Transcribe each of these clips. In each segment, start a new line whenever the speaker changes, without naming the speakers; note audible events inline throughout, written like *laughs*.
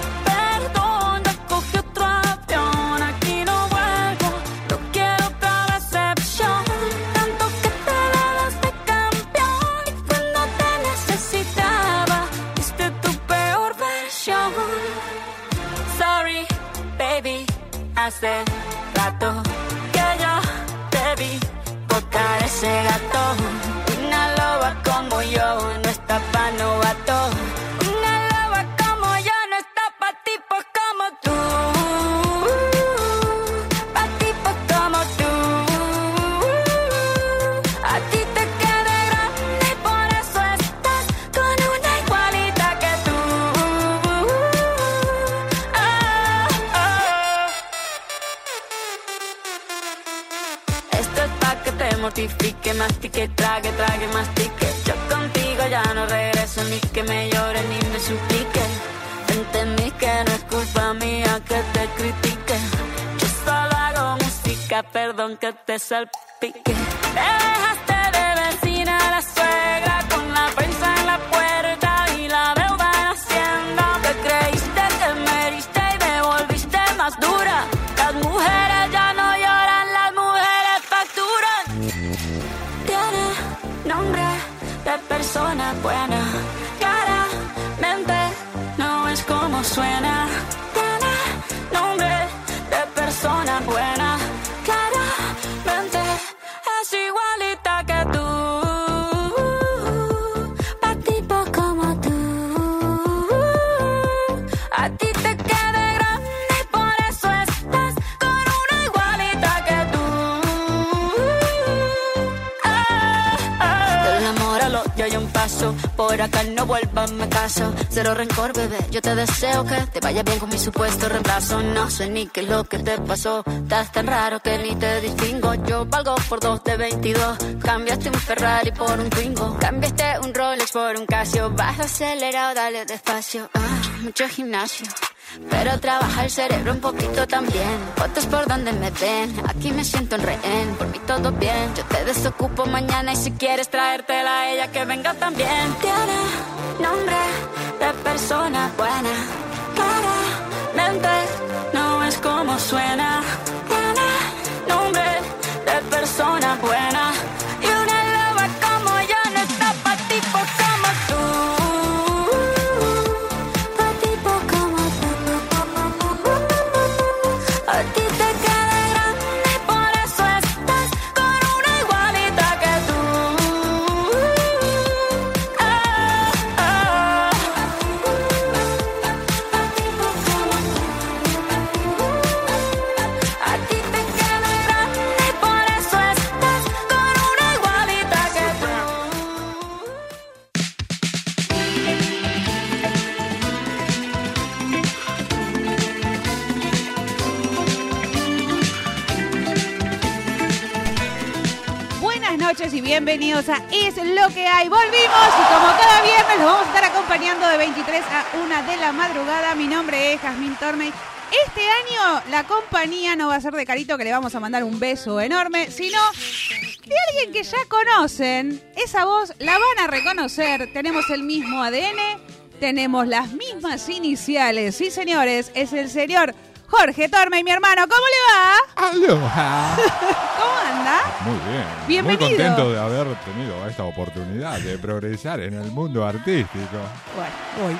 Perdona, cogí otro avión, aquí no vuelvo. No quiero otra decepción. Tanto que te dabas de campeón. Y cuando te necesitaba, diste tu peor versión. Sorry, baby, hace rato que yo te vi tocar ese gato. Una loba como yo no está pa' novato. Una loba como yo no está pa' tipos como tú. Uh, Pa' tipos como tú. A ti te queda grande y por eso estás con una igualita que tú. Ah, ah. Esto es pa' que te mortifique, mastique, trague, trague, mastique. Yo contigo ya no regreso, ni que me llore, ni me suplique. Entendí que no es culpa mía que te critique. Yo solo hago música, perdón que te salpique. Te dejaste de vecina a la suegra con la prensa en la puerta y la deuda en hacienda. Te creíste que me heriste y me volviste más dura. Las mujeres ya no lloran, las mujeres facturan. Tiene nombre de persona buena. Claramente no es como suena. Tiene nombre de persona buena. Claramente es igualita que tú. Pa' tipo como tú. A ti te queda grande y por eso estás con una igualita que tú. Del amor al odio hay un paso, por acá no vuelvas, me caso. Cero rencor, bebé, yo te deseo que te vaya bien con mi supuesto reemplazo. No sé ni qué es lo que te pasó, estás tan raro que ni te distingo. Yo valgo por dos de 22, cambiaste un Ferrari por un Twingo. Cambiaste un Rolex por un Casio, vas acelerado, dale despacio. Ah, mucho gimnasio. Pero trabaja el cerebro un poquito también. Fotos por donde me ven, aquí me siento en rehén. Por mí todo bien, yo te desocupo mañana y si quieres traértela eh. a ella que venga también. Tiene nombre de persona buena, claramente no es como suena. Tiene nombre de persona buena. Y una loba como yo no está pa' tipos como tú. Pa' tipo como tú. A ti te queda grande, por eso estás con una igualita que tú. Ah, ah. A ti te queda grande, por eso estás con una igualita que tú.
Buenas noches y bienvenidos a Es lo que hay. Volvimos y como cada viernes los vamos a estar acompañando de 23 a 1 de la madrugada. Mi nombre es Jazmín Tormey. Este año la compañía no va a ser de Carito que le vamos a mandar un beso enorme, sino de alguien que ya conocen. Esa voz la van a reconocer. Tenemos el mismo ADN, tenemos las mismas iniciales. Sí, señores, es el señor Jorge Tormey, mi hermano. ¿Cómo le va?
Aloha.
¿Cómo anda?
Ah, Muy bien.
Bienvenido.
Muy contento de haber tenido esta oportunidad de progresar en el mundo artístico.
Bueno, hoy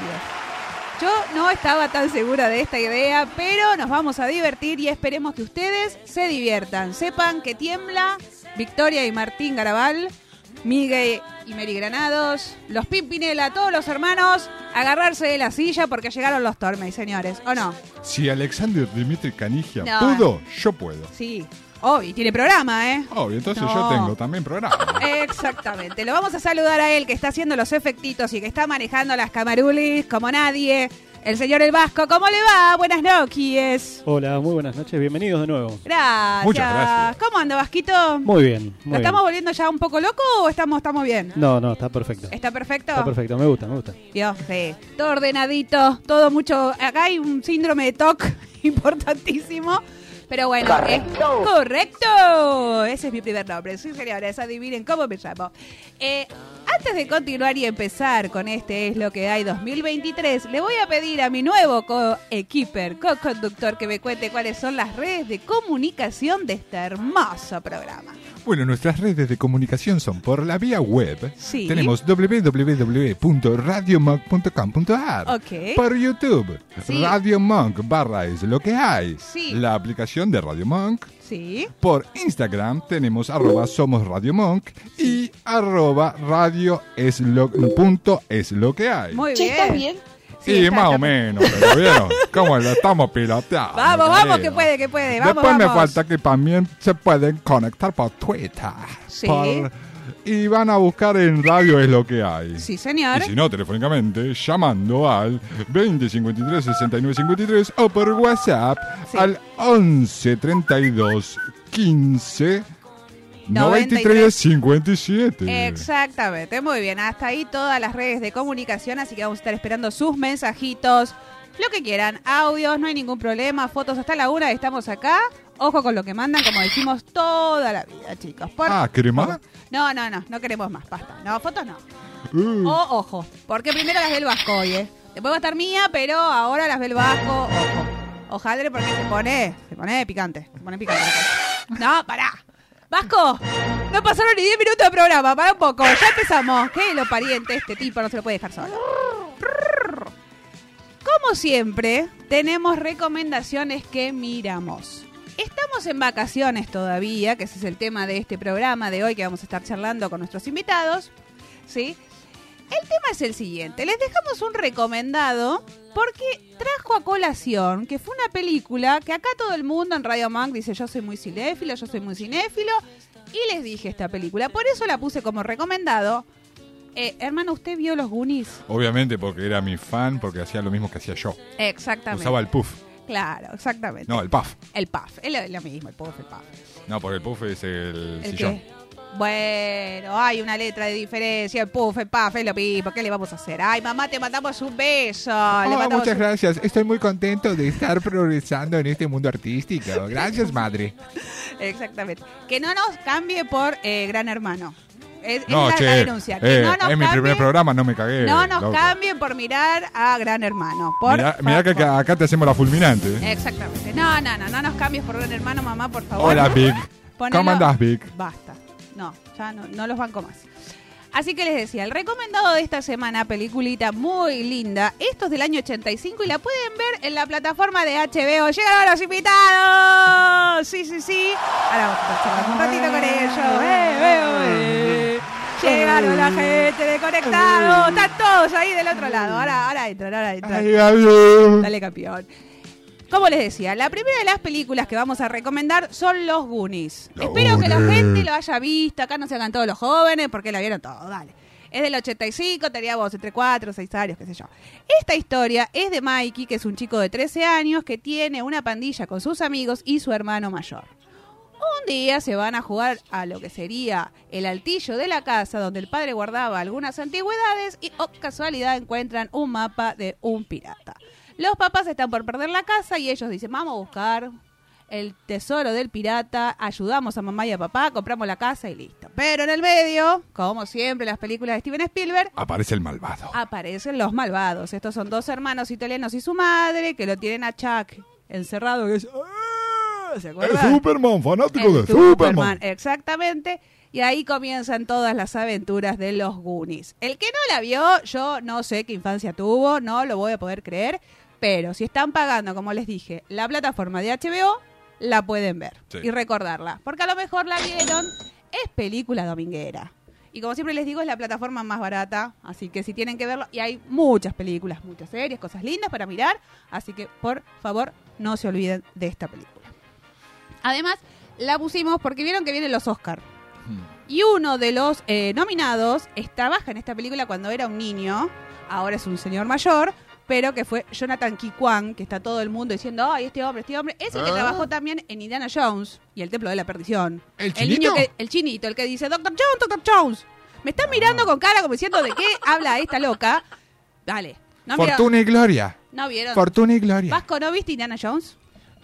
Yo no estaba tan segura de esta idea, pero nos vamos a divertir y esperemos que ustedes se diviertan. Sepan que tiembla Victoria y Martín Garabal, Miguel y Mary Granados, los Pimpinela, todos los hermanos, agarrarse de la silla porque llegaron los Tormey, señores. ¿O no?
Si Alexander Dimitri Canigia
No.
pudo, yo puedo.
Sí. Oh, y tiene programa, ¿eh?
Oh, y entonces
No.
yo tengo también programa.
Exactamente. Lo vamos a saludar a él que está haciendo los efectitos y que está manejando las camarulis como nadie. El señor El Vasco, ¿cómo le va? Buenas noches.
Hola, muy buenas noches, bienvenidos de nuevo.
Gracias.
Muchas gracias.
¿Cómo anda, Vasquito?
Muy bien,
¿Lo
muy
estamos
bien.
volviendo ya un poco loco o estamos, estamos bien?
No, no, está perfecto.
¿Está perfecto?
Está perfecto, me gusta, me gusta.
Dios, sí. Todo ordenadito, todo mucho. Acá hay un síndrome de TOC *laughs* importantísimo. Pero bueno, correcto. correcto. Ese es mi primer nombre. Sí, señores, adivinen cómo me llamo. Eh, antes de continuar y empezar con este Es lo que hay 2023, le voy a pedir a mi nuevo co-equiper, co-conductor, que me cuente cuáles son las redes de comunicación de este hermoso programa.
Bueno, nuestras redes de comunicación son por la vía web.
Sí.
Tenemos www.radiomonk.com.ar.
Ok.
Por YouTube,
Sí.
Radio Monk barra es lo que hay.
Sí.
La aplicación de Radio Monk.
¿Sí?
Por Instagram tenemos arroba somos Radio Monk y arroba radio es lo, punto es lo que hay.
Muy
Che,
bien.
¿estás bien?
Sí,
y
está-
más o
está-
menos,
*laughs*
pero ¿vieron? ¿Cómo lo estamos piloteando?
Vamos, vamos,
cariño?
que puede, que puede. Vamos,
Después me
vamos.
falta que también se pueden conectar por Twitter.
Sí.
por- y van a buscar en radio es lo que hay.
Sí, señor.
Y si no, telefónicamente, llamando al 2053 6953 o por WhatsApp
Sí.
al 1132 15 93
93
57.
Exactamente, muy bien. Hasta ahí todas las redes de comunicación, así que vamos a estar esperando sus mensajitos, lo que quieran, audios, no hay ningún problema, fotos hasta la una, estamos acá. Ojo con lo que mandan, como decimos toda la vida, chicos. Por-
Ah, ¿querés más?
No, no, no, no queremos más, pasta. No, fotos no.
Uh,
O ojo, porque primero las del Vasco hoy, ¿eh? Después va a estar mía, pero ahora las del Vasco, ojo. Ojalá porque se pone, se pone picante, se pone picante. la cosa. No, pará. Vasco, no pasaron ni 10 minutos de programa, pará un poco, ya empezamos. Qué lo pariente este tipo, no se lo puede dejar solo. Como siempre, tenemos recomendaciones que miramos. Estamos en vacaciones todavía, que ese es el tema de este programa de hoy que vamos a estar charlando con nuestros invitados, ¿sí? El tema es el siguiente, les dejamos un recomendado porque trajo a colación que fue una película que acá todo el mundo en Radio Monk dice yo soy muy cinéfilo, yo soy muy cinéfilo y les dije esta película, por eso la puse como recomendado. Eh, hermano, ¿usted vio los Goonies?
Obviamente porque era mi fan, porque hacía lo mismo que hacía yo.
Exactamente.
Usaba el puff.
Claro, exactamente.
No, el puff.
El puff, es lo, lo mismo, el puff, el puff.
No, porque el puff es el,
¿El
sillón.
qué? Bueno, hay una letra de diferencia, el puff, el puff, es lo mismo, ¿qué le vamos a hacer? Ay, mamá, te mandamos un beso. le
Oh,
mandamos
muchas
un-
gracias. Estoy muy contento de estar progresando en este mundo artístico. Gracias, madre.
Exactamente. Que no nos cambie por eh, Gran Hermano. Es, es
No,
la, la
che.
denuncia. Que
eh,
no
es
nos
mi primer
cambien-
programa, no me cagué.
No nos
loco.
cambien por mirar a Gran Hermano. Por
Mirá, mirá que
favor.
acá, acá te hacemos la fulminante.
Exactamente. No, no, no, no nos cambies por Gran Hermano, mamá, por favor. *laughs*
Hola, Vic.
Ponelo-
¿Cómo andás, Vic?
Basta. No, ya no, no los banco más. Así que les decía, el recomendado de esta semana, peliculita muy linda. Esto es del año 85 y la pueden ver en la plataforma de HBO. ¡Llegaron los invitados! Sí, sí, sí. Ahora vamos a charlar un ratito con ellos. ¡Eh, eh, eh! Llegaron la gente de Conectados. Están todos ahí del otro lado. Ahora, ahora entran, ahora entran.
Ay, Gabriel.
Dale campeón. Como les decía, la primera de las películas que vamos a recomendar son Los Goonies.
Los
Espero que la
Goonies.
gente lo haya visto. Acá no se hagan todos los jóvenes porque la vieron todos. Dale. Es del 85, teníamos entre 4 o 6 años, qué sé yo. Esta historia es de Mikey, que es un chico de 13 años que tiene una pandilla con sus amigos y su hermano mayor. Un día se van a jugar a lo que sería el altillo de la casa donde el padre guardaba algunas antigüedades y, oh casualidad, encuentran un mapa de un pirata. Los papás están por perder la casa y ellos dicen, vamos a buscar el tesoro del pirata, ayudamos a mamá y a papá, compramos la casa y listo. Pero en el medio, como siempre en las películas de Steven Spielberg,
Aparece el malvado.
aparecen los malvados. Estos son dos hermanos italianos y su madre que lo tienen a Chuck encerrado. Que es... ¡Ah! ¿Se
El
acuerdan?
Superman, fanático
El
de Superman.
Exactamente. Y ahí comienzan todas las aventuras de los Goonies. El que no la vio, yo no sé qué infancia tuvo, no lo voy a poder creer. Pero si están pagando, como les dije, la plataforma de HBO, la pueden ver
Sí.
y recordarla. Porque a lo mejor la vieron, es película dominguera. Y como siempre les digo, es la plataforma más barata. Así que si tienen que verlo, y hay muchas películas, muchas series, cosas lindas para mirar. Así que por favor, no se olviden de esta película. Además, la pusimos porque vieron que vienen los Oscar.
Hmm.
Y uno de los eh, nominados es- trabaja en esta película cuando era un niño, ahora es un señor mayor, pero que fue Jonathan Kikwan, que está todo el mundo diciendo, ay, este hombre, este hombre, es el que
Ah.
trabajó también en Indiana Jones y el Templo de la Perdición.
¿El
el niño
chinito?
que, El chinito, el que dice, Doctor Jones, Doctor Jones. Me están mirando con cara como diciendo, ¿de qué habla esta loca? Dale. No, mira-
Fortuna y gloria.
no vieron.
Fortuna y gloria.
Vasco, ¿no viste Indiana Jones?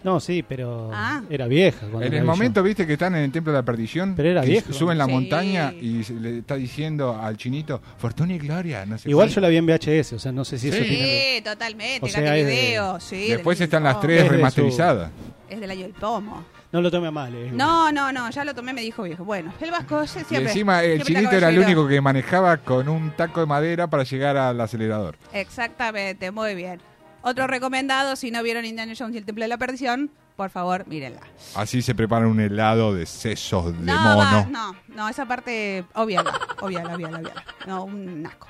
No, sí, pero
Ah.
era vieja. cuando
En
la
el
vi yo.
momento, viste, que están en el templo de la perdición.
Pero era
que
viejo.
Suben la
Sí.
montaña y se- le está diciendo al chinito, fortuna y gloria. No sé
Igual
qué.
yo la vi en VHS, o sea, no sé si eso
Sí.
tiene...
Sí, totalmente.
O sea,
Gatti
es de-
video, sí, del
Después
año
están
del
las
pomo.
tres
Desde su-
remasterizadas.
Es del año del pomo.
No lo tome a mal, eh.
No, no, no, ya lo tomé, me dijo viejo. Bueno, el vasco ese
Y
siempre.
encima
siempre
el
está
chinito era el
caballero.
único que manejaba con un taco de madera para llegar al acelerador.
Exactamente, muy bien. Otro recomendado, si no vieron Indiana Jones y el Templo de la Perdición, por favor, mírenla.
Así se prepara un helado de sesos de
no,
mono.
va, no, no, esa parte, obviala, obviala, obviala, obviala. No, un asco.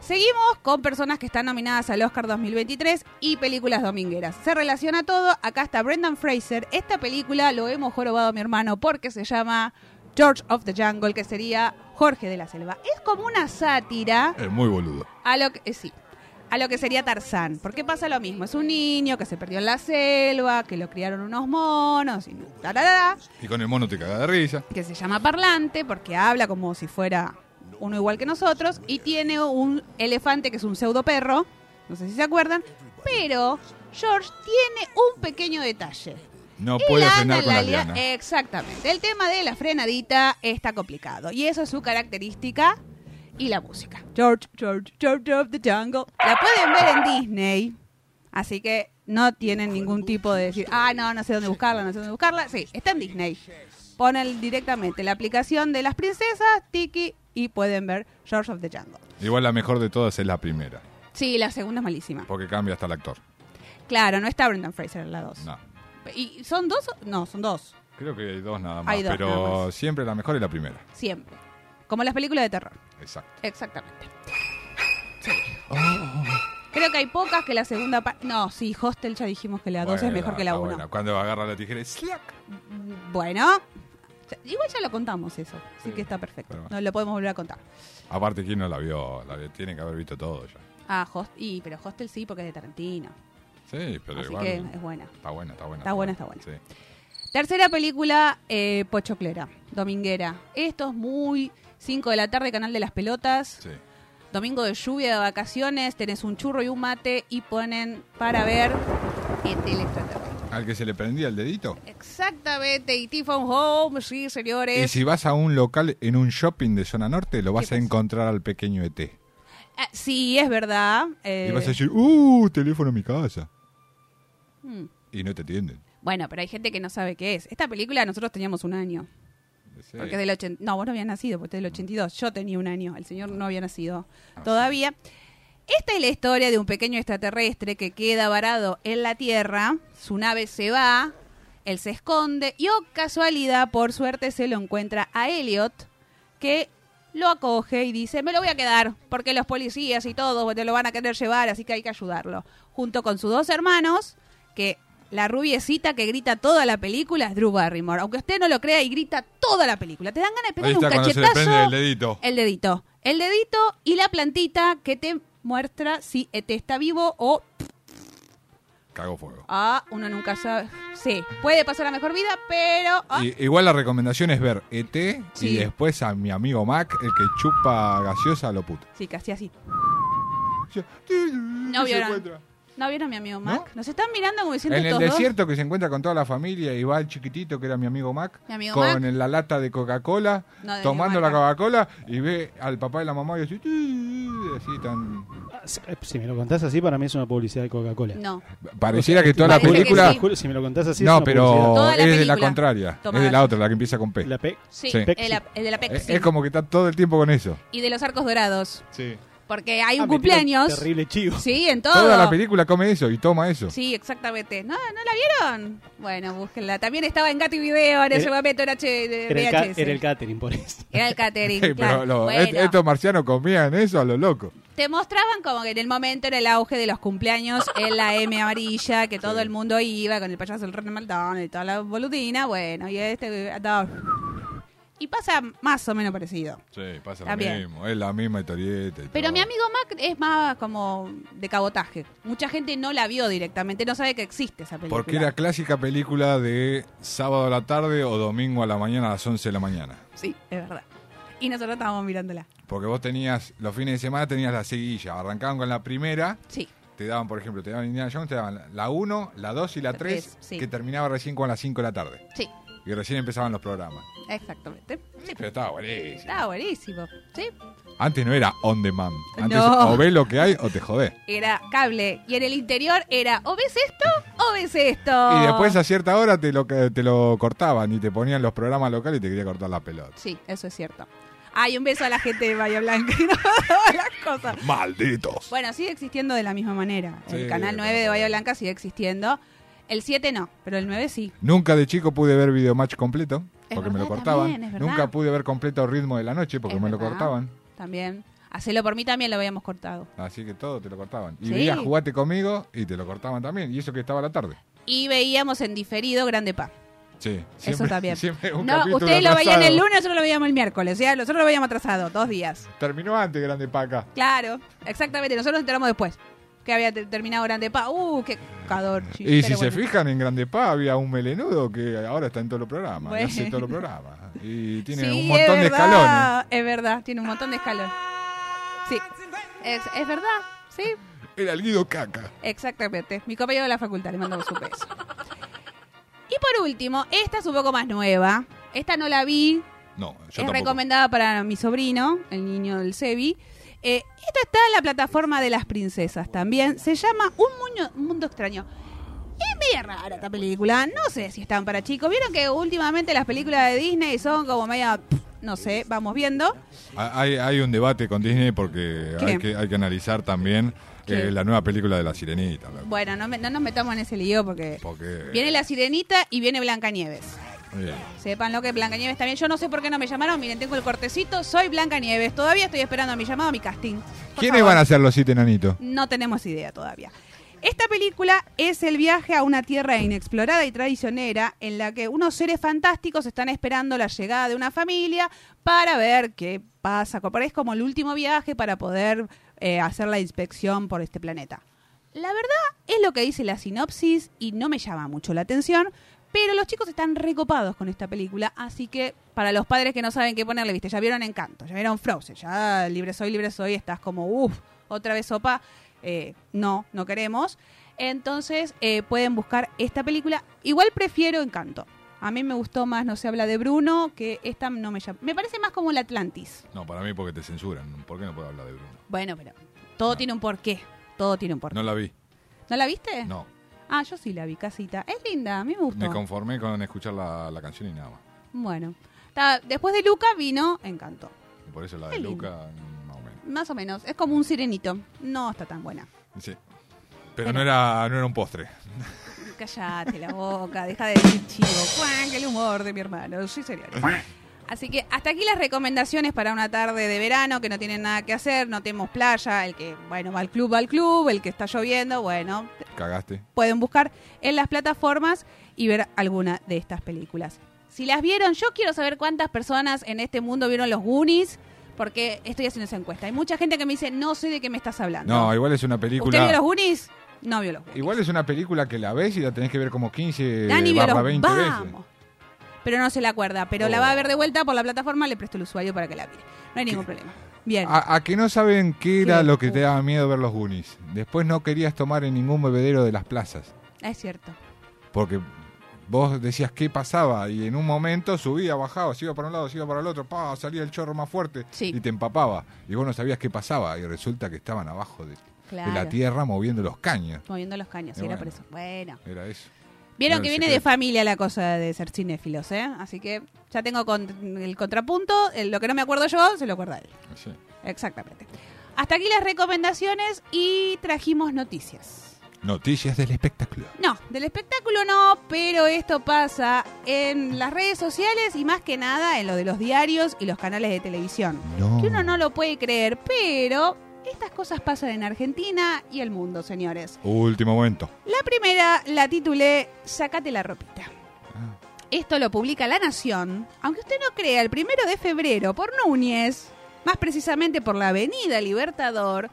Seguimos con personas que están nominadas al Oscar 2023 y películas domingueras. Se relaciona todo. Acá está Brendan Fraser. Esta película lo hemos jorobado a mi hermano porque se llama George of the Jungle, que sería Jorge de la Selva. Es como una sátira
Es muy boludo.
a lo que, eh, sí, a lo que sería Tarzán. Porque pasa lo mismo. Es un niño que se perdió en la selva, que lo criaron unos monos y tararara
Y con el mono te caga de risa.
que se llama parlante porque habla como si fuera uno igual que nosotros y tiene un elefante que es un pseudo perro, no sé si se acuerdan, pero George tiene un pequeño detalle.
No
Él
puede
anda
frenar
en
con la
lia-
liana.
Exactamente. El tema de la frenadita está complicado y eso es su característica y la música. George, George, George of the Jungle. La pueden ver en Disney. Así que no tienen ningún tipo de decir, ah, no, no sé dónde buscarla, no sé dónde buscarla. Sí, está en Disney. Ponen directamente la aplicación de las princesas, Tiki, y pueden ver George of the Jungle.
Igual la mejor de todas es la primera,
Sí, la segunda es malísima.
porque cambia hasta el actor.
Claro, no está Brendan Fraser en la dos.
No.
¿Y son dos? o- No, son dos.
Creo que hay dos nada más,
Hay dos
pero
nada más.
siempre la mejor es la primera.
Siempre. Como las películas de terror.
Exacto.
Exactamente. Sí. Creo que hay pocas que la segunda parte. No, sí, Hostel ya dijimos que la 2 es
Bueno,
mejor que la
está
1.
buena. Cuando agarra la tijera, ¡slack!
Bueno, ya- igual ya lo contamos eso, así
Sí,
que está perfecto.
pero-
No lo podemos volver a contar.
Aparte, ¿quién no la vio? La vi- tiene que haber visto todo ya.
Ah, Hostel. Y, pero Hostel sí, porque es de Tarantino.
Sí, pero
así
igual.
que es buena.
Está buena, está buena.
Está buena, está buena.
Sí.
Tercera película, eh, Pochoclera, Dominguera. Esto es muy 5 de la tarde, Canal de las Pelotas.
Sí.
domingo de lluvia, de vacaciones, tenés un churro y un mate y ponen para ver ET el extraterrestre.
Al que se le prendía el dedito.
Exactamente, y from Home, sí,
Y
señores.
si vas a un local en un shopping de zona norte, lo vas
¿Qué
a
pasa?
encontrar al pequeño ET.
Ah, sí, es verdad. eh,
Y vas a decir, ¡uh! Teléfono a mi casa.
mm.
Y no te atienden.
Bueno, pero hay gente que no sabe qué es. Esta película nosotros teníamos un año.
Sí.
Porque es del 80. No, vos no habías nacido, porque es del 82. Yo tenía un año. El señor no había nacido
Ah,
todavía. Esta es la historia de un pequeño extraterrestre que queda varado en la Tierra. Su nave se va, él se esconde y, oh casualidad, por suerte se lo encuentra a Elliot, que lo acoge y dice: Me lo voy a quedar, porque los policías y todos te lo van a querer llevar, así que hay que ayudarlo. Junto con sus dos hermanos, que la rubiecita que grita toda la película es Drew Barrymore. Aunque usted no lo crea y grita toda la película. Te dan ganas de
Ahí
pegarle un
está cuando se le
cachetazo.
prende el dedito.
El dedito. El dedito y la plantita que te muestra si te está vivo o...
Cago fuego.
Ah, uno nunca sabe. Sí, puede pasar a mejor vida, pero... ah,
Y- igual la recomendación es ver ET
Sí.
y después a mi amigo Mac, el que chupa gaseosa a lo puto.
Sí, casi así.
No
vieron. ¿No vieron mi amigo Mac? Nos están mirando como diciendo
En el
estos dos.
desierto que se encuentra con toda la familia y va el chiquitito que era mi amigo Mac
Mi amigo
con
Mac.
la lata de Coca-Cola,
No, de
tomando
mi
la
marca.
Coca-Cola y ve al papá y la mamá y así, "Tú", así tan...
Ah, Si si me lo contás así, para mí es una publicidad de Coca-Cola.
No,
Pareciera que toda la
Parece que
película...
sí.
Juro, Si me lo contás así, es
No,
una publicidad.
pero
Toda la
es de la
película.
contraria,
Toma
es de la
gaseosa.
otra, la que empieza con P.
La P.
sí,
Sí.
El, de la- el de la
Es,
Pepsi.
es como que está todo el tiempo con eso.
Y de los arcos dorados.
Sí.
Porque hay
Ah,
un
me tira
cumpleaños.
Terrible chivo.
Sí, en todo.
Toda la película come eso y toma eso.
Sí, exactamente. ¿No, ¿No la vieron? Bueno, búsquenla. También estaba en Gato y Video en ese
Era-
momento, en H,
Era Eh, el, ca-
Eh, VHS.
era el catering, por eso.
Era el catering,
*laughs* Sí, pero
claro.
lo-
Bueno,
est- estos marcianos comían eso a lo loco.
Te mostraban como que en el momento era el auge de los cumpleaños en la M amarilla, que todo el mundo iba con el payaso del Ronald McDonald y toda la boludina. Bueno, y este andaba- Y pasa más o menos parecido.
Sí, pasa
También.
lo mismo. Es la misma historieta. y
Pero
todo.
mi amigo Mac es más como de cabotaje. Mucha gente no la vio directamente, no sabe que existe esa película.
Porque era clásica película de sábado a la tarde o domingo a la mañana a las 11 de la mañana.
Sí, es verdad. Y nosotros estábamos mirándola.
Porque vos tenías, los fines de semana tenías la seguilla. Arrancaban con la primera,
Sí.
te daban, por ejemplo, te daban Indiana Jones, te daban la 1, la 2 y la
La
3,
tres, sí.
que terminaba recién con las 5 de la tarde.
Sí,
Y recién empezaban los programas.
exactamente. Sí,
Pero estaba buenísimo.
Estaba buenísimo. Sí.
Antes no era on demand. Antes
No.
o ves lo que hay o te jodés.
Era cable. Y en el interior era o ves esto o ves esto.
Y después a cierta hora te lo, te lo cortaban y te ponían los programas locales y te quería cortar la pelota.
Sí, eso es cierto. Ay, un beso a la gente de Bahía Blanca y *laughs* no todas las cosas.
¡Malditos!
Bueno, sigue existiendo de la misma manera. El
Sí,
canal 9 de Bahía Blanca sigue existiendo. El 7 no, pero el 9 sí.
Nunca de chico pude ver videomatch completo,
Es
porque me
verdad
lo cortaban.
también, es verdad.
Nunca pude ver completo Ritmo de la Noche, porque
Es
me lo
verdad.
cortaban.
También. Hacelo por mí también lo habíamos cortado.
Así que todo te lo cortaban. Y
Sí.
veía Jugate conmigo y te lo cortaban también. Y eso que estaba a la tarde.
Y veíamos en diferido Grande Pa.
Sí.
Eso
*laughs*
también.
siempre un
No,
capítulo
ustedes lo veían
atrasado.
el lunes, nosotros lo veíamos el miércoles. O sea, nosotros lo veíamos atrasado, dos días.
Terminó antes Grande Paca.
Claro, exactamente. Nosotros nos enteramos después que había te- terminado Grande Pa. Uh, qué cadorchi.
Y si
Pero
se
bueno.
fijan, en Grande Pa había un melenudo que ahora está en todos los programas. y
Bueno.
Hace todos los programas. Y tiene
Sí,
un
es
montón de escalones.
verdad, Es verdad, tiene un montón de escalones. Sí, es, es verdad, sí,
Era el Guido Caca.
exactamente. Mi compañero de la facultad, le mandamos un beso. Y por último, esta es un poco más nueva. Esta no la vi,
No, yo
es
tampoco.
recomendada para mi sobrino, el niño del Sebi. Eh, esta está en la plataforma de las princesas también. Se llama Un Muño- un Mundo Extraño. Es media rara esta película. No sé si están para chicos. Vieron que últimamente las películas de Disney son como media. pff, No sé, vamos viendo.
Ah, Hay, hay un debate con Disney porque
¿Qué?
hay que, hay que analizar también
¿Qué?
eh, la nueva película de La Sirenita. loco.
Bueno, no, me- no nos metamos en ese lío porque.
Porque. eh,
Viene la sirenita y viene Blancanieves.
Bien.
Sepan lo que es Blancanieves también. Yo no sé por qué no me llamaron. Miren, tengo el cortecito. Soy Blancanieves. Todavía estoy esperando a mi llamado, a mi casting. Por
¿Quiénes
favor.
van a ser los siete enanitos?
No tenemos idea todavía. Esta película es el viaje a una tierra inexplorada y traicionera en la que unos seres fantásticos están esperando la llegada de una familia para ver qué pasa. Porque Es como el último viaje para poder eh, hacer la inspección por este planeta. La verdad es lo que dice la sinopsis y no me llama mucho la atención, pero los chicos están recopados con esta película, así que para los padres que no saben qué ponerle, viste, ya vieron Encanto, ya vieron Frozen, ya Libre Soy, Libre Soy, estás como, uff, otra vez sopa, eh, no, no queremos. Entonces eh, pueden buscar esta película. Igual prefiero Encanto. A mí me gustó más No se habla de Bruno, que esta no me llama. Me parece más como el Atlantis.
No, para mí porque te censuran. ¿Por qué no puedo hablar de Bruno?
Bueno, pero todo tiene un porqué. Todo tiene un porqué.
No la vi.
¿No la viste?
No.
Ah, yo sí la vi, casita. Es linda, a mí me gustó.
Me conformé con escuchar la, la canción y nada más.
Bueno. Ta- Después de Luca vino Encanto.
Y por eso la
Qué
de
lindo.
Luca, más o menos.
Más o menos. Es como un sirenito. No está tan buena.
Sí. Pero no era, no era
*laughs*
un postre.
Cállate la boca, deja *laughs* de decir chivo. Cuán, que el humor de mi hermano. Sí, señor. Así que hasta aquí las recomendaciones para una tarde de verano que no tienen nada que hacer, no tenemos playa, el que, bueno, va al club, va al club, el que está lloviendo, bueno,
Cagaste.
pueden buscar en las plataformas y ver alguna de estas películas. Si las vieron, yo quiero saber cuántas personas en este mundo vieron los Goonies, porque estoy haciendo esa encuesta. Hay mucha gente que me dice, no sé de qué me estás hablando.
No, igual es una
¿Usted vio los
película.
Goonies? No vio los Goonies.
Igual es una película que la ves y la tenés que ver como 15
Dani vio
barra
los
20 veces.
vamos. Pero no se la acuerda, pero la
Oh.
va a ver de vuelta por la plataforma, le presto el usuario para que la mire. No hay ningún problema. Bien.
A, a que no saben qué era
Sí.
lo que te daba miedo ver los Goonies. Después no querías tomar en ningún bebedero de las plazas.
Es cierto.
Porque vos decías qué pasaba y en un momento subía, bajaba, se iba para un lado, se iba para el otro, pa, salía el chorro más fuerte
Sí.
y te empapaba. Y vos no sabías qué pasaba y resulta que estaban abajo de, de
Claro.
la tierra moviendo los caños.
Moviendo los caños,
Y
era
bueno.
por eso. Bueno.
Era eso.
Vieron
Claro,
que
sí,
viene
claro.
de familia la cosa de ser cinéfilos, ¿eh? Así que ya tengo con- el contrapunto. eh, Lo que no me acuerdo yo, se lo acuerda él.
Sí.
Exactamente. Hasta aquí las recomendaciones y trajimos noticias.
Noticias del espectáculo.
No, del espectáculo no, pero esto pasa en las redes sociales y más que nada en lo de los diarios y los canales de televisión.
No.
Que uno no lo puede creer, pero Estas cosas pasan en Argentina y el mundo, señores.
Último momento.
La primera la titulé Sácate la ropita. Esto lo publica La Nación, aunque usted no crea, el primero de febrero por Núñez, más precisamente por la Avenida Libertador,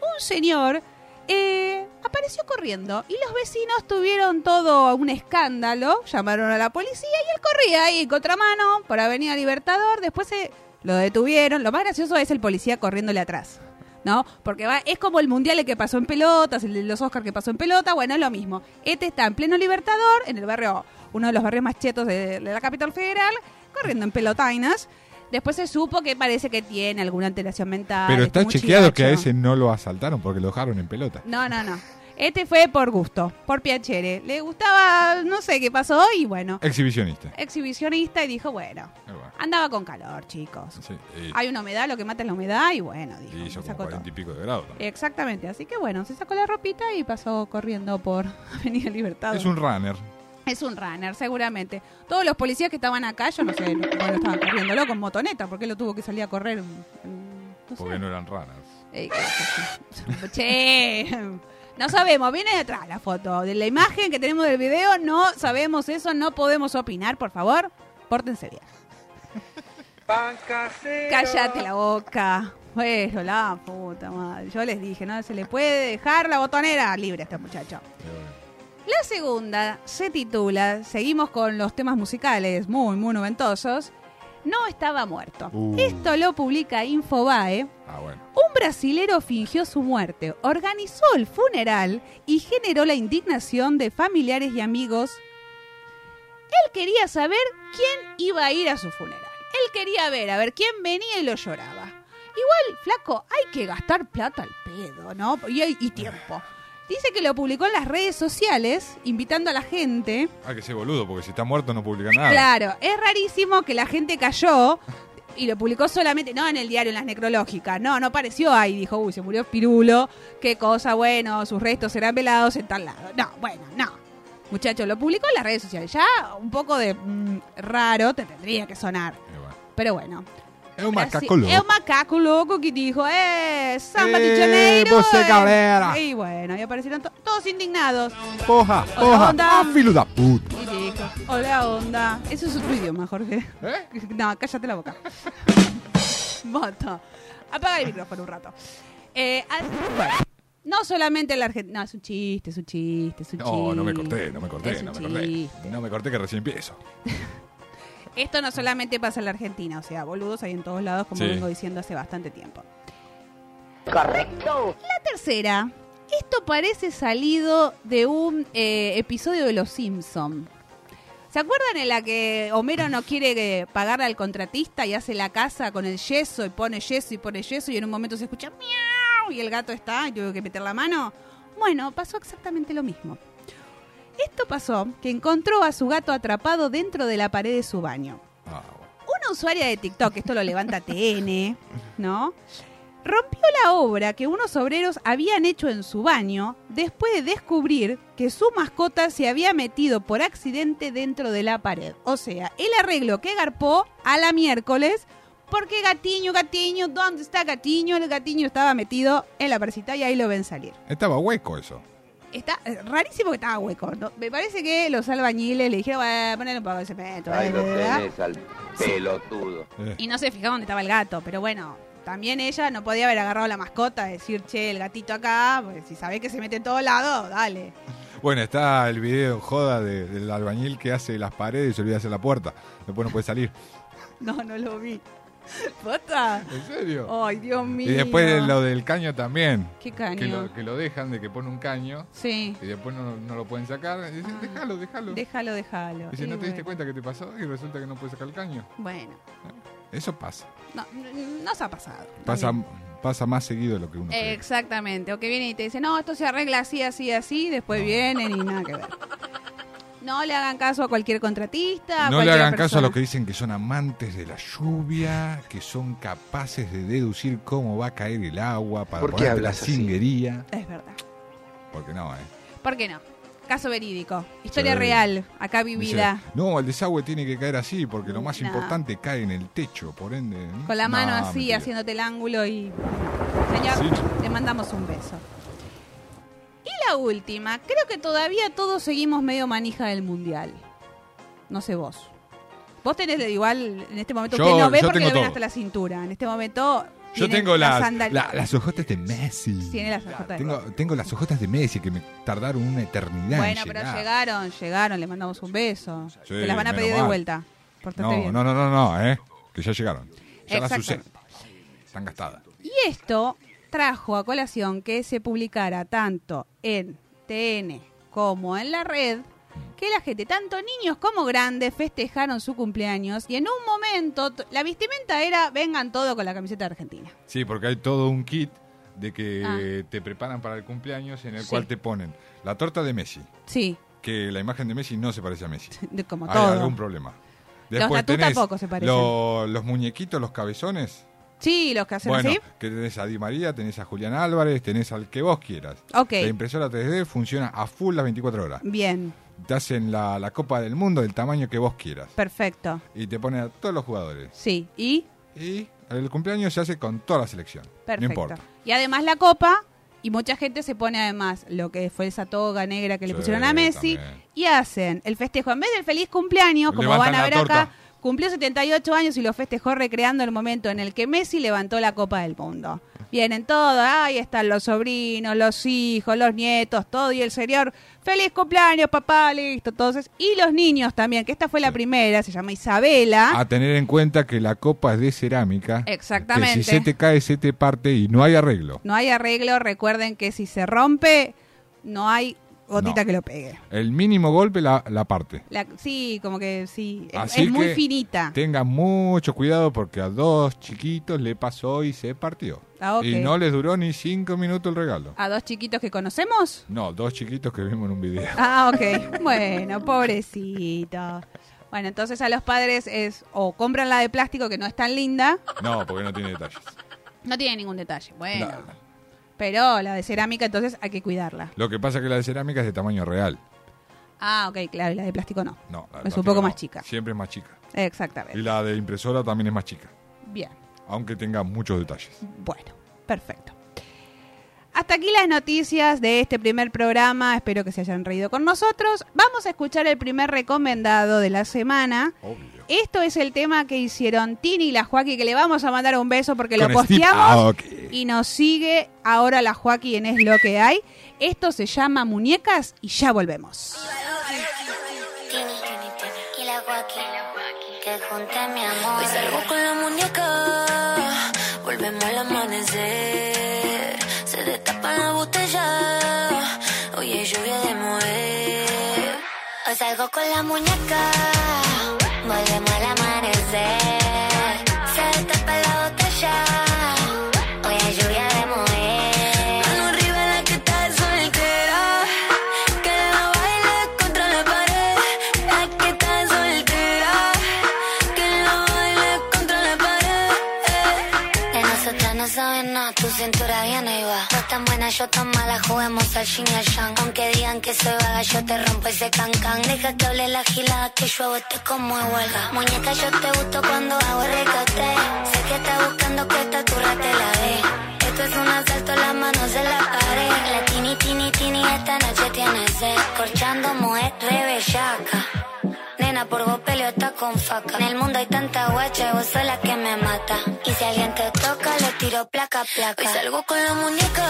un señor eh, apareció corriendo y los vecinos tuvieron todo un escándalo, llamaron a la policía y él corría ahí contramano por Avenida Libertador, después se lo detuvieron, lo más gracioso es el policía corriéndole atrás. ¿no? Porque va, es como el mundial el que pasó en pelotas, el de los Oscars que pasó en pelota, bueno, es lo mismo. Este está en pleno Libertador, en el barrio, uno de los barrios más chetos de, de la capital federal, corriendo en pelotainas. Después se supo que parece que tiene alguna alteración mental.
Pero
este
está
muchacho.
chequeado que a ese no lo asaltaron porque lo dejaron en pelota.
No, no, no. Este fue por gusto, por piacere. Le gustaba, no sé qué pasó, y bueno,
Exhibicionista.
Eh. exhibicionista y dijo, bueno,
Ah, bueno.
andaba con calor, chicos.
Sí, y-
Hay una humedad, lo que mata es la humedad, y bueno, dijo,
y hizo como
sacó todo.
40 y pico de grados. también.
Exactamente, así que bueno, se sacó la ropita y pasó corriendo por *laughs* Avenida Libertad.
Es un runner.
runner, seguramente. Todos los policías que estaban acá, yo no sé, no- bueno, estaban corriéndolo con motoneta, porque él lo tuvo que salir a correr. mm, no sé.
Porque no eran runners.
Eh, che, no sabemos, viene de atrás la foto. De la imagen que tenemos del video, no sabemos eso, no podemos opinar, por favor, pórtense bien. Cállate la boca. Bueno, la puta madre. Yo les dije, no se le puede dejar la botonera libre a este muchacho. La segunda se titula, seguimos con los temas musicales muy, muy noventosos, No estaba muerto.
Uh.
Esto lo publica Infobae.
Ah, bueno.
Un brasilero fingió su muerte, organizó el funeral y generó la indignación de familiares y amigos. Él quería saber quién iba a ir a su funeral. Él quería ver, a ver quién venía y lo lloraba. Igual, flaco, hay que gastar plata al pedo, ¿no? Y, y tiempo. Dice que lo publicó en las redes sociales, invitando a la gente.
Ah, que sea boludo, porque si está muerto no publica nada.
Claro, es rarísimo que la gente cayó y lo publicó solamente, no en el diario, en las necrológicas, no, no apareció ahí, dijo, uy, se murió Pirulo, qué cosa, bueno, sus restos serán velados en tal lado. No, bueno, no. Muchachos, lo publicó en las redes sociales, ya un poco de mm, raro te tendría que sonar,
Eh, bueno.
pero bueno.
Es un
Así-
macaco loco.
Es un macaco loco que dijo, eh, Samba de
Eh,
Janeiro.
vos sé
eh.
cabrera.
Y bueno, y aparecieron to- todos indignados.
Poja, poja.
onda.
Ah, filo da puta.
Y dijo, hola onda. Eso es otro idioma, Jorge.
¿Eh?
*laughs* No, cállate la
*laughs*
boca. Moto. Apaga el micrófono un rato. Eh, a- bueno, no solamente en la Argentina. No, es un chiste, es un chiste, es un chiste.
No, no me corté, no me
Es
corté,
un
no me corté.
chiste.
No me corté que recién empiezo.
Esto no solamente pasa en la Argentina, o sea, boludos hay en todos lados, como
Sí.
vengo diciendo hace bastante tiempo. Correcto. La tercera. Esto parece salido de un eh, episodio de Los Simpson. ¿Se acuerdan en la que Homero no quiere que pagarle al contratista y hace la casa con el yeso y pone yeso y pone yeso y en un momento se escucha miau y el gato está y tuve que meter la mano? Bueno, pasó exactamente lo mismo. Esto pasó que encontró a su gato atrapado dentro de la pared de su baño.
Ah, bueno.
Una usuaria de TikTok, esto lo levanta TN, ¿no? Rompió la obra que unos obreros habían hecho en su baño después de descubrir que su mascota se había metido por accidente dentro de la pared. O sea, el arreglo que garpó a la miércoles porque gatiño, gatiño, ¿dónde está gatiño? El gatiño estaba metido en la parecita y ahí lo ven salir.
Estaba hueco eso.
Está eh, rarísimo que estaba hueco. ¿no? Me parece que los albañiles le dijeron, bueno, ponle un poco de cemento.
Ahí lo
¿verdad?".
tenés al pelotudo.
Eh,
Y no se fijaba dónde estaba el gato, pero bueno, también ella no podía haber agarrado la mascota, decir, che, el gatito acá, porque si sabés que se mete en todos lados, dale. *laughs*
Bueno, está el video joda de- del albañil que hace las paredes y se olvida hacer la puerta. Después no puede salir.
No, no lo vi. *laughs* ¿Posta?
¿En serio?
Ay, Dios mío.
y después lo del caño también.
¿Qué caño?
Que lo, que lo dejan de que pone un caño
Sí,
y después no, no lo pueden sacar. Y dicen,
Ah.
déjalo, déjalo.
déjalo, déjalo.
Dice,
Y
¿no te diste
Ah, bueno.
cuenta que te pasó? Y resulta que no puedes sacar el caño.
Bueno,
Eso pasa.
no, no- no se ha pasado.
Pasa, pasa más seguido de lo
Eh,
que uno cree.
Exactamente, o que vienen y te dicen, no, esto se arregla así, así, así, y después vienen y nada que ver. No le hagan caso a cualquier contratista. a
No le
cualquier
hagan caso a
persona.
los que dicen que son amantes de la lluvia, que son capaces de deducir cómo va a caer el agua para
¿Por qué
ponerte la
hablas así?
cinguería.
Es verdad.
Porque no, ¿eh?
¿Por qué no? Caso verídico. Historia
Sí.
real. Acá
Dice,
vivida.
no, el desagüe tiene que caer así, porque lo más
No.
importante cae en el techo, por ende. ¿eh? ¿no?
Con la mano
No,
así, eh,
mentira.
haciéndote el ángulo y... Señor,
Sí.
le mandamos un beso. Y la última, creo que todavía todos seguimos medio manija del mundial. No sé vos. Vos tenés igual, en este momento
Yo-
usted no ve
yo
porque
tengo
le ven
todo.
hasta la cintura. En este momento...
Yo
tiene
tengo
la
las,
sandal-
la- las ojotas de Messi.
*laughs* Tiene las ojotas de
tengo, tengo las ojotas de Messi que me tardaron una eternidad.
Bueno,
en
pero
llegar.
llegaron, llegaron, le mandamos un beso.
Sí,
Te las van a
menos
pedir de
mal.
vuelta. Portate
No,
bien.
no, no, no, no, eh. Que ya llegaron. Ya las
Exacto.
usé. Están gastadas.
Y esto trajo a colación que se publicara tanto en TN como en la red que la gente, tanto niños como grandes, festejaron su cumpleaños y en un momento t- la vestimenta era vengan todo con la camiseta de Argentina.
Sí, porque hay todo un kit de que
Ah.
te preparan para el cumpleaños en el
Sí.
cual te ponen la torta de Messi,
Sí,
que la imagen de Messi no se parece a Messi.
*laughs* de- como
hay
todo.
algún problema.
Los tatú tampoco se parecen.
lo- los muñequitos, los cabezones.
Sí, los que hacen
Bueno,
así.
que tenés a Di María, tenés a Julián Álvarez, tenés al que vos quieras.
Ok.
La impresora 3D funciona a full las 24 horas.
Bien,
Te hacen la, la Copa del Mundo del tamaño que vos quieras.
perfecto.
Y te ponen a todos los jugadores.
Sí, y
Y el cumpleaños se hace con toda la selección.
perfecto.
No importa.
Y además la copa y mucha gente se pone además lo que fue esa toga negra que le
Sí,
pusieron a Messi
también.
y hacen el festejo. En vez del feliz cumpleaños, como
Levantan
van a
la
ver
torta.
acá, cumplió 78 años y lo festejó recreando el momento en el que Messi levantó la Copa del Mundo. Vienen todos, ahí están los sobrinos, los hijos, los nietos, todo y el señor, feliz cumpleaños papá, listo, entonces. Y los niños también, que esta fue la primera, se llama Isabela.
A tener en cuenta que la copa es de cerámica.
Exactamente.
Ah, Que si se te cae, se te parte y no hay arreglo.
No hay arreglo, recuerden que si se rompe, no hay gotita
No.
que lo pegue.
El mínimo golpe la, la parte.
La- sí, como que sí, es,
Así
es muy
que
finita.
Tengan mucho cuidado porque a dos chiquitos le pasó y se partió.
Ah, ok.
Y no les duró ni cinco minutos el regalo.
¿A dos chiquitos que conocemos?
No, dos chiquitos que vimos en un
*laughs*
video.
Ah, ok. bueno, pobrecito. Bueno, entonces a los padres es o compran la de plástico que no es tan linda,
No, porque no tiene detalles.
no tiene ningún detalle. Bueno,
No.
pero la de cerámica entonces hay que cuidarla.
Lo que pasa es que la de cerámica es de tamaño real.
Ah, ok, claro, y la de plástico no.
No, la de
es
plástico
un poco
no.
más chica.
Siempre es más chica. Y
Exactamente.
la de impresora también es más chica,
Bien.
aunque tenga muchos detalles.
Bueno, perfecto. Hasta aquí las noticias de este primer programa. Espero que se hayan reído con nosotros. Vamos a escuchar el primer recomendado de la semana.
Obvio.
Esto es el tema que hicieron Tini y la Joaquí, que le vamos a mandar un beso porque lo
Con Steve Ah,
posteamos.
Aoki.
Y nos sigue ahora la Joaquí en Es lo que hay. Esto se llama Muñecas y ya volvemos.
Tini, y la guaki, que junte mi amor. Hoy
Pues,
salgo con la muñeca, volvemos al amanecer. Se destapa la botella, hoy es lluvia de mover. Hoy salgo con la muñeca, volvemos al amanecer. Se destapa la botella, hoy es lluvia de mover. Mano arriba la que está soltera, que la baile contra la pared. La que está soltera, que la baile contra la pared. De nosotras no saben nada, tu cintura viene y va. Tú tan buena, yo tan mala, juguemos al yin y al yang. Aunque digan que soy vaga, yo te rompo ese cancan. Deja que hable la gilada, que yo hago este como de huelga. Muñeca, yo te gusto cuando hago recaté. Sé que estás buscando que esta turra te la dé. Esto es un asalto, las manos en la pared. La tini, tini, tini, esta noche tiene sed. Corchando mujer, re bellaca. Nena, por vos peleo está con faca. En el mundo hay tanta guacha, y vos sos la que me mata. Y si alguien te toca, le tiro placa, placa. Hoy salgo con la muñeca,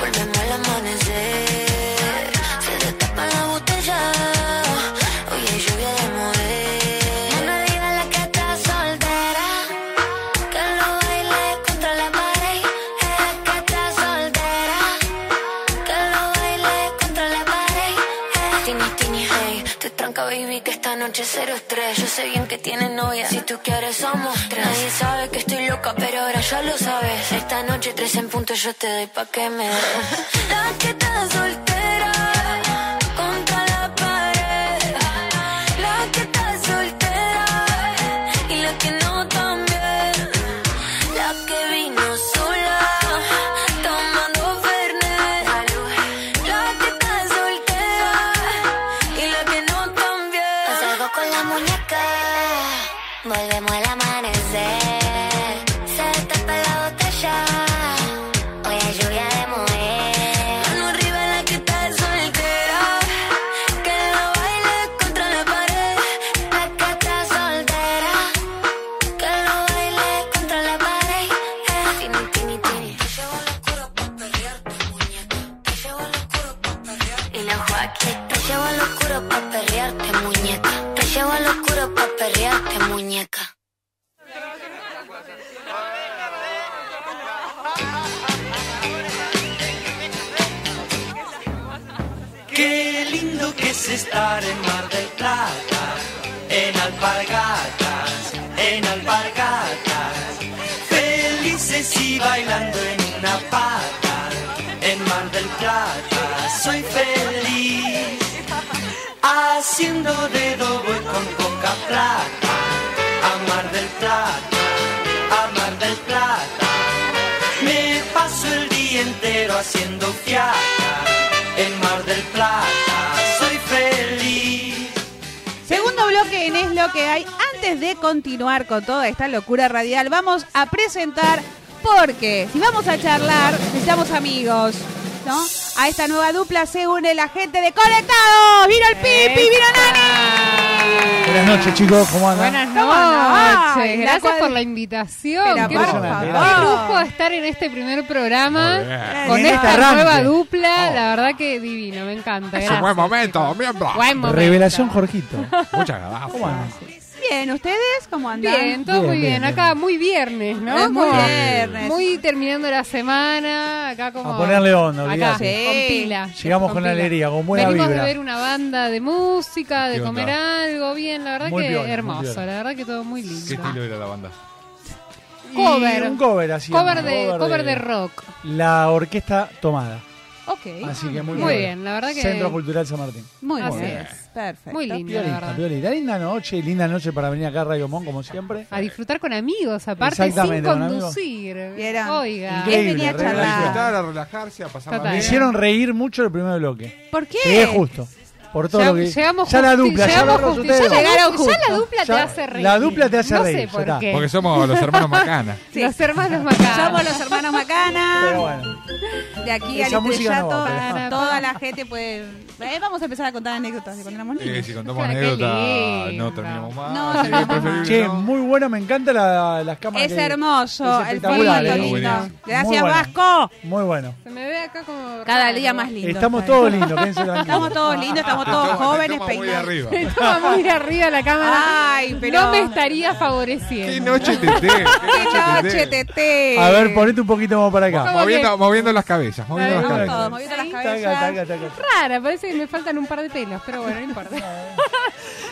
volvemos al amanecer. Se destapa la botella, hoy es lluvia de mover. No me digas la que está soltera, que lo baile contra la pared. Es que está soltera, que lo baile contra la pared. Tini, tini, hey, te tranca, baby, que esta noche cero estrés. Yo sé bien que tienes novia, si tú quieres somos tres. Nadie sabe que estoy loca, pero ahora ya lo sabes. Esta noche tres en punto yo te doy pa' que me des. La que está soltera, contra la pared. La que está soltera, y la que no también. La que vino sola, tomando Fernet. La que está soltera. Volvemos al amanecer. Se destapa la botella. Hoy hay lluvia de mujer. Mano arriba la que está soltera. Que no baile contra la pared. La que está soltera. Que no baile contra la pared. Eh, Tini, tini, tini. Te llevo al oscuro pa' perrearte, muñeca. Te llevo al oscuro pa' perrearte. Y la Joaquín. Te llevo al oscuro pa' perrearte, muñeca. Te llevo al oscuro pa' perrearte, muñeca.
Qué lindo que es estar en Mar del Plata, en alpargatas, en alpargatas, felices y bailando en una pata, en Mar del Plata soy feliz, haciendo dedo voy con poca plata, a Mar del Plata, a Mar del Plata, me paso el día entero haciendo fiata en Mar del Plata soy feliz.
Segundo bloque en Es lo que hay. Antes de continuar con toda esta locura radial, vamos a presentar porque si vamos a charlar, necesitamos amigos. ¿no? A esta nueva dupla se une la gente de Conectados. ¡Vino el Pipi! ¡Vino Nani!
Buenas noches, chicos, ¿cómo andan?
Buenas
No,
noches,
ay, la
gracias
cual-
por la invitación.
Pero
qué,
por
lujo-
favor.
qué lujo estar en este primer
Muy
programa
bien.
con
En
esta
este arranque.
nueva dupla.
Oh.
La verdad que divino, me encanta.
Es un buen
gracias.
momento, miembro.
Buen momento.
Revelación Jorgito.
Muchas gracias.
¿Cómo andan?
Bien, ¿ustedes cómo andan?
Bien, todo
Bien,
muy bien.
bien, bien.
Acá muy viernes, ¿no?
Es muy
Como
viernes.
muy terminando la semana. Acá como.
A ponerle onda,
Acá,
olvídate.
Sí.
con pila.
Llegamos con
pila.
alegría, con buena
Venimos
vibra.
de ver una banda de música, de
¿Qué onda?
comer algo, bien, la verdad
Muy
que
piola, muy
hermoso,
piola.
la verdad que todo muy
¿Qué
lindo.
estilo era la banda?
Y
Cover.
Un cover, así.
Cover
un
de, cover de rock.
La orquesta tomada.
Ok.
Así que muy,
Muy bien, la verdad que-
Centro Cultural San Martín.
Muy
Así
bien.
es.
Perfecto.
Muy lindo, la
Piolita,
verdad.
piolita. Linda noche, linda noche para venir acá a Radio Mon, como siempre.
A disfrutar con amigos, aparte, sin
Exactamente, con amigos.
conducir.
¿Vieron?
Oiga.
Él venía a
Increíble,
A disfrutar,
charlar.
a relajarse, a pasar
Total.
la
Me hicieron reír mucho el primer bloque.
¿Por qué?
Llegué justo. Por todo
Ya-
lo que.
llegamos
ya la
justi-
dupla, ya
llegamos
agarró
justi-
ustedes.
ya llegaron
Ya la
justo. dupla te
Ya-
hace reír.
La dupla te hace
No sé
reír. ya
por
está.
qué.
Porque somos los hermanos Macana.
Sí.
Los hermanos Macana.
Somos los hermanos
Pero
Macana.
bueno.
De aquí
Esa
al
música
estrellato,
no va, pero-
para toda la gente puede. Eh, vamos a empezar a contar anécdotas de cuando éramos niños.
Eh, si contamos
Qué
anécdotas,
lindo.
no terminamos más.
No,
así que
*laughs*
terminamos
preferible
más.
Che,
no.
muy buena, me encanta la, las cámaras.
Es
que-
hermoso,
es
el
espectacular,
formato
eh.
lindo.
Buenísimo.
Muy
Gracias,
bueno.
Vasco.
Muy bueno.
Se me ve acá como.
Cada
raro.
día más lindo.
Estamos
¿sabes?
todos lindos, quédense tranquilos.
Estamos todos lindos, estamos
Te
todos
Ah, toma- te
jóvenes,
toma muy
peinados.
*laughs*
arriba. *laughs*
Me *laughs* toma muy arriba la cámara.
Ay, pero-
No me estaría
Qué
favoreciendo.
noche te
¡Qué noche,
Eh,
Tete!
A ver, ponete un poquito más para acá.
Moviendo, moviendo las cabezas, moviendo las
Vamos
Vamos
cabezas.
todos, moviendo las
Taca, taca,
cabezas.
taca.
Rara, parece que me faltan un par de pelos, pero bueno, no importa.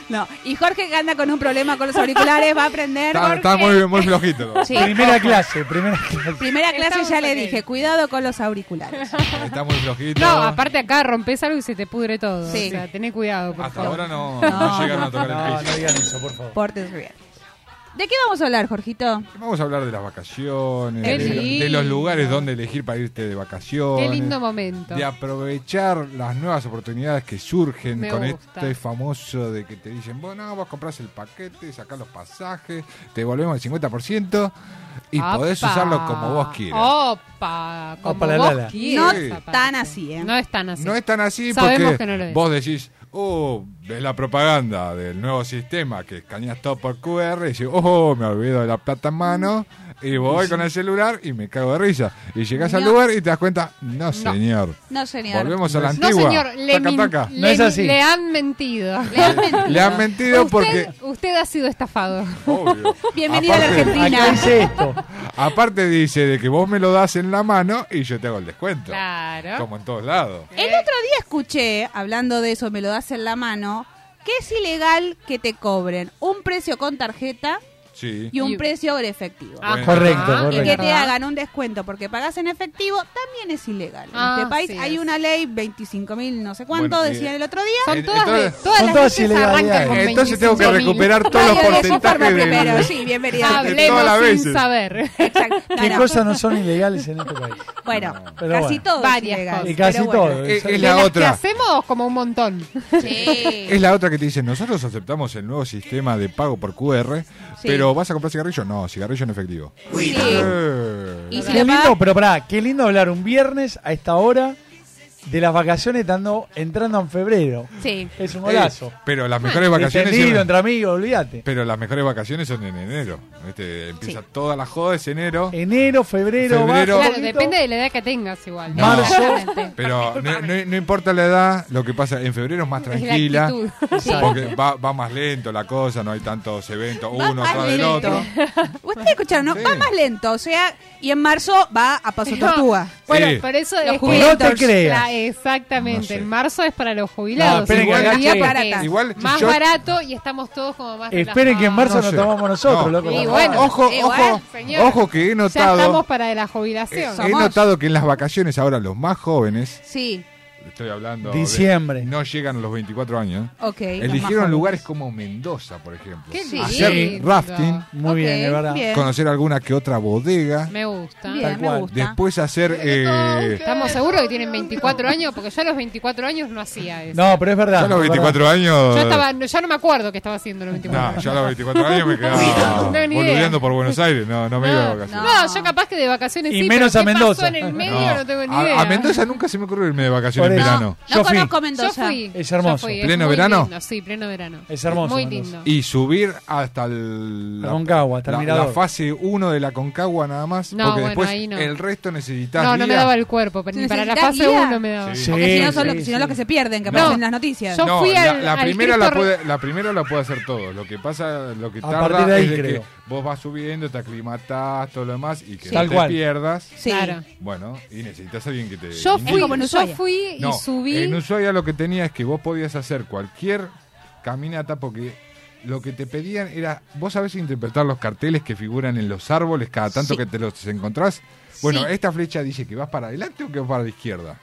No, y Jorge que anda con un problema con los auriculares va a aprender.
Está, está
Jorge.
muy, muy flojito.
Sí.
Primera clase, primera clase.
Primera clase
Estamos
ya le
ok.
dije, *laughs* cuidado con los
*laughs*
auriculares.
Está muy flojito.
No, aparte acá rompes algo y se te pudre todo.
Sí.
O sea, tené cuidado, por
Hasta
favor.
ahora no,
No.
no llegaron a tocar el
No, no
piso.
digan eso, por favor.
Portes bien. ¿De qué vamos a hablar, Jorgito?
Vamos a hablar de las vacaciones,
Qué
de, lo- de
lindo.
los lugares donde elegir para irte de vacaciones.
Qué lindo momento.
De aprovechar las nuevas oportunidades que surgen
Me
con
gusta.
este famoso de que te dicen, bueno, vos comprás el paquete, sacás los pasajes, te volvemos el 50% y podés
Opa.
usarlo como vos quieras.
Oh, Opa, como
Opa, la,
vos
la, la.
quieras,
Sí.
aparte.
Tan así, ¿eh?
No es tan así.
No es tan así
Sabemos
porque
que no lo es.
vos decís, oh, ves la propaganda del nuevo sistema que escaneas todo por QR y decís, oh, me olvido de la plata en mano y voy con el celular y me cago de risa. Y llegás al
No.
lugar y te das cuenta,
*laughs*
no señor,
No, señor.
volvemos a la
No,
antigua.
señor, le,
Taca,
min-
taca.
le
No es
min-
así.
le han mentido.
Le han mentido.
Le han mentido
usted,
porque...
usted ha sido estafado.
Obvio.
*laughs* Bienvenido a la
Aparte-
Argentina.
Acá dice esto.
Aparte dice de que vos me lo das en la mano y yo te hago el descuento.
Claro.
Como en todos lados.
El otro día escuché, hablando de eso, me lo das en la mano, que es ilegal que te cobren un precio con tarjeta
Sí.
y un
Y- Ah,
precio en efectivo.
Ajá.
Correcto,
Y
y que
correcto.
te hagan un descuento porque pagas en efectivo, también también es ilegal. En
Ah,
este país
sí
hay
es.
una ley, 25.000 no sé cuánto,
Bueno, y-
decían el otro día.
Son En- todas entonces- leyes, todas
Son
las
todas
leyes
ilegales.
arrancan con Entonces tengo que 25.000. recuperar todos
Radio
los
de
porcentajes
Sofarma
de-
primero, sí, bienvenido.
Hablemos todas las sin veces.
saber.
Exacto.
¿Qué cosas no son ilegales en este país?
Bueno,
Pero
casi
bueno.
todo
Varias
es ilegal.
Y casi
pero bueno.
todo.
Es-
¿sabes?
es la
¿Qué
otra.
hacemos? Como un montón. Sí.
Es la otra que te dicen, nosotros aceptamos el nuevo sistema de pago por QR,
Sí.
pero ¿vas a comprar cigarrillo? No, cigarrillo en efectivo.
Sí.
Eh.
Y si
Qué
le pagas-
lindo, pero pará, qué lindo hablar un viernes a esta hora de las vacaciones estando, entrando en febrero.
Sí.
Es un
Eh,
golazo.
pero las mejores vacaciones...
Entendido,
sirven-
entre amigos, olvídate.
Pero las mejores vacaciones son en enero. Este, empieza toda la joda, es enero.
Enero, febrero,
Febrero.
Claro,
bajo, poquito.
depende de la edad que tengas igual.
No. Marzo.
Claramente.
Pero no, no- no importa la edad, lo que pasa, en febrero es más
Es la
tranquila.
actitud.
Porque va, va más lento la cosa, no hay tantos eventos,
Va
uno
más
atrás del
lento.
otro.
Ustedes escucharon, ¿no?
Sí.
Va más lento, o sea, y en marzo va a paso tortuga.
*laughs* Bueno,
Sí.
por eso
Los
es que-
jubilados. No te creas.
La- exactamente,
No sé.
en marzo es para los jubilados.
No,
en
esperen que
realidad,
agache.
porque es
Igual, si
más
yo-
barato y estamos todos como más
Esperen que en marzo
No
nos
sé.
tomamos nosotros,
No.
loco.
Y
por
bueno,
favor.
ojo,
igual,
ojo,
señor.
ojo que he
Ya estamos
notado.
para la
eh,
jubilación.
He notado que en las vacaciones ahora los más jóvenes,
Sí,
estoy hablando, de-
Diciembre.
no llegan a los 24 años, ¿eh?
ok.
eligieron lugares como Mendoza, por ejemplo.
Qué lindo.
Hacer rafting,
Muy bien,
Ok,
es verdad.
bien.
conocer alguna que otra bodega,
Me gusta.
Bien,
Tal
me
cual.
gusta.
después hacer... eh,
Estamos seguros que tienen 24 años, porque yo a los 24 años no hacía eso.
No, pero es verdad.
yo a los
es verdad.
24 años...
Yo estaba, no- ya no me acuerdo qué estaba haciendo a los 24
No,
años.
yo a los 24 años me quedaba
No, ni idea.
boludeando por Buenos Aires. No, no me iba de vacaciones.
No, yo capaz que de vacaciones
Y
sí,
menos
pero
a
¿qué
Mendoza.
pasó en el medio? No,
No,
tengo ni
a-
idea.
A, Mendoza nunca se me ocurrió irme de vacaciones
Por
en
eso.
verano.
No
Yo fui.
conozco
Yo
Mendoza.
fui.
Es
yo
hermoso.
fui,
¿Pleno
muy
verano?
lindo, sí, pleno verano.
Es hermoso,
Muy
Mendoza.
lindo.
Y subir hasta el,
La Concagua, hasta el
la,
Mirador.
la fase 1 de la Concagua nada más.
No,
porque
bueno,
después
ahí no.
el resto necesitas.
No, no me
guía.
daba el cuerpo, pero ni para la
¿Necesitas
fase
guía?
1 me daba.
Sí.
Sí,
Porque si no, son los-
sí,
si no los que
sí.
se pierden, que
No.
aparecen en las noticias.
Yo-
No,
fui
la,
al-
la
al
primera
Cristo
la,
Re-
puede, la primera la puede hacer todo. Lo que pasa, lo que
A partir
tarda
de ahí,
es de
creo.
que vos vas subiendo, te aclimatás, todo lo demás y que
Sí.
no
Tal
te
cual.
pierdas.
Sí.
Claro.
Bueno, y necesitas alguien que te.
Yo
indique.
fui,
como en
yo
Ushuaia.
fui y
No, En
subí.
Ushuaia lo que tenía es que vos podías hacer cualquier caminata porque lo que te pedían era, vos sabés interpretar los carteles que figuran en los árboles cada tanto
Sí.
que te los encontrás. Bueno,
Sí.
esta flecha dice que vas para adelante o que vas para la izquierda.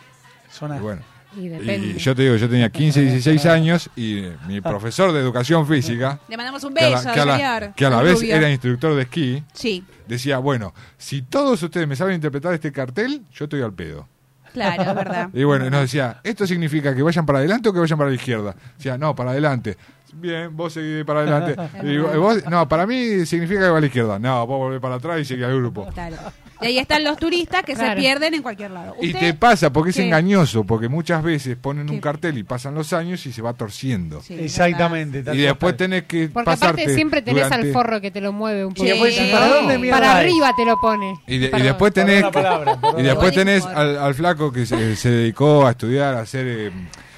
Zona-
Y bueno,
Y depende.
y yo te digo, yo tenía 15, 16 años y mi profesor de educación física,
Le mandamos un
que a
beso
la, que a la-
Javier,
que a la
al
vez
rubio.
era instructor de esquí,
Sí,
decía, bueno, si todos ustedes me saben interpretar este cartel, yo estoy al pedo.
claro, es
*laughs*
verdad.
Y bueno, nos decía, ¿esto significa que vayan para adelante o que vayan para la izquierda? Decía, no, para adelante. Bien, vos seguís para
*laughs*
adelante. Y vos- vos- no, para mí significa que va a la izquierda. No, vos volvés para atrás y seguís al grupo.
Claro. Y ahí están los turistas que se
Claro.
pierden en cualquier lado.
Y
Usted-
te pasa, porque es
¿Qué?
engañoso, porque muchas veces ponen un
¿Qué?
cartel y pasan los años y se va torciendo.
Sí,
Exactamente. tal
Y después
cual.
tenés que
Porque
pasarte
aparte siempre tenés
durante-
al forro que te lo mueve un poco.
después decís, ¿para
dónde mierda
Para
es?
arriba te lo pone.
Y, de- y
Perdón.
después tenés,
Perdón la palabra, perdón
y
la
después
palabra.
tenés al, al flaco que se, se dedicó a estudiar, a hacer eh,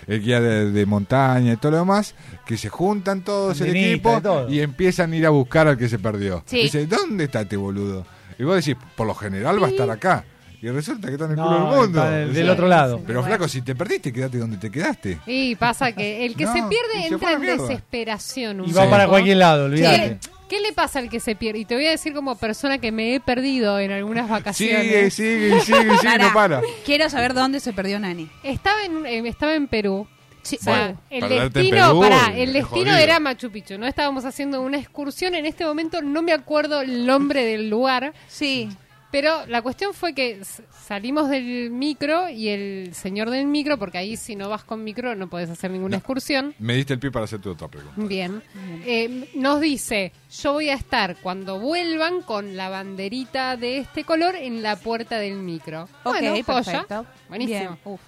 el guía de, de montaña y todo lo demás, que se juntan todos el
Andinista y
equipo
todo.
y empiezan a ir a buscar al que se perdió.
Sí.
Dice, ¿dónde está este boludo? Y vos decís, por lo general va a estar acá. Y resulta que está en el culo
No,
del mundo.
está del, del
Sí.
otro lado.
Pero flaco, si te perdiste, quédate donde te quedaste.
Y pasa que el que
No,
se
y
pierde
se
entra
fue a
en
la mierda.
desesperación. un
Y va para
poco.
cualquier lado,
¿Qué,
olvídate.
qué le pasa al que se pierde? Y te voy a decir como persona que me he perdido en algunas
Sigue,
vacaciones.
sigue, sigue, sigue,
Pará.
no para.
Quiero saber dónde se perdió Nani.
Estaba en, eh, estaba en Perú. O sea,
Bueno,
el
perderte en
destino,
Perú,
pará, el
es
destino
jodido.
era Machu Picchu, ¿no? Estábamos haciendo una excursión, en este momento no me acuerdo el nombre del lugar,
Sí.
pero la cuestión fue que s- salimos del micro y el señor del micro, porque ahí si no vas con micro no podés hacer ninguna
No.
excursión,
Me diste el pie para hacerte otra pregunta.
Bien. Eh, nos dice, yo voy a estar cuando vuelvan con la banderita de este color en la puerta del micro.
Ok,
bueno, polla.
perfecto.
Buenísimo.
Bien. Uh, Uf,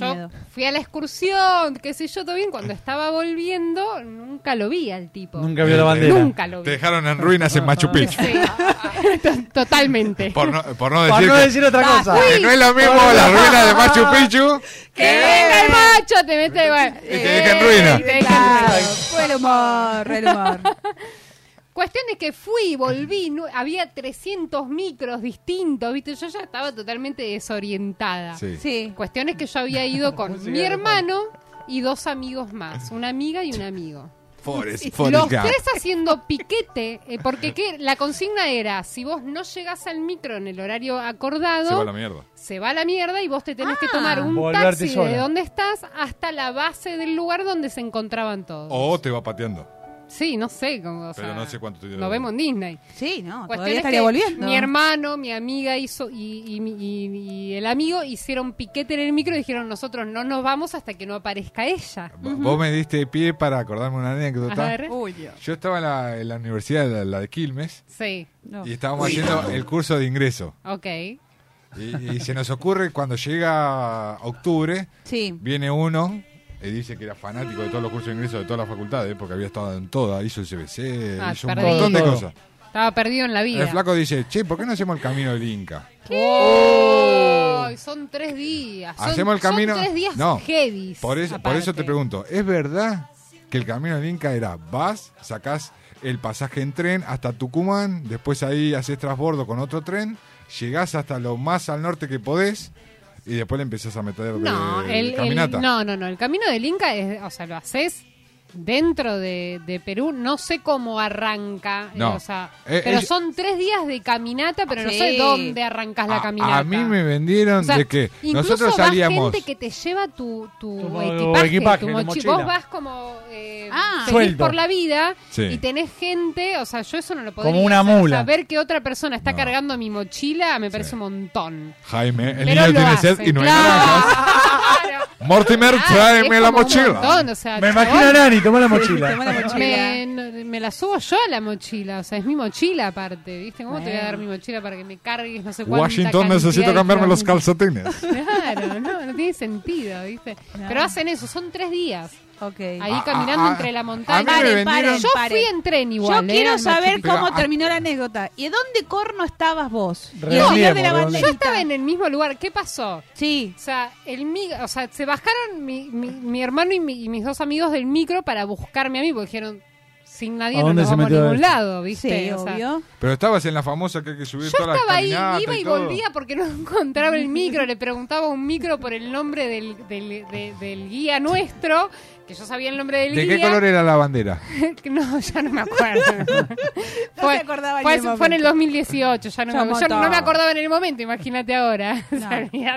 Yo
miedo.
fui a la excursión, qué sé yo, todo bien. Cuando estaba volviendo, nunca lo vi al tipo.
Nunca vio la bandera.
Nunca lo vi.
Este, Te dejaron en ruinas en Machu Picchu.
Sí. *laughs* To- Totalmente.
Por no, por no
Para
decir
no
que-
decir otra cosa.
Que Ah, no es lo mismo la ruina de *laughs* Machu Picchu.
¡Que venga el macho! Te mete igual.
te deja en ruina.
Te deja en ruina.
Fue el humor, el humor.
Cuestión es que fui, volví, no- había 300 micros distintos, ¿viste? Yo ya estaba totalmente desorientada.
Sí.
Sí.
Cuestión
*laughs*
es que yo había ido con mi hermano y dos amigos más, una amiga y un amigo.
Forest,
Los
Forest Gump.
tres haciendo piquete, eh, porque ¿qué? la consigna era, si vos no llegás al micro en el horario acordado,
Se va a la mierda.
se va a la mierda y vos te tenés
Ah.
que tomar un
Volverte
taxi de
sola.
donde estás hasta la base del lugar donde se encontraban todos.
O te va pateando.
Sí, no sé, como, o sea,
Oh. pero no sé cuánto te
lo vemos en Disney.
Sí, no,
Cuestión
todavía
es
estaría
que
volviendo.
Mi hermano, mi amiga hizo y, y mi- y- y el amigo hicieron piquete en el micro y dijeron nosotros no nos vamos hasta que no aparezca ella.
Vos me diste pie para acordarme una
A
anécdota.
ver.
Yo estaba en la, en la universidad, la, la de Quilmes,
Sí.
y estábamos haciendo el curso de ingreso.
Ok.
Y, y se nos ocurre cuando llega octubre,
Sí.
viene uno y dice que era fanático de todos los cursos de ingreso de todas las facultades, porque había estado en todas, hizo el CBC,
Ah,
hizo un
perdido.
montón de
Todo.
cosas.
Estaba perdido en la vida.
El flaco dice, che, ¿por qué no hacemos el camino del Inca?
¡Ay! Son tres días. Son-
¡Oh! Hacemos el camino.
Son tres días
no,
heavy.
Por eso, por eso te pregunto, ¿es verdad que el camino del Inca era vas, sacás el pasaje en tren hasta Tucumán, después ahí haces trasbordo con otro tren, llegás hasta lo más al norte que podés y después le empezás a meter
No,
de
el, el-
caminata?
no, no, no. El camino del Inca es, o sea, lo haces dentro de, de Perú. No sé cómo arranca. eh,
No.
o sea,
Eh,
pero
es-
son tres días de caminata, pero no
Sí.
sé dónde arrancas la caminata.
A mí me vendieron
O sea,
de que
incluso
nosotros
va
salíamos
gente que te lleva tu, tu
Tu
equipaje,
equipaje,
tu
tu
mochi-
mochila.
Vos vas como eh,
Ah.
feliz
Sueldo.
por la vida
Sí.
y tenés gente, o sea, yo eso no lo podría
una
hacer. O sea,
mula.
ver que otra persona está cargando mi mochila me parece un montón.
Jaime, el
Pero
niño
lo
tiene
hace,
sed y no hay
claro.
naranjas. Mortimer,
Ah,
tráeme
es
la
como un
mochila.
montón, o sea,
Me
chabón,
imagino a Nani,
*laughs*
tomá la mochila.
Me, no- me la subo yo a la mochila, o sea, es mi mochila aparte, ¿viste? ¿Cómo te voy a dar mi mochila *laughs* para que me cargues no sé cuánta
Washington,
cantidad
necesito
de
cambiarme los
kilómetros? *laughs*
calcetines.
Claro, no, no tiene sentido, ¿viste? Pero hacen eso, son tres días. Ahí
A-
caminando
Ah, a-
entre la
a mí
montaña.
me Paren, paren, vendieron-
yo fui en tren igual.
Yo
¿eh?
quiero
Era más
saber
chiquita.
ah,
cómo terminó la anécdota. ¿Y dónde corno estabas vos? Y el
No,
señor de la
yo
banderita.
estaba en el mismo lugar. ¿Qué pasó?
Sí.
O sea, el mi- o sea se bajaron mi, mi- mi hermano y, mi- y mis dos amigos del micro para buscarme a mí, porque dijeron, sin nadie
¿A
no
dónde
nos
se
vamos a
metió
ningún
este?
lado, ¿viste?
Sí,
O sea,
obvio.
Pero estabas en la famosa que hay que subir
Yo
todas
estaba
las
ahí,
caminatas
iba y,
todo.
volvía porque no *laughs* encontraba el micro. Le preguntaba a un micro por el nombre del, del- de- del guía nuestro, que yo sabía el nombre del
¿De
guía.
qué color era la bandera?
*laughs* no, ya no me
*laughs*
acuerdo. fue,
acordaba en
fue-
el momento.
fue en el 2018, ya no,
Ya
me,
un
yo no me
montón.
acordaba en el momento, imagínate ahora. *laughs*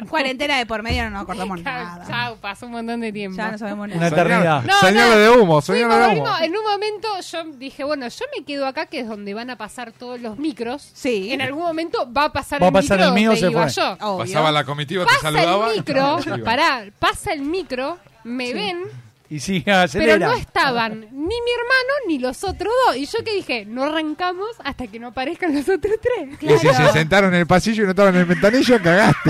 Cuarentena de por medio no nos acordamos nada.
Chau, pasó un montón de tiempo.
Ya no sabemos
Una eternidad.
No,
Señora
no.
de humo,
Fuimos,
señora de humo.
volvimos. en un momento yo dije, bueno, yo me quedo acá, que es donde van a pasar todos los micros.
Sí.
En algún momento va a pasar
Va a
el
pasar
micro
el mío,
donde
se
iba
fue.
yo.
Obvio. Pasaba la comitiva, te
pasa
saludaba. *laughs*
el micro,
Se iba.
pará, pasa el micro, me ven,
Y sí, *laughs*
pero
acelera.
no estaban ni mi hermano ni los otros dos. Y yo que dije, no arrancamos hasta que no aparezcan los otros tres.
Y si se sentaron en el pasillo y no estaban en el
*laughs*
ventanillo, cagaste.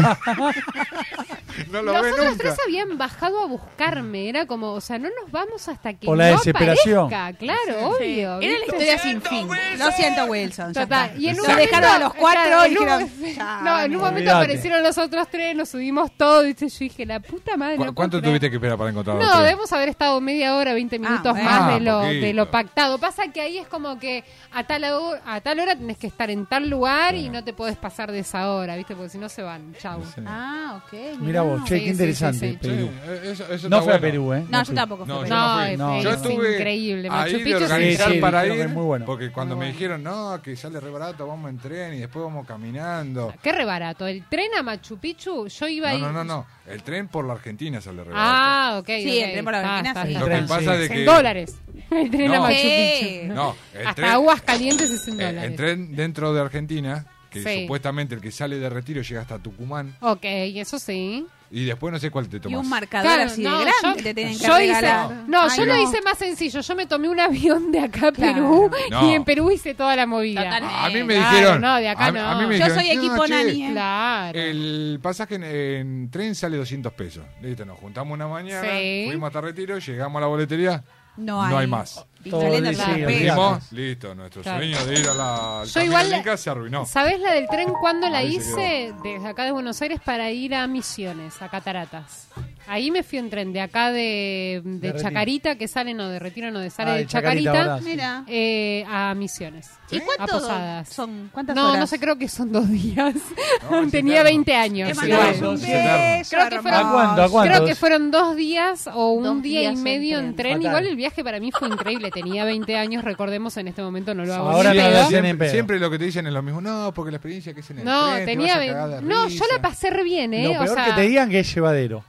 no lo
los
ve
otros
nunca.
tres habían bajado a buscarme. Era como, o sea, no nos vamos hasta que
Por la
no
desesperación.
aparezca. Claro,
Sí.
obvio.
Era la
¿viste?
historia sin fin. Lo siento, Wilson. ya
Total,
está.
Y en un
Nos dejaron a los cuatro
claro,
y
en un-
dijeron, "Ah, ya,
no, en un
vamos.
momento
Olvídate.
aparecieron los otros tres, nos subimos todo. Y yo dije, la puta madre.
¿Cu-
no
¿Cuánto
puedo creer.
tuviste que esperar para encontrar
No, debemos haber estado media hora, 20 minutos
bueno.
más
Ah,
de lo,
poquito.
de lo pactado. Pasa que ahí es como que a tal, hora, a tal hora tenés que estar en tal lugar y no te podés pasar de esa hora, ¿viste? Porque si no se van. Chau.
Ah, ok.
Mira vos,
Sí,
che, qué
sí,
interesante.
sí, sí.
Perú.
Sí, eso- eso
no
está
fue a
bueno.
Perú, ¿eh?
No, yo tampoco fui a
No,
Perú.
yo no
No,
fui.
es-
yo
es
estuve
increíble.
ahí
Machu
de
Picchu es
organizar
increíble.
para
Sí, dijeron
ir,
que es muy bueno.
porque cuando me dijeron, no, que sale re barato, vamos en tren y después vamos caminando.
Qué re barato. El tren a Machu Picchu, yo iba
No,
ahí.
no, no, no. El tren por la Argentina sale re barato.
Ah, ok.
Sí,
ok,
el tren por la
está,
Argentina,
está
sí.
bien.
Lo que pasa es de
En
que-
dólares. *laughs* El tren a
No.
Machu
¿Qué?
Picchu.
No, el
Hasta
tren-
aguas calientes es en
Eh,
dólares.
el tren dentro de Argentina, que
Sí.
supuestamente el que sale de retiro llega hasta Tucumán,
Ok, eso sí.
y después no sé cuál te
Y
tomas.
un marcador
Claro,
así
no,
de grande
yo-
te tienen que
yo hice-
regalar.
no, yo
Ay,
lo hice más sencillo. Yo me tomé un avión de acá a Perú
No.
y en Perú hice toda la movida.
Totalmente.
A mí me
Claro,
dijeron.
Eh, no, de acá
a, mí-
no.
a mí me
Yo
dijeron,
soy equipo
che,
nani, eh".
Claro.
El pasaje en, en tren sale 200 pesos. Listo, nos juntamos una mañana,
Sí.
fuimos hasta retiro, llegamos a la boletería.
No
No
hay.
hay más.
Todo Saliendo dice, la pena.
Dijimos, listo, nuestro
Claro.
sueño de ir a la al
Yo
Camino
igual-
del Inca se arruinó.
¿Sabés la del tren cuándo la
Ahí se
hice? Desde acá de Buenos Aires para ir a Misiones, a Cataratas. Ahí me fui en tren de acá de, de
Retiro.
Chacarita, que sale, no, de Retiro, no, de sale
Ah,
de
de Chacarita,
Chacarita,
ahora sí. Mira.
eh, a Misiones.
¿Eh?
¿Y
A
cuántos
Posadas.
son? ¿Cuántas
no,
horas?
no sé, creo que son dos días. *laughs* Tenía 20 años.
Le
igual.
mandamos un beso,
Creo que, fueron,
¿A cuánto, a cuánto?
creo que fueron dos días o un
Dos
día y
días en
medio en tren.
tren.
Igual el viaje para mí fue increíble. Tenía 20 años, recordemos, en este momento no lo hago.
Ahora
ni
no
en
lo
pedo.
hacen en
Siempre,
pedo.
siempre lo que te dicen es lo mismo. No, porque la experiencia que es en el
No,
tren, te
tenía.
vas a cagar de
No,
risa.
yo la pasé re bien, ¿eh?
Lo peor
o sea,
que te digan que es llevadero.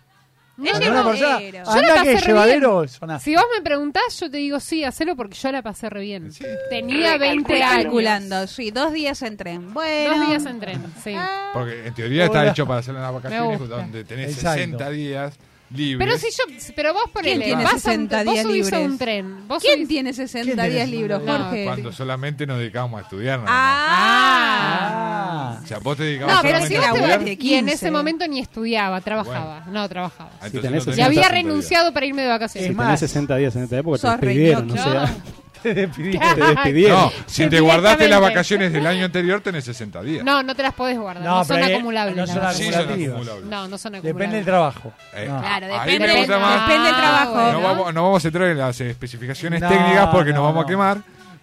no,
Cuando
no,
una
no.
persona-
Yo la
anda que
pasé
es
re
llevadero,
bien.
sonás.
Si vos me preguntás, yo te digo sí, hacelo porque yo la pasé re bien. Tenía 20 años.
Calculando, sí, dos días en tren. Bueno.
Dos días en tren, sí.
Porque en teoría está
Hola.
hecho para hacer unas vacaciones
gusta.
donde tenés
Exacto.
60 días libres.
Pero si yo, pero vos ponele,
¿Quién tiene
vas a un-
60
vos
días
subís a un
libres?
tren. Vos
¿Quién
subís-
tiene 60 días libros, Jorge?
Cuando solamente nos dedicamos a estudiar. nada más.
Ah.
O sea, vos te dedicabas
No, pero si
solamente
vos
a
te
estudiar.
vas- y en ese momento ni estudiaba, trabajaba. No, trabajaba.
Ah,
Si
entonces
tenés
no
Y
tenés
había
tanta
renunciado para irme de vacaciones.
Si tenés 60 días en esta época,
Sos
te despidieron, no
reñoqui.
sé.
No.
Te despidieron.
Claro.
Te despidieron.
No, si te guardaste las vacaciones del año anterior, tenés 60 días.
No, no te las podés guardar. No,
No,
son
pero ahí-
acumulables.
no
la
son
verdad.
Sí, son acumulables.
No, no son acumulables.
Depende del trabajo.
Eh,
No.
Claro,
ahí
depende
me
del-
gusta más.
depende del trabajo,
No,
¿no?
Vamos, no vamos a entrar en las especificaciones
No,
técnicas porque nos
no,
vamos
no.
a quemar.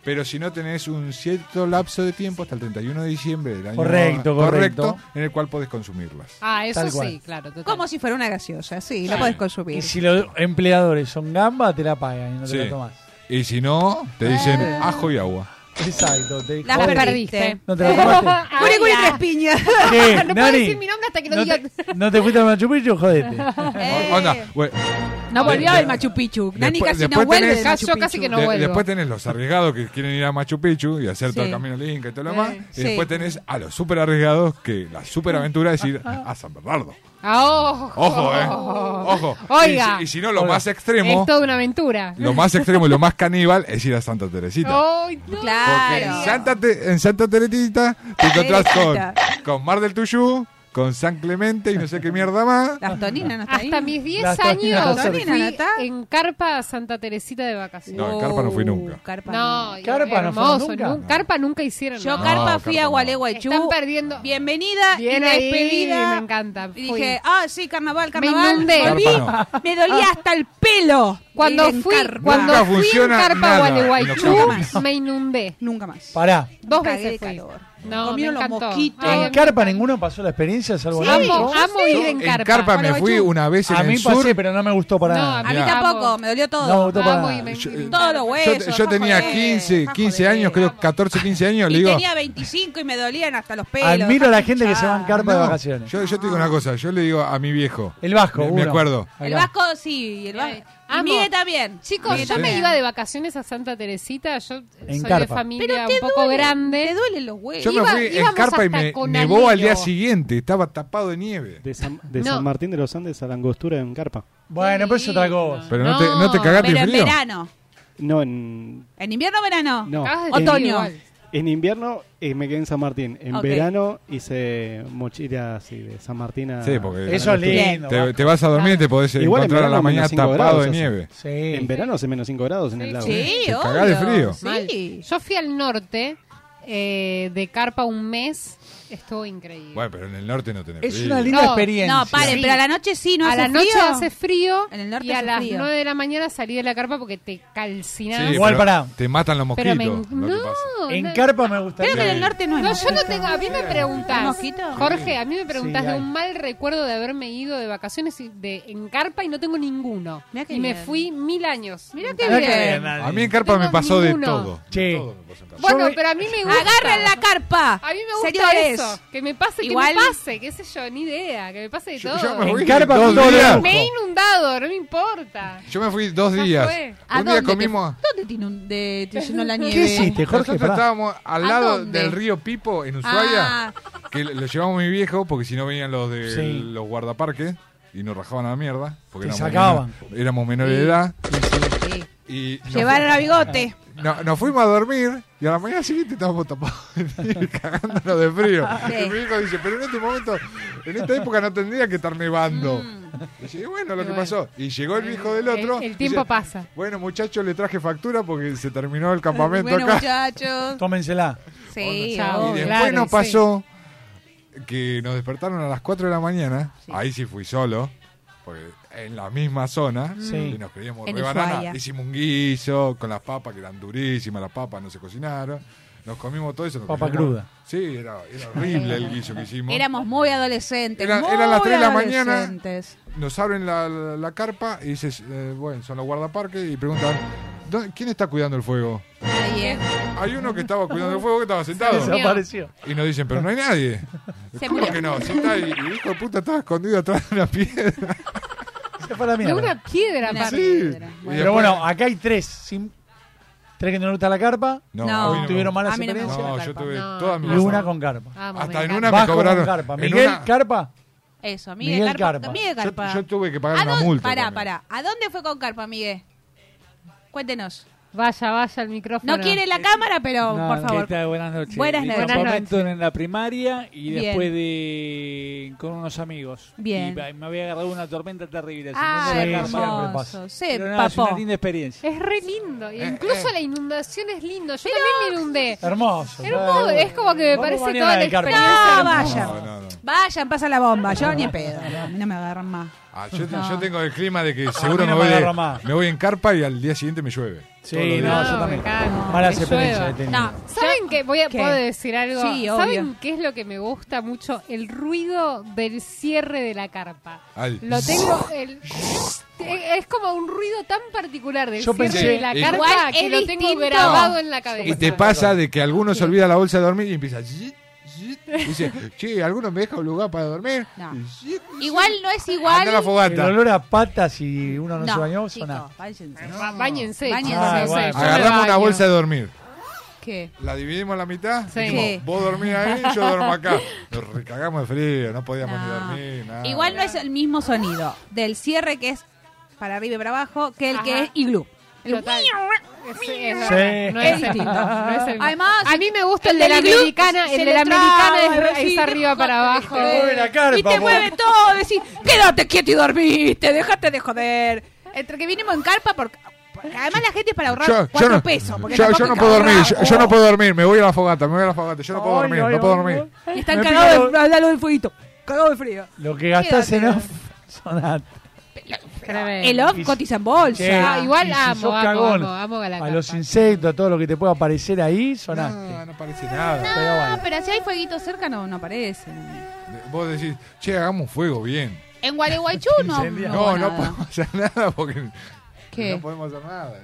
Pero si no tenés un cierto lapso de tiempo hasta el 31 de diciembre del año
Correcto, correcto.
en el cual podés consumirlas.
Ah, eso
Tal cual.
sí, claro. total.
Como si fuera una gaseosa, sí, la
Sí.
podés consumir.
Y si los empleadores son gamba, te la pagan y no te
Sí.
la tomás.
Y si no, te dicen
Eh.
ajo y agua.
Exacto. Te
Las
joden.
perdiste.
No te la tomaste.
Ay,
*laughs* Curi, curi,
ya.
tres piñas.
*laughs*
¿Qué,
No puedo
Nani?
decir mi nombre hasta que lo
no,
diga.
te, no te fuiste al Machu Picchu, jodete.
Eh,
Onda, bueno,
No volvió
de-
el Machu Picchu. Nani
después-
casi no
después
vuelve.
tenés-
del Machu
Yo casi
Picchu.
que no
de-
vuelvo.
después tenés los arriesgados que quieren ir a Machu Picchu y hacer todo
Sí. Eh,
el camino del Inca y todo lo demás.
Sí.
Y después tenés a los super arriesgados que la super aventura es ir a San Bernardo.
Ah, ojo.
Ojo, eh. Ojo.
Oiga.
Y, si- y si no, lo más extremo,
Es toda una aventura.
lo más extremo y lo más caníbal es ir a Santa Teresita.
Ay, no.
Porque en
Claro.
Santa, Te- en Santa Teresita te encontrás con,
Teresita.
con Mar del Tuyú, con San Clemente y no sé qué mierda más.
La Antonina no está ahí.
Hasta mis 10
Las toninas
años
no
fui
salen. ¿Toninas no está?
en carpa a Santa Teresita de vacaciones.
No, en Carpa no fui nunca.
Carpa
No,
Carpa no fueron
hermoso,
nunca.
nun- Carpa nunca hicieron.
Yo
no.
Carpa
No,
fui
Carpa
a
no.
Gualeguaychú.
Están perdiendo.
Bienvenida
Bien
y
ahí,
despedida.
me encanta.
Y
Fui.
dije, ah, sí, carnaval, carnaval.
inundé. Ah.
Volví,
Carpa
me dolía hasta el pelo.
Cuando
Ir en
fui,
carpa.
*laughs* cuando
Nunca
fui en
funciona
Carpa a
nada.
Gualeguaychú,
Nunca más.
me inundé.
Nunca más.
Pará.
Dos
Cagué
veces
de
fui.
calor.
No,
Comieron
me
los
encantó.
mosquitos.
Ay,
Ah, en Carpa ninguno pasó la experiencia, salvo
Sí,
Nacho.
amo, amo ir en
En
Carpa.
Carpa me fui una vez en
A mí
el sur.
pasé, pero no me gustó para
No,
nada.
A mí
Mirá.
tampoco, me dolió todo.
No me gustó para
Amo y
nada.
Ah, me
Yo-
inundé.
Todos los
Yo,
huesos.
yo
ya
tenía
jodé,
15,
ya
15
jodé.
años, creo 14, 15 años, le
Y
digo.
tenía 25 y me dolían hasta los pelos.
Admiro a la gente que se va en
van
Carpa de
No,
vacaciones.
Yo, yo te digo una cosa, yo le digo a mi viejo.
El Vasco,
Me, me
uno.
acuerdo.
El
Acá.
Vasco sí, el Vasco.
Eh, Amo.
Y Miguel también.
Chicos,
Sí.
yo me iba de vacaciones a Santa Teresita. Yo soy
En
de
Carpa.
familia
te
un poco
duele,
grande.
Te duelen los huevos.
Yo
Iba-
me fui en
íbamos
Carpa y
hasta
me
con
nevó al día
anillo.
siguiente, estaba tapado de nieve.
De San, de
No.
San Martín de los Andes a la angostura en Carpa.
Bueno, pero es otra cosa.
Pero no, te, no te cagaste
Pero en
frío.
verano.
No, en,
¿En invierno o verano?
no.
Acabas de
En-
decir
Otoño.
igual.
En invierno eh, me quedé en San Martín. En
Ok.
verano hice mochila así de San Martín a.
Sí, porque-
a la
Eso
Eso es
costura.
lindo.
Te,
Vasco.
te vas a dormir y te podés
Igual en
encontrar a la
verano
mañana
menos cinco
tapado
grados
de
hace.
nieve.
En
Sí.
verano hace menos 5 grados en
Sí.
el lago.
Sí,
Te
obvio.
cagás de frío.
Mal.
Sí.
Yo fui al norte eh, de carpa un mes. Estuvo increíble.
Bueno, pero en el norte no tenés
Es
frío.
una linda
No,
experiencia.
No, paren,
Sí.
pero a la noche sí, no
a
hace
la noche
frío.
hace frío
En el norte
y a
hace
las
frío.
9 de la mañana salí de la carpa porque te calcinás.
Sí,
Igual
pero
pará.
Te matan los
pero
mosquitos.
me...
lo que pasa.
No,
En
no.
Carpa me gustaría.
Creo que en el norte no es
No, yo
mosquito.
no tengo, a mí me preguntás,
¿Mosquito?
Jorge, a mí me preguntás
Sí,
de
hay.
un mal recuerdo de haberme ido de vacaciones y- de, en carpa y no tengo ninguno.
Mirá qué
y me
bien.
fui mil años. Mira
qué
Mirá
bien.
qué bien, Nani.
A mí en Carpa
Tengo
me pasó
ninguno.
de todo. de
Che.
todo me pasó en Carpa.
Bueno,
Yo-
pero a mí me gusta.
Agarren la carpa.
A mí me gusta
Señores.
eso. Que me pase,
Igual-
que me pase, qué sé yo, ni idea, que me pase de todo.
Yo, yo me
En
fui
Carpa
dos
todo lo
días.
lujo.
Me he inundado, no me importa.
Yo me fui dos
Ya
días.
fue.
¿A
Un día
dónde te-
comimos.
¿Dónde tiene un- de- te llenó la
¿Qué
*laughs*
nieve?
hiciste, Jorge?
Nosotros
Pará.
estábamos al
¿A
lado
dónde?
del río Pipo, *laughs* en Ushuaia,
Ah.
que lo llevamos mi viejo, porque si no venían los de
Sí.
los guardaparques y nos rajaban a la mierda, porque
Te
éramos,
sacaban.
menor- éramos menores de edad.
Sí.
Y nos,
Llevaron a bigote.
no- nos fuimos a dormir y a la mañana siguiente estábamos tapados *laughs* cagándonos de frío.
Sí.
Y mi viejo dice, pero en este momento, en esta época no tendría que estar nevando. Y
Mm.
dije, "Y bueno, lo que
bueno.
pasó. Y llegó el viejo del otro.
El- el
y
tiempo pasa.
Bueno, muchachos, le traje factura porque se terminó el campamento
bueno,
acá.
muchachos.
Tómensela.
Sí, eh,
Chao.
Y
Oh,
obvio.
después
claro,
nos
sí.
pasó que nos despertaron a las 4 de la mañana. Ahí sí fui solo. porque en la misma zona,
Sí.
y nos creíamos
En
re banana,
Ushuaia.
hicimos un guiso con las papas que eran durísimas, las papas no se cocinaron, nos comimos todo eso. nos
Papa
comimos-
cruda.
Sí, era, era horrible el guiso que hicimos.
Éramos muy adolescentes.
Era-
muy
eran las tres de la mañana.
adolescentes.
Nos abren la, la- la carpa y dices, eh, bueno, son los guardaparques y preguntan, "¿Dó- ¿quién está cuidando el fuego?
Ahí es.
Hay uno que estaba cuidando el fuego que estaba sentado.
Desapareció.
Y nos dicen, pero no hay nadie.
Se
¿Cómo
murió.
que no? Si está ahí, y el hijo de puta estaba escondido atrás de una *laughs* piedra.
Se fue a la
De
mierda.
una piedra,
Sí.
aparte.
Y
Pero
después-
bueno, acá hay tres. sin- Tres que no le gusta la carpa.
No, No. a mí no me
Tuvieron
gusta.
malas
A mí no me
experiencias.
gusta la No, yo carpa. tuve No, toda mi
Y
vida.
una con carpa.
Vamos,
Hasta en
me
una me
Vasco con
cobraron.
carpa.
en
Miguel,
una-
carpa.
Eso, Miguel,
Miguel
Carpa.
Carpa.
Miguel
Yo-
Carpa.
yo tuve que pagar
¿A
una
dónde-
multa
Pará,
también.
pará. ¿A dónde fue con Carpa, Miguel? Cuéntenos.
Vaya, vaya el micrófono. Eh,
No quiere la cámara, pero
No,
por favor.
¿qué tal? Buenas noches.
Buenas
Mi
noches.
campamento en la primaria y
Bien.
después de con unos amigos.
Bien.
Y pa- me había agarrado una tormenta terrible.
Ah,
así, no me
hermoso.
agarraba.
Se
Pero nada, es una
papó.
linda experiencia.
Es re lindo. Y
Eh,
incluso
eh.
la inundación es lindo. Yo también me inundé.
Hermoso.
Hermoso. Es como que me
Vamos
parece
mañana
toda la
de carpa.
experiencia.
No, vaya.
hermosa.
Vayan, pasa la bomba. Yo ni en pedo. A mí no me agarran más.
Ah, yo, te-
No.
yo tengo el clima de que seguro
mí no
me, voy
me
de-
agarra más.
me voy en carpa y al día siguiente me llueve.
Sí,
Todos los
no,
días.
yo también.
encanta,
Malas
que
experiencias
llueva.
he tenido.
No, ¿saben qué? Voy a,
Ah, ¿Qué?
¿Puedo decir algo?
Sí, obvio.
¿Saben qué es lo que me gusta mucho? El ruido del cierre de la carpa.
Al-
Lo tengo. el- eh, es como un ruido tan particular del
Yo
cierre
pensé-
de la
Sí.
carpa
Igual
que
es
lo tengo
distinto.
grabado en la cabeza.
Y te pasa de que algunos se olvida la bolsa de dormir y empieza. "Zit, zit". Y dice, che, ¿alguno me deja un lugar para dormir?
Igual no es igual.
Anda la fogata.
El olor a patas y uno no,
No,
se bañó,
chicos,
soná.
váyanse.
Ba- Báñense.
Bañense.
chicos,
Ah,
no sé,
bueno.
yo me
Agarramos una
baño.
bolsa de dormir.
¿Qué?
La dividimos a la mitad.
Sí.
dijimos,
Sí.
vos dormís ahí, yo duermo acá. Nos recagamos de frío, no podíamos ni dormir, nada.
Igual no es el mismo sonido del cierre que es para arriba y para abajo que el que
Ajá.
es iglú. El-
Total. Es- es- No
Sí.
es
Es
el mismo.
distinto.
no es el mismo.
Además,
a mí me gusta el,
el
de la
del iglú
americana.
se
El
le
de la americana
traba,
es, es
sí,
arriba
te
para
jode,
abajo.
te
mueve la carpa,
y te
vos.
mueve *laughs* todo, decís, quédate quieto y dormiste, déjate de joder. Entre que vinimos en carpa, porque, porque además la gente es para ahorrar
Yo, yo
cuatro
no,
pesos. porque
yo,
tampoco
yo no
es
puedo
que
dormir, yo,
ahorrar.
yo no puedo dormir, me voy a la fogata, me voy a la fogata, yo no puedo dormir, no puedo dormir.
Y están
Me
cagados
pido-
de- al lado del fueguito, cagados de frío.
Lo que gastás en
Quédate.
off, *laughs* soná.
El off cotiza en bolsa.
Che,
Ah, igual
y si
amo,
sos
amo,
cagón,
amo, amo a la carpa.
los insectos, a todo lo que te pueda aparecer ahí, sonaste.
No, no parece nada.
Pero bueno.
No, pero si hay fueguito cerca no, no aparece.
Vos decís, che, hagamos un fuego bien.
En
*laughs*
Gualeguaychú no.
No,
hubo
no,
nada.
podemos *laughs* hacer nada porque
*laughs* ¿Qué?
no podemos hacer nada.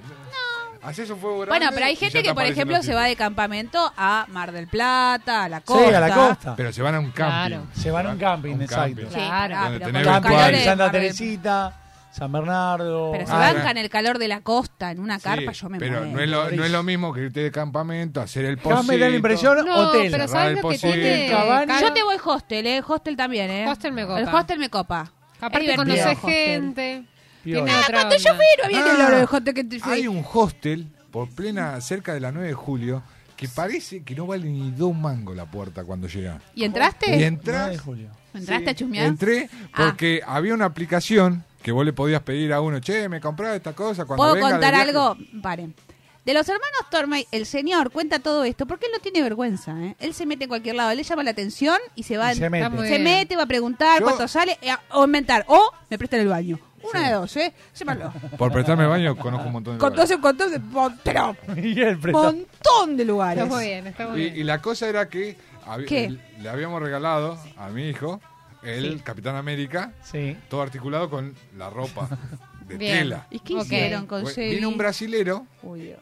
Haces un fuego grande.
Bueno, pero hay
y ya
gente
te
que, por
aparecen
ejemplo,
los
se
tipos.
va de campamento a Mar del Plata, a la
Sí,
costa.
a la costa.
Pero se van a un camping.
Claro.
Se van a un camping, exacto.
Sí,
Claro.
pará,
Donde
pero
tenés
con los
Camping
virtuales.
calores
en
de
Santa
Mar del-
Teresita, San Bernardo.
Pero se
Ah,
bancan el calor de la costa en una
Sí,
carpa, yo me
Pero
muero.
no es, lo, no es lo mismo que irte de campamento, hacer el
Acá
pozo.
me da la impresión,
No, pero
hotel.
cerrar el
¿sabes lo que
pocillo.
tiene?
Cabana.
Caro?
Yo te voy hostel, eh, hostel también, eh.
Hostel me copa.
El hostel me copa.
Aparte
Es divertido
conoces
el hostel.
gente.
Piola.
Tiene
Ah,
otra
cuando
onda.
yo fui no había
Ah,
calor de hostel que te
Hay un hostel por plena cerca de la 9 de julio que parece que no vale ni dos mangos la puerta cuando llega.
¿Y entraste?
Y
Nueve de
entras,
julio.
¿Entraste a chusmear? Ah,
entré porque había una aplicación que vos le podías pedir a uno, che, me comprás esta cosa cuando
¿Puedo
venga de
contar
viaje".
algo? Paren. De los hermanos Tormey, el señor cuenta todo esto porque él no tiene vergüenza. ¿eh? Él se mete en cualquier lado, le llama la atención y se va.
Y se mete.
Está muy
Se
bien.
mete, va a preguntar
Yo-
cuánto sale, eh, o inventar, o me prestan el baño. Una de dos, ¿eh?
*laughs*
Sépanlo.
Por prestarme el baño conozco un montón de lugares.
Contose, contose, mon- pero
*laughs*
Miguel, prestó.
montón de lugares.
Está muy bien, está muy
Y, y
bien.
la cosa era que habi-
¿Qué?
le habíamos regalado a mi hijo el Capitán América,
Sí.
todo articulado con
*laughs*
la ropa de
Bien.
tela.
¿Y qué
Ok.
hicieron con
Bueno,
Sebi?
Vino un brasilero
Uy, Dios.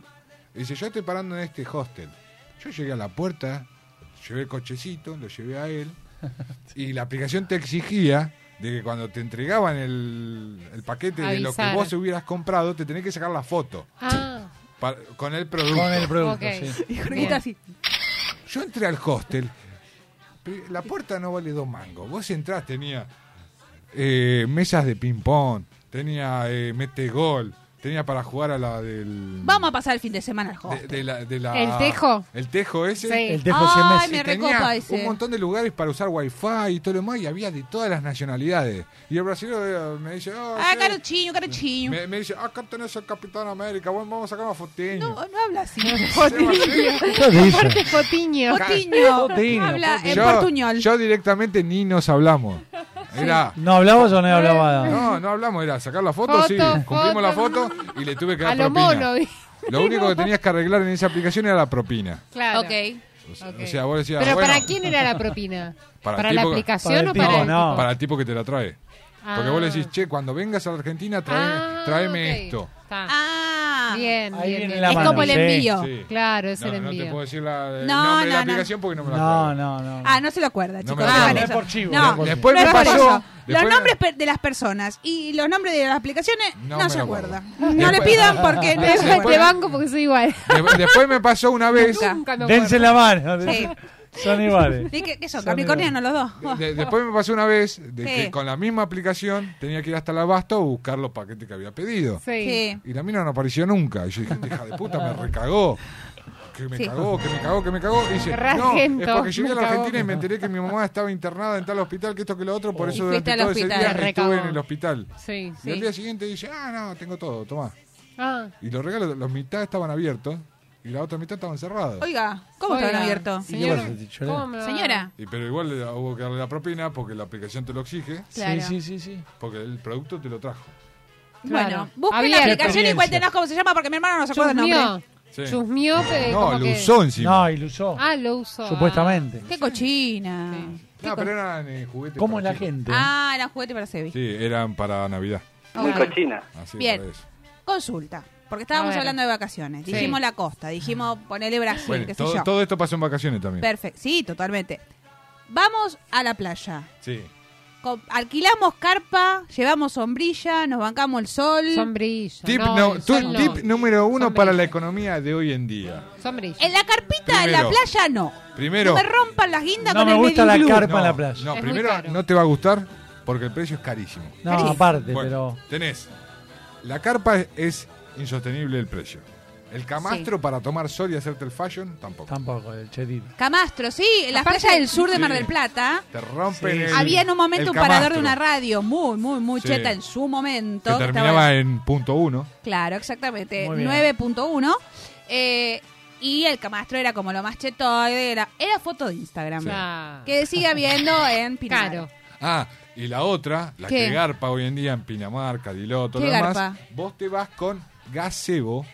y dice, yo estoy parando en este hostel. Yo llegué a la puerta, llevé el cochecito, lo llevé a
*laughs*
él y la aplicación te exigía de que cuando te entregaban el, el paquete de lo que
Avisar.
vos hubieras comprado, te tenés que sacar la foto
Ah,
pa- con el producto.
Con el producto,
ok.
sí.
Y Jorgito
Bien.
así.
Yo entré al hostel. Pri- La puerta no vale dos mangos. Vos entrás, tenía eh, mesas de ping-pong, tenía eh, mete gol, tenía para jugar a la del.
Vamos a pasar el fin de semana al
de,
hostel.
de la, de la-
¿El tejo?
El tejo ese.
Sí.
El tejo se
Ay,
mece.
me
Y tenía
recopa ese.
un montón de lugares para usar wifi y todo lo demás, y había de todas las nacionalidades. Y el brasileño eh, me dice, "Ah,
Ah,
sí".
caruchiño, caruchiño.
me, me dice, "Ah, acá tenés el Capitán América, bueno, vamos a sacar una eh. foteño.
No, no habla así.
¿Qué dice?
Aparte Cotiño.
Potiño.
Potiño,
Habla en
yo,
portuñol.
yo directamente ni nos hablamos. Era,
¿No hablabas o no hablabas?
no, no hablamos, era sacar la foto,
Foto,
sí,
foto.
cumplimos la foto y le tuve que dar
A lo
propina.
mono. vi.
Lo único que tenías que arreglar en esa aplicación era la propina.
*laughs* Claro.
O sea, eh.
Ok.
o sea, vos decías,
Pero
bueno,
¿para quién era la propina? ¿Para,
el
la
tipo-
aplicación o para el tipo?
Para el tipo que te la trae. Porque vos le
Ah.
decís, che, cuando vengas a la Argentina, traeme,
Ah,
traeme
ok.
esto.
Está. Ah.
Ah.
bien,
Ahí
bien,
viene
bien.
la
Es
mano,
como el
sí.
envío.
Sí.
Claro, es
No,
el
no
envío.
te puedo decir la, el
No,
nombre
no,
de la
no.
aplicación porque no me la
No,
acuerdo.
no, no.
Ah, no se lo acuerda,
No
chicos.
me la
hagan
acuerdo.
eso.
No es por chivo,
No,
no es por Después
no
me
es por
pasó-
eso.
después-
Los nombres pe- de las personas y los nombres de las aplicaciones no,
No me
se
lo
acuerda. No
acuerdo.
le
*laughs* Después-
pidan
*laughs*
porque no *laughs* se
Te
acuerda.
banco porque soy igual.
De- después me pasó una vez.
Nunca me
Dense la mano.
Sí.
Son iguales.
¿Y ¿Qué, qué son?
Son
¿Capricornianos los dos?
*laughs*
Oh.
De- después me pasó una vez de
Sí.
que con la misma aplicación tenía que ir hasta el abasto a buscar los paquetes que había pedido.
Sí. Sí.
Y la mina no apareció nunca. Y yo dije, hija de puta, me recagó. Que me
Sí.
cagó, que me cagó, que me cagó. Y dice, no, es
Rargento,
porque llegué a
me
la
cagó.
Argentina y me enteré que mi mamá estaba internada en tal hospital, que esto, que lo otro. Por
Y
eso
fuiste
durante
al
todo ese
hospital.
día
Te recagó.
estuve en el hospital.
Sí,
Y al
sí.
día siguiente dice, ah, no, tengo todo, tomá.
Ah,
Y los regalos, los mitad estaban abiertos y la otra mitad estaban cerrados.
Oiga, ¿cómo te
Oiga,
han abierto?
¿Y qué vas a hacer, chorar?
Señora.
Y pero igual le- hubo que darle la propina porque la aplicación te lo exige.
Claro. Sí,
sí, sí.
Porque el producto te lo trajo.
Bueno,
Claro.
busquen
Había
la aplicación y
experiencia.
cuéntenos cómo se llama porque mi hermano no se acuerda el
Chusmeó.
nombre.
Sí.
Chusmeó, pero
No,
como
lo
que-
usó encima.
Eh, No, y lo usó.
Ah, lo usó.
Supuestamente.
Qué cochina. Qué
No,
co-
pero eran eh, juguetes.
¿Cómo es
para
la
chicos.
gente?
Ah, eran juguetes para Sebi.
Sí, eran para Navidad.
Muy Claro.
cochina. Así
Bien.
parece.
Consulta. Porque
A
estábamos
ver.
hablando de vacaciones.
Sí.
Dijimos la costa, dijimos ponerle Brasil,
Bueno,
qué sé
todo,
yo.
todo esto pasó en vacaciones también.
Perfecto. Sí, totalmente. Vamos a la playa.
Sí.
Com- alquilamos carpa, llevamos sombrilla, nos bancamos el sol.
Sombrilla.
Tip, no- tu- tip número uno para la economía de hoy en día.
En la carpita, en la
Primero.
playa, no.
Primero.
No me rompan las guindas
No
con
me
el
gusta la
Medin Blue.
carpa en la playa.
No,
Es muy
primero no te va a gustar porque el precio es carísimo.
No, aparte,
Bueno, Tenés. La carpa es, es insostenible el precio. El camastro para tomar sol y hacerte el fashion, tampoco.
Tampoco, el chedid.
Camastro, sí, en las
Aparte-
playas del sur de Mar
Sí.
del Plata.
Te rompen
Sí.
el.
Había en un momento
el
un parador de
camastro,
una radio muy, muy, muy
Sí.
cheta en su momento.
Que
que estaba-
terminaba en punto uno.
Claro, exactamente.
Muy bien.
9.1. eh, y el camastro era como lo más chetoide. Era, era foto de Instagram. Ah.
Sí.
Que sigue habiendo en Pinar.
Ah, y la otra, la
¿Qué?
que garpa hoy en día en Pinamar, Cadiló, todo
¿Qué
lo demás.
garpa?
Vos te vas con gazebo,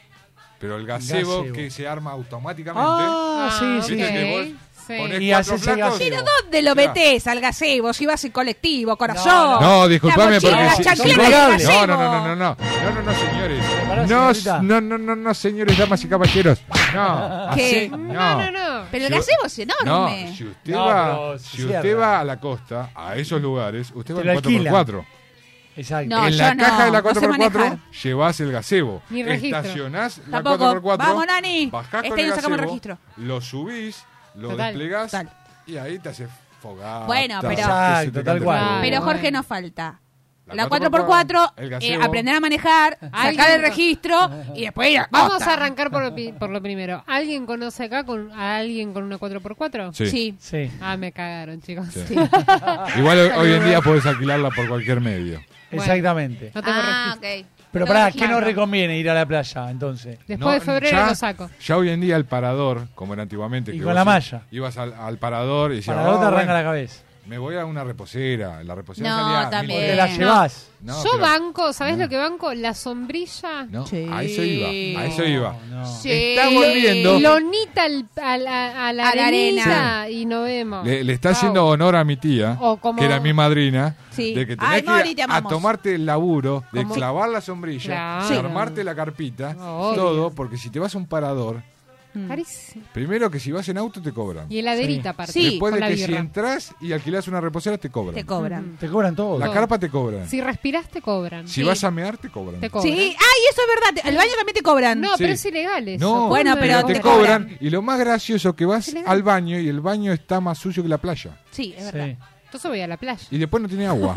pero el gazebo,
Gazebo.
que se arma automáticamente.
Ah, sí, sí.
Viste que vos
Sí.
ponés
Y
cuatro
haces el
flacos-
gazebo.
¿Pero dónde lo
Mirá.
metés al gazebo? Si vas en colectivo, corazón.
No, disculpame,
La mochila,
porque
las
si-
chancletas
si
del
vos-
gazebo.
no, no, no, no, no, no, no, no, señores,
Pará, señorita.
no, no, no, no, no, señores, damas y caballeros, no,
*laughs* ¿Qué?
así, no,
no.
Pero el
Yo-
gazebo es
no,
enorme.
si usted
No,
va,
pero
si
cierra.
usted va a la costa, a esos lugares, usted va
Te
en
lo alquila.
4x4.
Exacto.
No,
en la
yo
caja de la
no, no sé
4x4
manejar.
llevás el gazebo.
Ni registro.
Estacionás la
Tampoco.
4x4.
Vamos, Nani.
Bajás
Este
con el
año sacamos
gazebo,
registro.
lo subís, lo
Total,
desplegás y ahí te hace fogata.
Bueno, pero-
que se te
Exacto,
cante
tal cual.
el fuego.
Pero Jorge no falta.
La
La
4x4,
4x4,
el
eh,
gazebo.
aprender a manejar,
Alguien-
sacar el registro y después ir a
Vamos
costa.
a arrancar por lo, pi- por lo primero. ¿Alguien conoce acá con, a alguien con una 4x4?
Sí.
Sí.
Sí.
Ah, me cagaron, chicos.
Sí. *laughs* Igual hoy-
Ah.
hoy en día podés alquilarla por cualquier medio.
Exactamente.
No tengo
Ah,
registro.
ok.
Pero
Todo
pará, ¿qué
claro.
nos reconviene ir a la playa entonces?
Después de febrero
ya,
lo saco.
Ya hoy en día el parador, como era antiguamente.
Y
que
con
vos
la
i-
malla.
Ibas al, al parador y decías,
Para la otra
"Ah,
arranca
bueno,
la cabeza.
me voy a una reposera. La reposera
No,
salía a
también.
1300.
Te la llevas.
No,
Yo
pero-
banco, ¿sabés lo que banco? La sombrilla.
No,
Sí.
a eso iba, a eso iba.
Sí.
Está volviendo.
Lonita al- al- a, a la
A la arena.
arenita y nos vemos.
Le, le está haciendo honor a mi tía,
O como-
que era mi madrina,
Sí.
de que tenés
Ay,
que
Mori, te
ir a
amamos.
tomarte el laburo, de
Como-
clavar la sombrilla,
Claro.
de armarte la carpita,
Obvio.
todo, porque si te vas a un parador,
Carísimo.
primero que si vas en auto te cobran.
Y heladerita
Sí.
aparte.
Sí,
Después
con
de
la
que si
birra.
entras y alquilás una reposera te cobran.
Te cobran.
Te cobran todo.
la carpa te cobran.
Si respiras te cobran.
Si vas a mear te cobran.
Te cobran.
Sí, ay, eso es verdad. te- El baño también te cobran.
No,
Sí.
pero es ilegal eso.
No,
Bueno, pero
te,
te
cobran.
cobran.
Y lo más gracioso que vas
Legal.
al baño y el baño está más sucio que la playa.
Sí, es verdad.
Sí.
Entonces voy a la playa.
Y después no tiene
*laughs*
agua.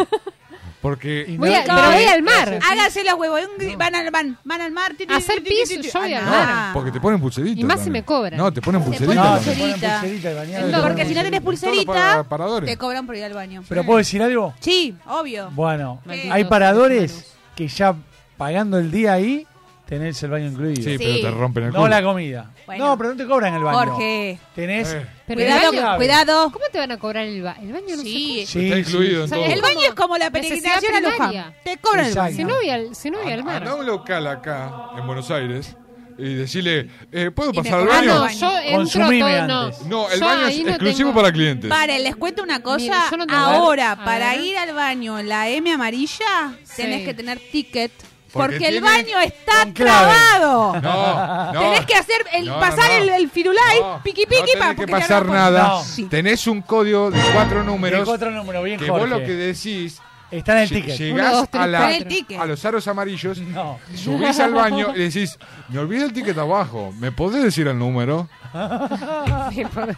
Porque
Voy a-
Ah,
pero voy al mar.
Háganse eh, los huevos. Van al, van, van al mar. ti, ti,
Hacer
ti, ti, ti,
pis,
ti,
yo voy
al
al mar.
mar.
Porque te ponen pulserita.
Y más si
también.
me cobran.
No, te ponen
Te
pulserita.
ponen
No,
también.
te ponen
Pulserita.
pulserita y bañada,
No,
te ponen
Porque si no tenés
Todo para
pulserita,
paradores.
te cobran por ir al baño.
¿Pero puedo decir algo?
Sí, obvio.
Bueno,
Malditos
hay paradores que ya pagando el día ahí tenés el baño incluido.
Sí, pero Sí. te rompen el
No
culo.
la comida.
Bueno.
No, pero no te cobran el baño.
Jorge.
Tenés.
Eh,
Pero
Cuidado,
el baño-
sabe.
cuidado. ¿Cómo te van a cobrar el baño? El baño no
Sí.
Sí, Está incluido
en
O sea,
todo.
El
baño es como la
Necesidad
peregrinación a Luján.
primaria.
Te cobran el
Exacto.
baño.
Si no voy al, si no voy al mar.
Anda a un local acá, en Buenos Aires, y decirle, eh, ¿puedo
Y
pasar
me
al
cobran
baño?
el baño. Ah, no, yo entro Consumime todo, no. antes.
No, el
Yo
baño es
ahí no
exclusivo
tengo-
para clientes.
Paren, les cuento una cosa.
Mira, yo no tengo-
Ahora,
A ver, a
para
ver.
ir al baño, la M amarilla, tenés que tener ticket.
Porque
Porque, el
tiene-
baño está
clave.
trabado.
No, no.
Tenés que hacer el,
No,
pasar
no.
el, el firulai, piqui piqui,
No
para
tiene que pasar nada. Tenés un código de cuatro números.
De cuatro números, bien,
que
Jorge.
vos lo que decís.
Está en el
lle-
ticket.
Llegás
Uno, dos, tres,
a, la-
cuatro. Está en el ticket.
a los aros amarillos,
*laughs*
subís al baño y decís, me olvidé el ticket abajo, ¿me podés decir el número?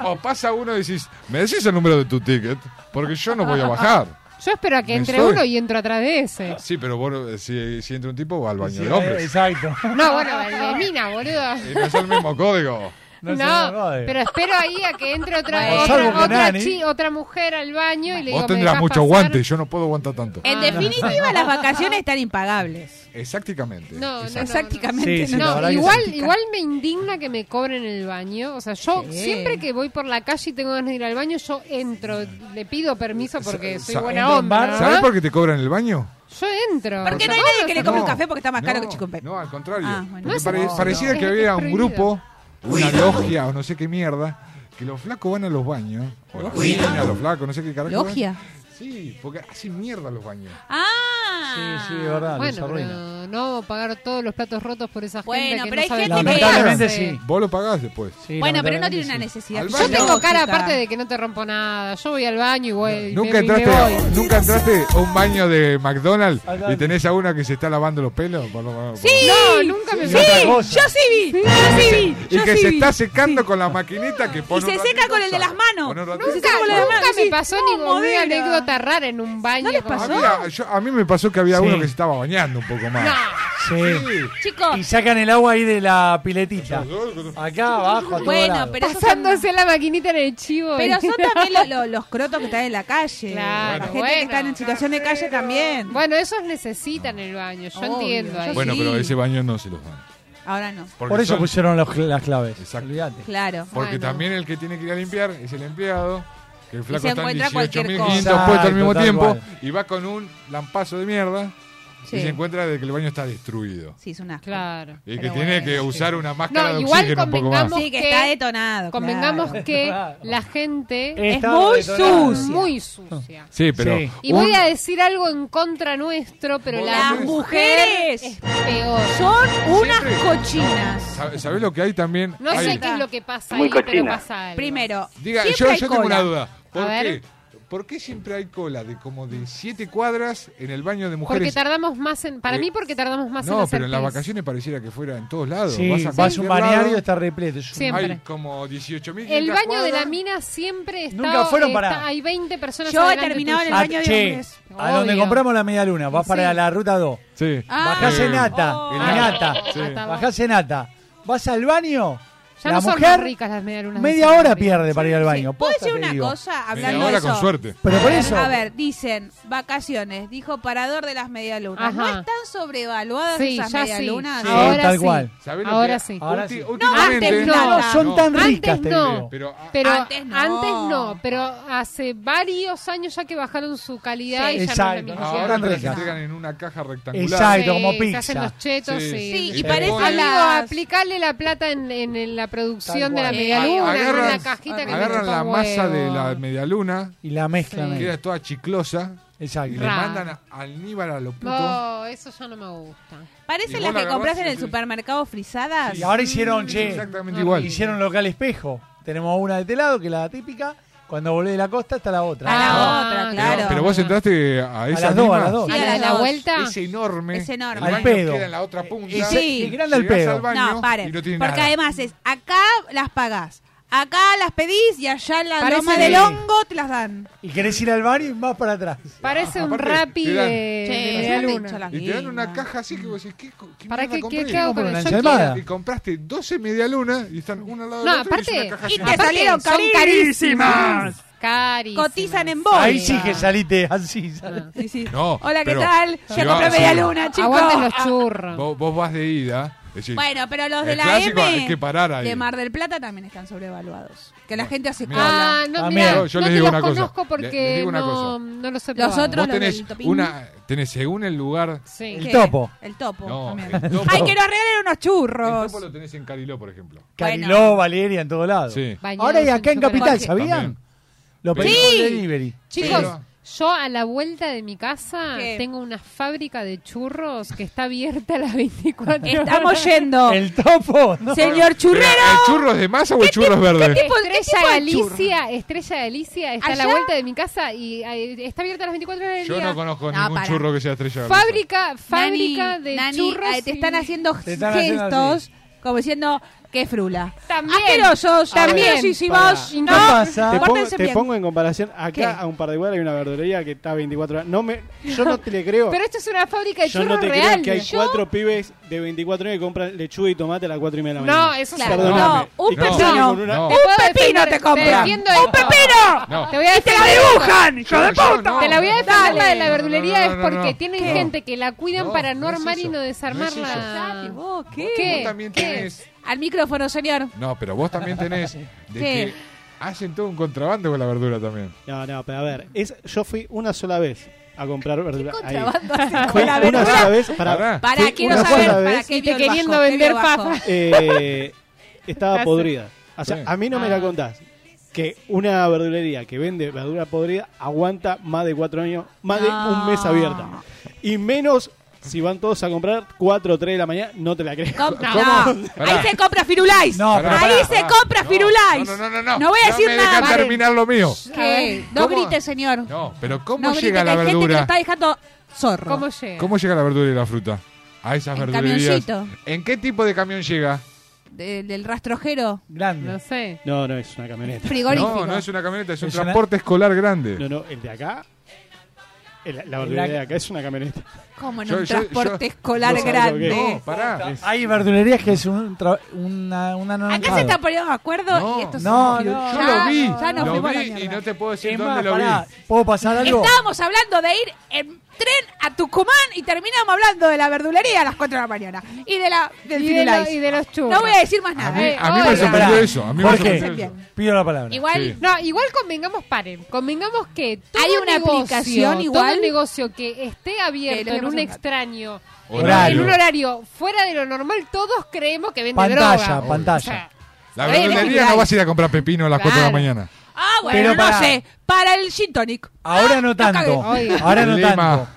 O pasa uno y decís, ¿me decís el número de tu ticket? Porque yo no voy a
*laughs*
bajar.
Yo espero a que
Me
entre
estoy-
uno y entro atrás de ese.
Sí, pero vos, eh, si, si entra un tipo, va al baño
Sí,
de hombres.
Exacto.
No, bueno, el de mina, boludo.
*laughs* Y no es el mismo código.
No, pero espero ahí a que entre otra
O
otra,
salvo que
otra
Nani.
chi- otra mujer al baño y le digo,
Vos
"¿Me
tendrás
dejás
mucho
pasar?". Ah,
guante, yo no puedo aguantar tanto.
En definitiva, las vacaciones están impagables.
Exactamente.
No, no, no,
Exactamente.
Sí, sí, la
No,
verdad que
igual,
sí.
igual me indigna que me cobren el baño. O sea, yo
Sí.
siempre que voy por la calle y tengo ganas de ir al baño, yo entro, le pido permiso porque soy
Sa-
buena onda. ¿no?
¿Sabés por qué te cobran el baño?
Yo entro.
Porque no hay
¿Cómo
nadie que
no
le compre
se-
un café porque está más caro
no,
que Ah. chico en
No, al contrario.
bueno.
Porque
No es
pare-
hermoso.
parecía que
Es- es
había un
prohibido.
grupo, una logia o no sé qué mierda, que los flacos van a los baños. O las minas, los flacos, no sé qué carajo. van.
Logia.
Sí, porque hacen mierda los baños.
Ah.
Sí, de verdad, los
Bueno,
arruina.
pero no pagar todos los platos rotos por esa gente
Bueno,
que
pero hay
no sabe
gente
cocinar.
Lamentablemente sí.
Vos lo pagás después.
Bueno, pero no tiene una necesidad.
Al
Yo
baño.
tengo cara aparte de que no te rompo nada. Yo voy al baño y voy.
¿Nunca
me-
entraste,
me voy.
¿Nunca entraste a un baño de McDonald's
Acá.
y tenés a una que se está lavando los pelos? Por lo- por-
Sí,
No, nunca me
sí,
otra cosa.
yo sí vi, yo sí vi,
Y
yo
que
sí
se
vi.
está secando con la maquinita que
Y
pone
se
un
seca
ratito,
con el de las manos.
pone un ratito.
Nunca, nunca me pasó ninguna anécdota rara en un baño. ¿No les
Había- yo- a mí me pasó que había uno que se estaba bañando un poco más.
Sí.
Chicos.
Y sacan el agua ahí de la piletita. Acá abajo. a todo
Bueno,
lado.
pero esos son-
Pasándose la maquinita en el chivo.
Pero son también lo- lo- los crotos que están en la calle.
Claro,
la gente
bueno.
que está en situación de calle también.
Bueno, esos necesitan el baño, yo
Obvio,
entiendo. ahí.
Bueno, pero ese baño no se los dan.
Ahora no.
Porque
Por eso
son-
pusieron los- las claves. Olvídate.
Claro.
Porque
Bueno.
también el que tiene que ir a limpiar es el empleado. Que el flaco
se
está en
encuentra cualquier
18.500
cosa.
puestos al mismo
Exacto, tal
tiempo
cual.
y va con un lampazo de mierda
Sí.
y se encuentra de que el baño está destruido.
Sí, es un asco.
Claro.
Y que tiene que usar una
No,
máscara de
igual
oxígeno un poco más.
convengamos
Sí, que está detonado,
Convengamos
claro.
que
Claro.
la gente
Es Está muy detonado. sucia.
Muy sucia.
Sí, pero
Sí.
Y voy a decir algo en contra nuestro, pero la mujer
Las mujeres
es peor.
son unas cochinas.
¿Sabe- ¿Sabés lo que hay también?
No
Hay-
sé qué es lo que pasa
Muy
ahí, pero
cochina.
pasa algo.
Primero,
Diga,
siempre
yo,
hay
yo tengo
cola.
una duda. ¿Por
A
qué?
ver.
¿Por qué siempre hay cola de como de siete cuadras en el baño de
Porque
mujeres?
tardamos más en... Para
Eh,
mí porque tardamos más en
no,
hacer
pero en las
pis.
vacaciones pareciera que fuera en todos lados.
Sí,
vas a,
vas a
cualquier
un balneario
lado,
y está repleto. Es un-
Siempre.
Hay como 18.000
El baño de la
cuadras.
mina siempre está...
Nunca fueron
está-
para-
Hay 20 personas
Yo he
adelante
terminado en el
tuyo.
baño
Ah,
de
che,
hombres.
a donde
Obvio.
compramos la media luna, vas para la ruta 2.
Sí.
Bajás en Ata,
Oh.
en
Ah.
Ata,
Sí.
bajás en Ata. Vas al baño,
Ya
la
no son tan
mujer
ricas las medialunas.
media hora pierde para ir al baño.
¿Puedo
Posta
decir
te
una
digo.
cosa hablando
Media hora
de eso?
con suerte.
Pero por
A ver,
eso-
A ver, dicen vacaciones, dijo parador de las medialunas.
Ajá.
¿No están sobrevaluadas
Sí,
esas
ya sí.
medialunas?
Sí, Ahora tal sí. cual.
¿Sabés lo
Ahora
que-
sí.
ulti-
Ahora sí. No,
últimamente-
antes no.
No, son tan ricas,
Antes
te
no.
digo.
Pero ah,
Pero
Antes
antes
no.
no. pero hace varios años ya que bajaron su calidad
Sí.
y ya no es la
Exacto.
misma.
ahora
Tan
Ah, te las
ricas.
entregan en una caja rectangular.
Exacto, como
Se hacen
pizza.
los chetos,
Sí,
sí.
sí,
y
sí.
parece
Ponen-
la-
Amigo,
Las-
aplicale la plata en, en- en la producción de la
cual.
medialuna, no en
agarran,
la cajita que me
agarran
chupa
la
un
masa
huevo.
de la medialuna,
Y la mezclan ahí.
queda toda chiclosa y
Exacto.
le mandan a- al Aníbal a los putos.
No, eso ya no me gusta.
Y
¿Parecen las
vos la
que
agarrás
compras
y
en el
te-
supermercado frisadas?
Y ahora hicieron,
Sí,
che,
exactamente igual.
hicieron local espejo. Tenemos una de este lado, que es la típica. Cuando volvés de la costa está la otra.
A la
Ah,
otra,
pero-
claro.
Pero vos entraste a esa
las dos,
misma.
a las dos.
Sí,
A la,
las
la
dos.
vuelta.
Es enorme.
Es enorme.
El
Al
baño
pedo.
queda en la otra punta.
Ese-
Sí.
es grande al
Llegás
pedo.
al baño
No, paren.
y no tiene
porque
nada.
además es acá las pagás, acá las pedís y allá en la
Parece
loma
que-
del hongo te las dan.
Y querés ir al baño y más para atrás.
Parece un
Ah, Aparte,
rapi
te
de,
dan-
Che,
de
me han dicho
medialuna.
las
Y te dan una
guindas.
caja así que vos decís, ¿qué, co- qué
¿Para
mierda
qué, qué,
compré?
qué hago
Compro
con
una
eso? Yo
ensalmada.
quiero-
Y compraste 12 medialunas y están una al lado de
No,
la otra. y es
aparte-
una caja
Y te
llena.
salieron
son
carísimas.
Carísimas.
Cotizan en bolsa.
Ahí sí que saliste así. saliste.
Sí, sí.
No,
Hola, ¿qué
pero
tal?
si
Yo
va-
compré
si-
media luna, chicos.
Aguanten los churros.
Vos, vos vas de ida Es decir,
Bueno, pero los de
el
la
clásico
M
hay que parar ahí.
de Mar del Plata también están sobrevaluados. Que la gente hace
mira.
cola.
Ah, no, mira,
Ah, mira, yo- yo
no
les
te
digo
los
una cosa.
conozco porque
Le- les digo una
no,
cosa.
no los he
Los
probado.
otros
Vos
los
tenés
del Topín.
una, tenés según el lugar.
Sí.
¿Qué? El topo.
No,
también.
el topo.
Ay, que nos regalen unos
El
churros.
topo lo tenés en Cariló, por ejemplo.
*laughs* Cariló, Valeria, en todo lado.
Sí.
Bañados
Ahora y acá en
chocolate.
Capital, ¿sabían?
También.
Lo
Sí.
pedimos por delivery.
Chicos,
Pero-
yo a la vuelta de mi casa
¿Qué?
tengo una fábrica de churros que está abierta a las 24 horas.
*laughs*
Estamos yendo.
El topo. no.
Señor
Mira, ¿El
churrero.
churro es de masa o el churro es verde?
tipo- qué
Estrella
tipo de
Galicia, Estrella Galicia está a la
¿Allá?
vuelta de mi casa y eh, está abierta a las 24 horas del
Yo
día.
no conozco
No,
ningún
para.
churro que sea estrella. de Galicia.
Fábrica, fábrica
Nani,
de
Nani,
churros.
eh, te
y-
están haciendo
Te están haciendo
gestos
así.
como diciendo que frula.
También.
Asquerosos,
A ver,
asquerosos, no.
pará. ¿Qué pasa?
Te,
Aparte
pongo,
Pórtense
te
bien.
pongo en comparación, acá
¿Qué?
a un par de cuadras hay una verdulería que está 24 horas. No me, yo no te le creo.
Pero esto es una fábrica de
yo
churros
no te
real.
creo que hay
Yo-
cuatro pibes de 24 años que compran lechuga y tomate a las 4 y media de la
No,
mañana.
eso
Claro.
Perdóname.
No, un
Y consiguen
pepino.
con una-
No.
Te puedo
Un pepino
defender,
te compran.
defiendo
¡Un
esto.
pepino!
No.
Te voy a
¡Te la
defender esto.
dibujan, hijo de
Yo- yo
puta!
no.
Te la voy a defender
Dale.
la de la
No, no,
verdulería
no, no, no,
es porque
no.
tienen
¿Qué?
gente que la cuidan
No,
para
no
no
es
armar y
eso.
no
No es
desarmarla.
Dale, vos, ¿qué?
¿Qué?
Vos también
¿Qué?
tenés.
Al micrófono, señor.
No, pero vos
*laughs*
también tenés de
¿Qué?
que hacen todo un contrabando con la verdura también.
No, no, pero a ver, es, yo fui una sola vez a comprar verdura. ahí. *laughs*
Contrabando así
Fui
con la
una
verdura.
sola vez para.
Pará.
Pará,
fui
quiero
una
saber
sola
para
vez,
qué
Y te
vio el
queriendo
bajo, qué
vender
vio bajo.
papas.
*laughs*
eh, estaba podrida. O sea,
Sí.
a mí no me
Ah.
la contás. Que una verdulería que vende verdura podrida aguanta más de cuatro años, más de
No.
un mes abierta. Y menos si van todos a comprar 4 o 3 de la mañana, no te la crees.
Com-
*laughs*
¿Cómo?
no.
Pará.
Ahí se compra Firulais.
No, pero
Ahí
pará,
se
pará.
compra
No,
Firulais.
No, no, no, no.
No voy a decir
me
nada.
dejan terminar lo mío.
¿Qué?
A ver,
No
¿cómo?
grite, señor.
No, pero ¿cómo
No grite,
llega
que
la
hay gente que lo
verdura?
está dejando zorro.
¿Cómo llega?
¿Cómo llega la verdura y la fruta? A esas
En
verdurerías.
camioncito.
¿En qué tipo de camión llega?
De- del rastrojero
Grande.
No sé.
No, no es una camioneta.
frigorífico.
No, no es una camioneta, es un
Es una-
transporte escolar grande.
No, no, el de acá. el- la verdulería de acá es una camioneta.
Como en
Yo-
un
yo-
transporte
yo-
escolar
yo-
grande.
No, pará.
Hay verdulerías que es un, tra- una, una
Acá
anaranjado.
se están poniendo de acuerdo
No,
y estos
no,
son-
no,
Yo
Ya-
lo vi,
ya nos
lo
fuimos a la
vi y
mierda.
no te puedo decir
Es
dónde
más,
lo vi.
pará, ¿Puedo pasar algo?
Estábamos hablando de ir en tren a Tucumán y terminamos hablando de la verdulería a las 4 de la mañana. Y de la del
Y de, lo-
Firulais.
y de los churros.
No voy a decir más
A
nada.
mí,
Eh,
a mí
oiga.
me sorprendió
Pará.
eso. A mí me
Jorge,
sorprendió eso.
pido la palabra.
Igual,
Sí.
no, igual convengamos, paren, convengamos que todo
Hay una
negocio,
aplicación
todo
igual.
negocio que esté
Que
abierto
lo
en un
conocen.
extraño, en un-
Horario.
en un horario fuera de lo normal, todos creemos que vende
Pantalla,
droga.
pantalla.
La
Está bien,
Eh,
verdulería
es
no vas a ir a comprar pepino a las 4 de la
Claro.
mañana.
Ah, bueno,
Pero
no
pará.
sé. Para el gin tonic.
Ahora
Ah,
no
cagué.
tanto.
Oiga.
Ahora no
Lima.
tanto.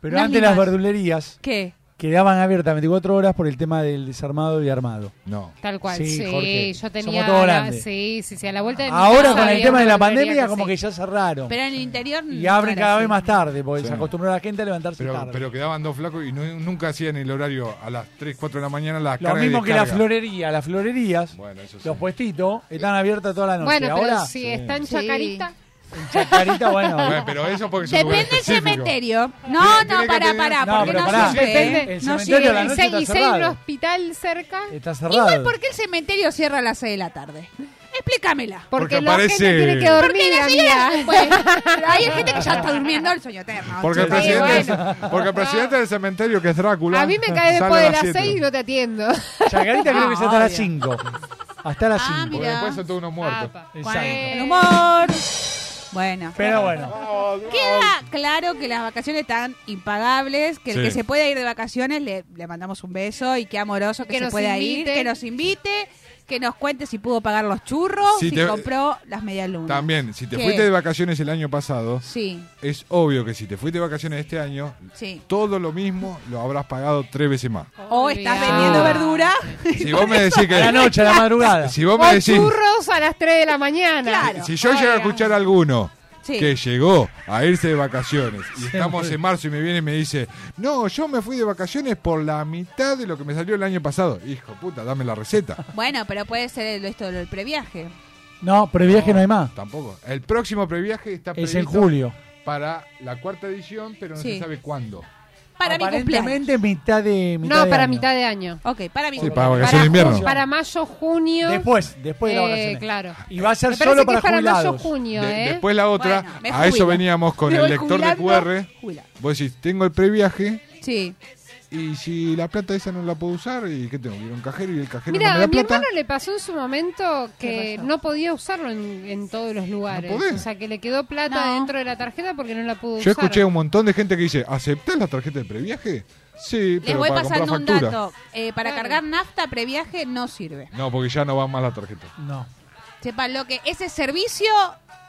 Pero
Unas
antes
limas.
las verdulerías
¿Qué?
quedaban abiertas 24 horas por el tema del desarmado y armado.
No.
Tal cual, sí,
Sí, Jorge,
yo
somos
tenía.
todos
la-
grandes.
sí, sí, sí, a la vuelta de mi
Ahora
casa
con el
había
tema de
una
la
verdulería
pandemia
que
como
sí.
que ya cerraron.
Pero en el interior.
Y
no
abren
era
cada
así.
vez más tarde porque
Sí.
se acostumbró la gente a levantarse
Pero,
tarde.
pero quedaban dos flacos y no- nunca hacían el horario a las 3, 4 de la mañana la
Lo
carga y
mismo que la
descarga.
florería, las florerías,
Bueno, eso sí.
los puestitos, están abiertas toda la noche.
Bueno, pero
Ahora,
si está en
Sí.
Chacarita,
en Chacarita, bueno.
Bueno, pero eso porque es un lugar
Depende del
específico.
cementerio. No,
tiene
no,
que
pará,
tener-
pará.
No,
Porque
pero
no
pará.
siempre.
Depende.
El
No
cementerio a la
siempre.
noche
y se-
está
y si hay un
cerrado.
hospital cerca,
Está cerrado.
Igual, ¿por qué el cementerio cierra a las 6 de la tarde? Explícamela.
porque,
Porque
la gente
aparece-
tiene que dormir,
Porque la
amiga.
señora-
*laughs*
Bueno, pero hay gente que ya está durmiendo el sueño eterno.
Porque el
Sí, bueno.
presidente, porque el presidente del cementerio, que es Drácula,
A mí me cae
sale
después
a
de las 6
siete.
y no te atiendo.
*laughs*
Ah,
Chacarita creo que ya está a las
Obvio.
5. Hasta las
Ah,
5.
Porque
Mirá.
después son todos unos muertos.
Apa.
Exacto.
El humor. Bueno.
Pero bueno,
Queda claro que las vacaciones están impagables, que el
Sí.
que se pueda ir de vacaciones le, le mandamos un beso y qué amoroso que,
Que
se
nos
pueda
invite.
ir, que nos invite, que nos cuente si pudo pagar los churros, si,
Si te-
compró las medialunas.
También, si te
¿Qué?
fuiste de vacaciones el año pasado,
Sí,
es obvio que si te fuiste de vacaciones este año,
sí.
todo lo mismo lo habrás pagado tres veces más.
O Oh, estás
Olvidate.
Ah.
vendiendo verdura.
Si vos me decís
a la
que...
noche, a la madrugada.
Si vos
O
Oh,
me decís...
churros a las 3 de la mañana.
Claro.
Si yo llego a escuchar a alguno
Sí.
que llegó a irse de vacaciones y estamos en marzo y me viene y me dice, no, yo me fui de vacaciones por la mitad de lo que me salió el año pasado. Hijo puta, dame la
*laughs*
receta.
Bueno, pero puede ser el- esto del previaje.
No, pero el viaje no hay más.
Tampoco. El próximo previaje está
Es
previsto
en julio.
para la cuarta edición, pero no
Sí.
se sabe cuándo.
Para mi cumpleaños.
Aparentemente mitad de mitad
No,
de
para
año.
mitad de año.
Ok, para mi
Sí,
cumpleaños.
para vacaciones
Para,
de invierno.
ju- para mayo, junio.
Después, después de las
Eh,
vacaciones.
claro.
Y va a ser
Me parece
solo
que
para,
es para mayo,
jubilados.
junio,
De-
¿eh?
Después la otra,
Bueno, me
a eso
jubilo.
veníamos con
Me
el
voy
lector de
jubilando.
QR.
Jubila.
Vos decís, tengo el previaje,
Sí.
Y si la plata esa no la puedo usar, ¿y qué tengo? que Ir a un cajero y el cajero
Mira,
no me
a
da
mi
plata.
hermano le pasó en su momento que no podía usarlo en, en todos los lugares.
podés.
o sea, que le quedó plata dentro de la tarjeta porque no la pudo
Yo
usar.
escuché a un montón de gente que dice, ¿aceptás la tarjeta de previaje? Sí,
Les
pero
voy
para
pasando
comprar
un
factura.
dato. Eh, para cargar nafta previaje no sirve.
No, porque ya no va más la tarjeta.
No.
Sepa lo que ese servicio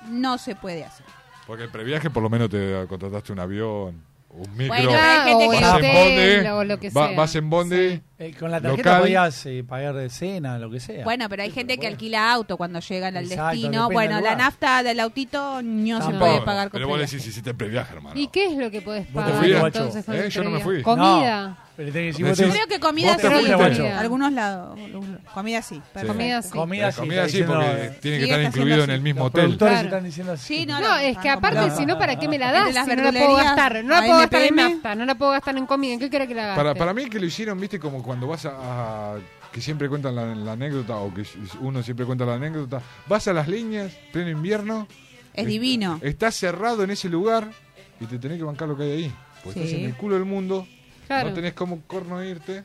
no se puede hacer.
Porque el previaje por lo menos te contrataste un avión, un micro.
Bueno, pero hay gente que-
vas
o
en
hotel,
bonde,
o lo que
va-
sea.
vas en bonde.
Eh, con la tarjeta
local.
podías eh, pagar de cena, lo que sea.
Bueno, pero hay gente que alquila auto cuando llegan al
Exacto,
destino.
depende
Bueno,
del
la
lugar.
nafta del autito no se
Tampoco.
puede pagar con
Pero vos
previaje.
decís, hiciste previaje, hermano.
¿Y qué es lo que podés
te
Ah,
pagar
fuiste,
entonces?
guacho,
con
¿eh?
el
Yo no me
previo?
fui.
Comida.
No, pero le tenés que
Decís,
decir, vos te-
Creo que comida
vos te
sí,
fuiste, guacho.
algunos lados. algunos- Comida sí. perfecto.
Comida sí.
Comida
Pero
sí,
comida
está
sí,
diciendo,
porque
eh,
tiene
sí,
que estar
está
incluido
haciendo
en el
así.
mismo
Los
hotel.
productores están diciendo así.
Sí, no,
No,
no,
es que
están
aparte,
comprando.
si no, ¿para qué me la
Es de
das?
las
si no la puedo
verdulerías,
gastar. No la puedo gastar en
ANPM.
nafta, no la puedo gastar en comida. ¿En qué querés que la gaste?
Para, para mí que lo hicieron, viste, como cuando vas a... a- que siempre cuentan la, la anécdota, o que uno siempre cuenta la anécdota. Vas a las líneas, pleno invierno.
Es
est-
divino.
Estás cerrado en ese lugar y te tenés que bancar lo que hay ahí. Porque
Sí.
estás en el culo del mundo,
Claro.
no tenés cómo corno irte,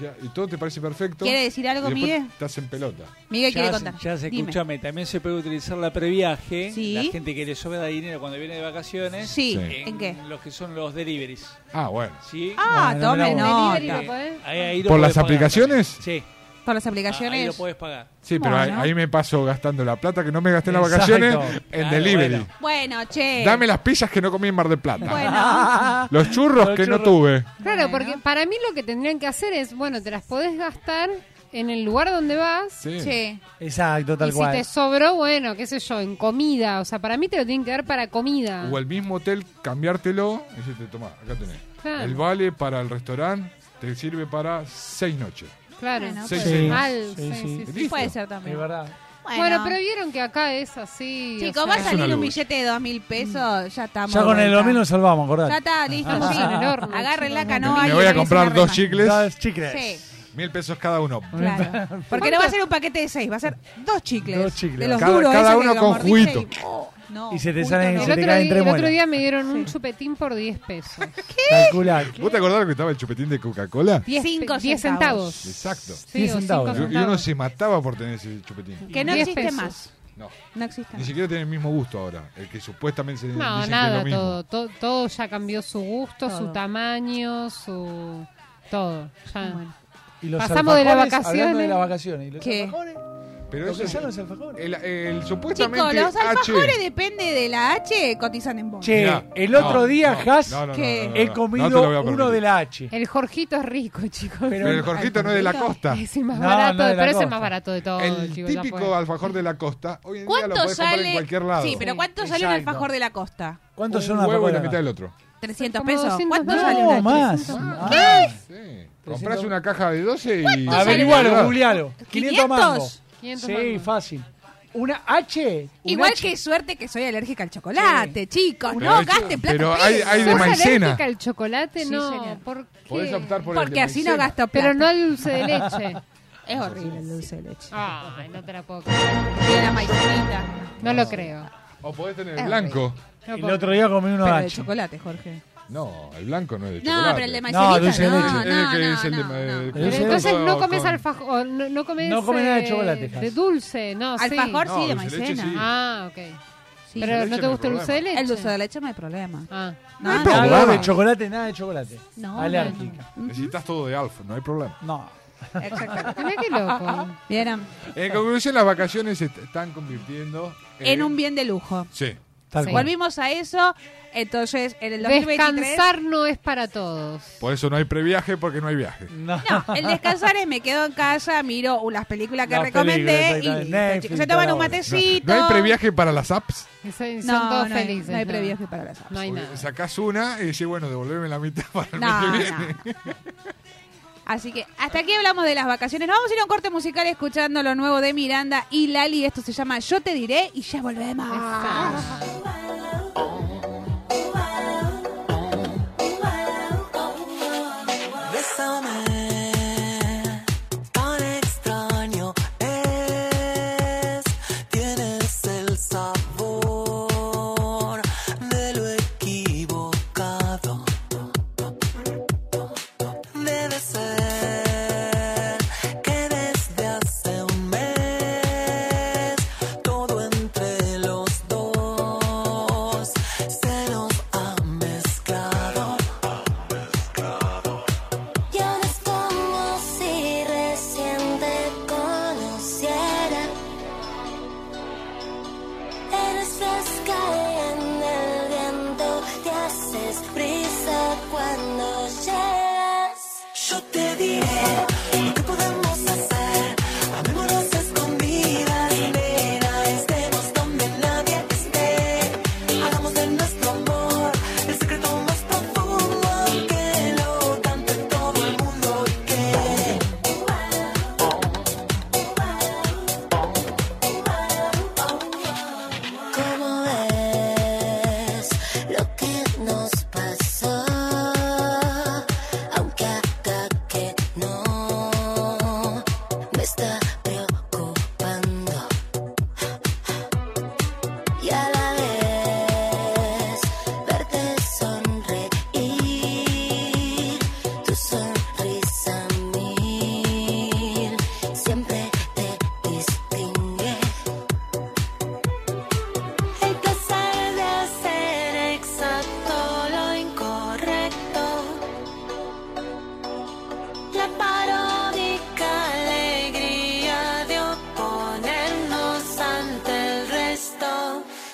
ya, y todo te parece perfecto.
¿Quiere decir algo,
y después
Miguel?
Estás en pelota.
Miguel
Ya
quiere
se-
contar.
Ya se,
Dime.
escúchame, también se puede utilizar la previaje.
Sí.
La gente que le sobra dinero cuando viene de vacaciones.
Sí,
Sí.
¿en qué?
Los que son los deliveries.
Ah, bueno.
¿sí?
Ah,
Bueno,
tome
no,
Delivery
nota.
lo podés.
Ahí- ahí lo
¿Por
podés
las
pagar
aplicaciones?
también. Sí,
Por las
ah, ahí lo
aplicaciones.
puedes pagar.
Sí, pero ahí,
Bueno.
ahí me paso gastando la plata que no me gasté en las
Exacto.
vacaciones en
Claro,
delivery.
bueno.
Bueno, che.
Dame las pizzas que no comí en Mar del Plata.
Bueno,
*laughs* Los churros
Los
que no
churros.
tuve.
Claro,
Bueno.
porque para mí lo que tendrían que hacer es, bueno, te las podés gastar en el lugar donde vas.
Sí.
che.
Exacto, tal
y si
cual.
te sobró, bueno, qué sé yo, en comida. O sea, para mí te lo tienen que dar para comida.
O al mismo hotel, cambiártelo y decirte, tomá, acá tenés.
Claro.
El vale para el restaurante te sirve para seis noches.
Claro.
Bueno,
Sí,
puede
sí.
ser.
Mal,
Sí,
sí,
sí.
sí, sí.
Listo.
Puede ser
Es
también.
verdad.
Bueno, pero vieron que acá es así. o
Chicos,
sea,
va a
Es una
salir un
luz.
billete de dos mil pesos, ya estamos.
Ya con el
vuelta.
lo menos salvamos, acordate.
Ya está, listo.
Ah,
sí.
sí, en el horno,
Agarren la
sí.
canoa. y
Me voy a
organicen
comprar
la
dos
rema.
chicles,
Dos chicles.
Sí,
mil pesos cada uno.
claro. Porque no va a ser un paquete de seis, va a ser dos chicles.
Dos chicles.
De los
Cada-
duros,
cada
esos que
uno
los
con
mordiste y-
juguito.
Oh, no,
Y se te
juguito
salen-
no.
El
se te
otro,
caen
día,
tres
el otro
muelas.
día me dieron un chupetín por 10 pesos.
Calcula.
¿Vos te acordás lo que estaba el chupetín de Coca-Cola?
10
Cinco
pe- 10
centavos.
centavos.
Exacto.
Sí,
10
o cinco
centavos.
Y- Y uno se mataba por tener ese chupetín.
Que no
10
existe
pesos.
más.
No.
No existe
Ni
más.
siquiera tiene el mismo gusto ahora. El que supuestamente se
No,
dicen
nada,
que es lo mismo.
todo, todo. Todo ya cambió su gusto,
Todo.
su tamaño, su. Todo. Ya.
Bueno.
Y los
Pasamos de las
alfajores,
vacaciones.
Hablando de las vacaciones. ¿Y los
¿Qué?
alfajores?
Pero
Lo
eso
que
es
son los alfajores.
el, el supuestamente
Chicos, los alfajores
H.
depende de la H, cotizan en bolsa.
Che,
Mirá,
el
no,
otro día,
no,
Has,
no, no, no,
que-
no, no, no,
he
no,
comido
no te lo voy a
uno
permitir.
de la H.
El Jorgito es rico, *laughs* chicos.
Pero el Jorgito no es de la costa.
Es el más
No,
barato,
no, de la
pero es el
costa.
más barato de todo.
El
chicos, ya
típico
fue.
alfajor de la costa, hoy en día lo
¿Cuánto
podés comprar en
sale?
cualquier lado.
Sí, pero ¿cuánto sale un
Exacto.
alfajor de la costa?
¿Cuántos
un
son
huevo y la
alfajores?
mitad del otro.
300
Como
pesos.
200
¿Cuánto
pesos. Ah.
sale una
No,
H?
más. Ah.
Sí. Comprás una caja de 12 y...
Averigualo, googlealo.
500
500 mangos.
500
Sí,
mangos.
fácil. Una H. un
Igual
H.
que suerte que soy alérgica al chocolate, chicos.
Pero
no
hay-
gasten plata.
pero
en
hay-
pesos.
hay de
¿Sos
maicena.
alérgica al chocolate?
Sí,
no,
señora.
¿por qué?
Podés optar por el
Porque
de
así no
maicena.
gasto plata.
Pero no al dulce de leche.
Es horrible el dulce de leche.
Ay, no te la puedo creer.
Tiene la maicenita.
No lo creo. Ah,
O podés tener
Es
el blanco.
No
El
puedo-
otro día comí uno
Pero
H.
de chocolate, Jorge.
No, el blanco no es de
No,
chocolate.
pero el de
No, dulce
maicenita
de
no, no,
leche.
Es el que
no,
es el de-
no,
eh,
no.
con-
Pero
Dulce de
entonces
con-
no comes
con-
alfajor, no, no comes...
No comes nada de
eh,
chocolate, Jas.
De dulce, no, sí.
Alfajor
No,
sí, de
dulce de leche
maicena.
sí.
Ah, ok.
Sí.
Pero
leche
no te
no hay
gusta el dulce de leche.
El dulce de leche no hay problema.
Ah.
No, no,
problema.
Nada de
Ah.
chocolate, nada de chocolate.
No,
Alérgica.
Necesitas todo de alfa, no hay problema.
No.
Exactamente.
Mirá qué loco.
Vieron,
En conclusión, Eh, las vacaciones se est- están convirtiendo
en un bien de lujo.
Sí.
Tal
Sí.
cual.
Volvimos a eso, entonces en el 2023...
Descansar no es para todos.
Por eso no hay previaje, porque no hay viaje.
No.
No, el descansar es me quedo en casa, miro uh, las películas que
Las películas,
recomendé y
exactamente.
listo,
Netflix,
chicos. se
toda
toman
la
un
hora.
matecito.
No hay previaje para las apps.
Y son-
No,
son todos
no hay-
felices.
No hay previaje para las apps.
No hay
Porque
nada.
Sacás una y decís, bueno, devolveme la mitad *laughs* para el
No,
mes que
no,
viene.
no. Así que hasta aquí hablamos de las vacaciones. Nos vamos a ir a un corte musical escuchando lo nuevo de Miranda y Lali. Esto se llama Yo te diré y ya volvemos.
Bésame, tan extraño es. Tienes el sabor de lo equivocado.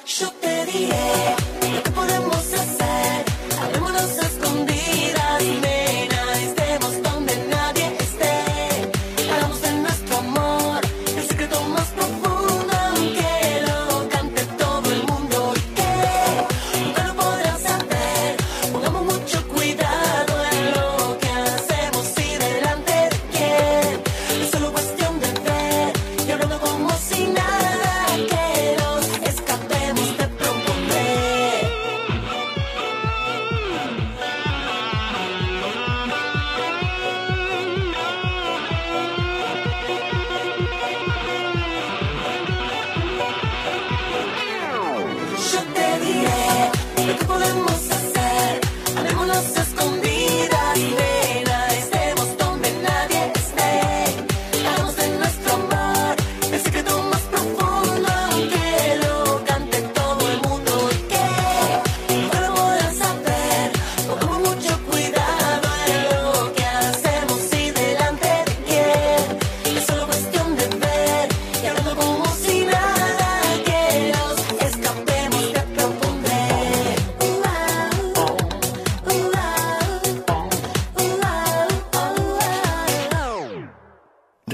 Yo te diré qué podemos hacer. Hablémonos a escondidas, ven, estemos donde nadie esté. Hablamos de nuestro amor, el secreto más profundo, aunque lo cante todo el mundo. ¿Y qué? Nunca lo podrás saber. Pongamos mucho cuidado en lo que hacemos y delante de quién. Es solo cuestión de ver y hablando como si nada que nos escapemos de proponer. Yo te diré lo que podemos hacer. Hablémonos a escondidas, ven, estemos donde nadie esté. Hagamos de nuestro amor el secreto más profundo, aunque lo cante todo el mundo. ¿Y qué? No lo podrán saber. Pongamos mucho cuidado en lo que hacemos y delante de quién. Es solo cuestión de ver y hablando como si nada que nos escapemos de propondré.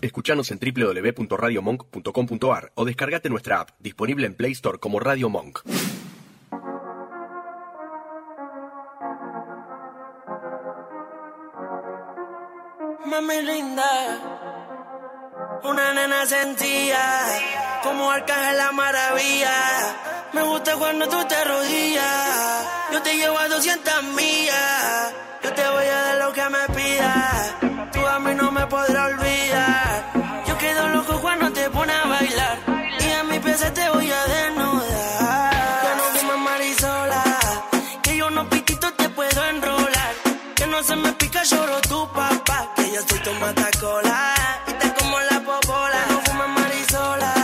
Escuchanos en www.radiomonk.com.ar o descargate nuestra app, disponible en Play Store como Radio Monk.
Mami linda, una nena sentía, como arcángel la maravilla. Me gusta cuando tú te arrodillas, yo te llevo a 200 millas. Yo te voy a dar lo que me pidas, tú a mí no me podrás olvidar. Yo quedo loco cuando te pones a bailar, y a mi pies te voy a desnudar. Ya no fumas marisola, que yo no piquito te puedo enrolar. Que no se me pica, lloro tu papá. Que yo soy tu matacola. Y te como la popola. No fumas marisola.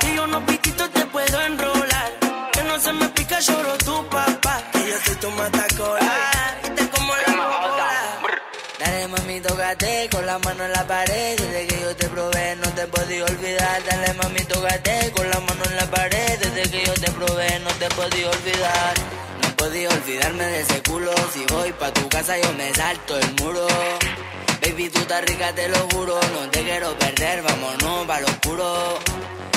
Que yo no piquito te puedo enrolar. Que no se me pica, lloro tu papá. Que yo soy tu matacola. Y te como la popola. Dale mami, tócate con la mano en la pared. Desde que yo te probé, no te podía olvidar. Dale mami, tócate con la mano en la pared. Desde que yo te probé, no te podía olvidar. No podía olvidarme de ese culo. Si voy pa' tu casa, yo me salto el muro. Baby, tú estás rica, te lo juro. No te quiero perder, vámonos pa' lo oscuro.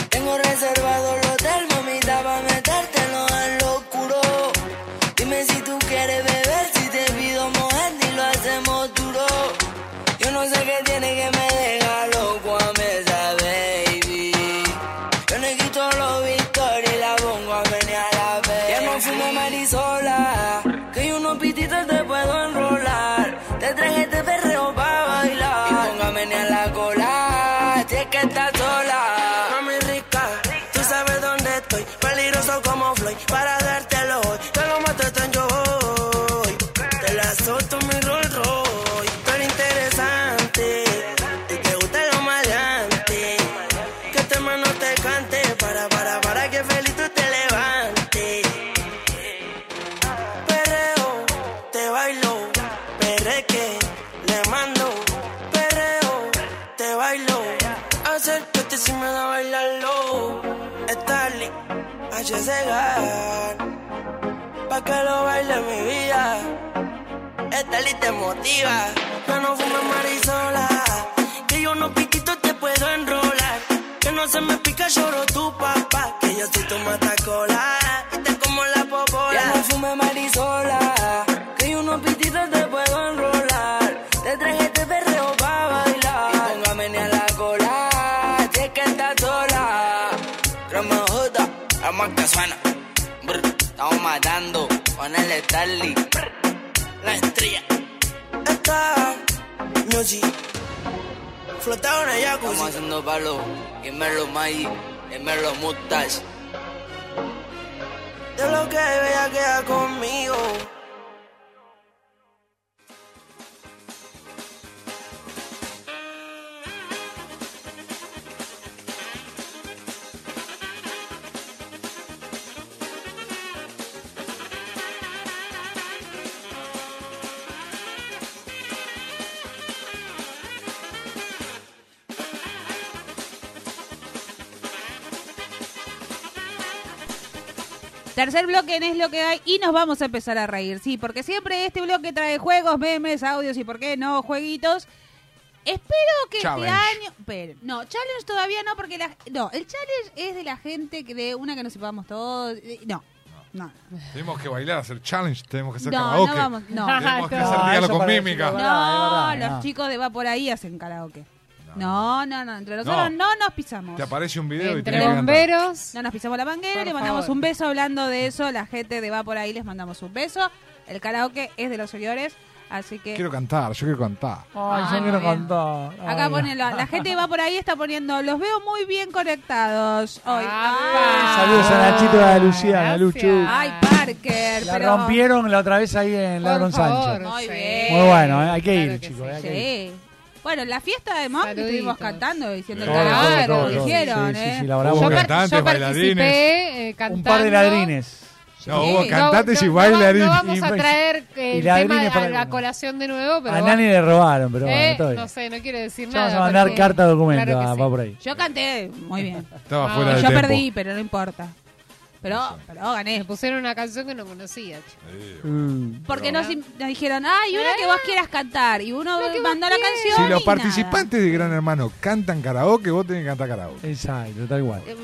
Tengo reservado el hotel, mamita, pa' metértelo en lo oscuro. Dime si tú quieres beber, si te pido mojar, y lo hacemos duro. Yo no sé qué tiene que me deja loco a mesa, baby. Yo no quito los victorias y la pongo a menear a ver. Ya no fumo marisola, que yo unos pititos te puedo enrolar. Te traje este perreo pa' bailar. Y póngame a la cola, si es que estás sola. Mami rica, tú sabes dónde estoy. Peligroso como Floyd, para dártelo hoy. Te lo mato esto en yo hoy. Te la solto mi Rolls Royce. Tú eres interesante, y te gusta lo maleante. Que este man no cante. Para, para, para que feliz tú te levantes. Perreo, te bailo. Perreque, le mando. Perreo, te bailo. Acércate si me da bailarlo. Starly, H. Segar. Pa' que lo baile mi vida. Starly te motiva. No, no fumes marisola. Que yo no piquito te puedo enrolar. Que no se me pica, lloro tu papá. Que yo soy tu matacola. Y te como la popola.
Ya no fume marisola, que yo unos pititos te puedo enrolar. Te traje este perreo pa' bailar. Y póngame ni a la cola, si es que estás sola.
Rama Joda, Rama Cazuana. Brr, Estamos matando con el Starly.
la estrella. Está music flotado en el jacuzzi.
Estamos haciendo palo. Dímelo, Maggi. Dímelo, Mustache.
De lo que vea queda conmigo.
Tercer bloque en es lo que hay y nos vamos a empezar a reír, sí, porque siempre este bloque trae juegos, memes, audios y por qué no, jueguitos. Espero que
Challenge.
este año. pero- no, challenge todavía no, porque la. No, el challenge es de la gente, que- de una que nos sepamos todos. eh, No, no, no.
Tenemos que bailar, hacer challenge, tenemos que hacer
No, no
karaoke.
vamos, no. *laughs*
Tenemos que
No,
hacer
eso
diálogo con
parece
mímica.
No, los chicos de Va por ahí hacen karaoke. No, no, no, entre nosotros no, nos pisamos.
Te aparece un video y
Entre
te que cantar.
No nos pisamos la manguera,
Por
le mandamos
favor.
un beso hablando de eso. La gente de Va por ahí les mandamos un beso. El karaoke es de los señores, así que.
Quiero cantar, yo quiero cantar.
Ay,
Ah,
yo quiero
muy bien.
contar.
Acá
Ay.
ponen la, la gente que va por ahí está poniendo, los veo muy bien conectados hoy.
Saludos a Nachito y a Luciana, Luchu.
Ay, Parker,
La
pero-
rompieron la otra vez ahí en Ladrón
favor,
Sánchez.
Muy bien.
Muy bueno, eh, hay que ir, chicos. eh, hay que ir.
Sí. Bueno, en la fiesta de Mom estuvimos cantando, diciendo
Todo, todo,
claro,
todo, todo.
dijeron,
Sí, sí,
¿eh?
sí, la bravo.
Hubo
Yo par-
cantantes,
yo
bailarines.
participé eh,
Un
cantando.
par de ladrines.
No, hubo cantantes y bailarines.
No vamos a
Y-
traer
*laughs* y
eh, el
ladrines
tema a
para
la colación de nuevo, pero
A
bueno.
Nani le robaron, pero bueno,
Eh,
está bien.
no sé, no quiero decir
Ya vamos
nada.
a mandar
porque-
carta documento, ah, va por ahí.
Yo canté muy
*laughs*
bien.
Estaba
Ah,
fuera de
yo
tiempo.
perdí, pero no importa. Pero, pero gané.
Pusieron una canción que no conocía. che.
Mm.
Porque nos, nos dijeron, ay, una
Eh.
que vos quieras cantar. Y uno mandó la canción.
Si los
y nada.
participantes de Gran Hermano cantan karaoke, vos tenés que cantar karaoke.
Exacto, tal cual.
Eh,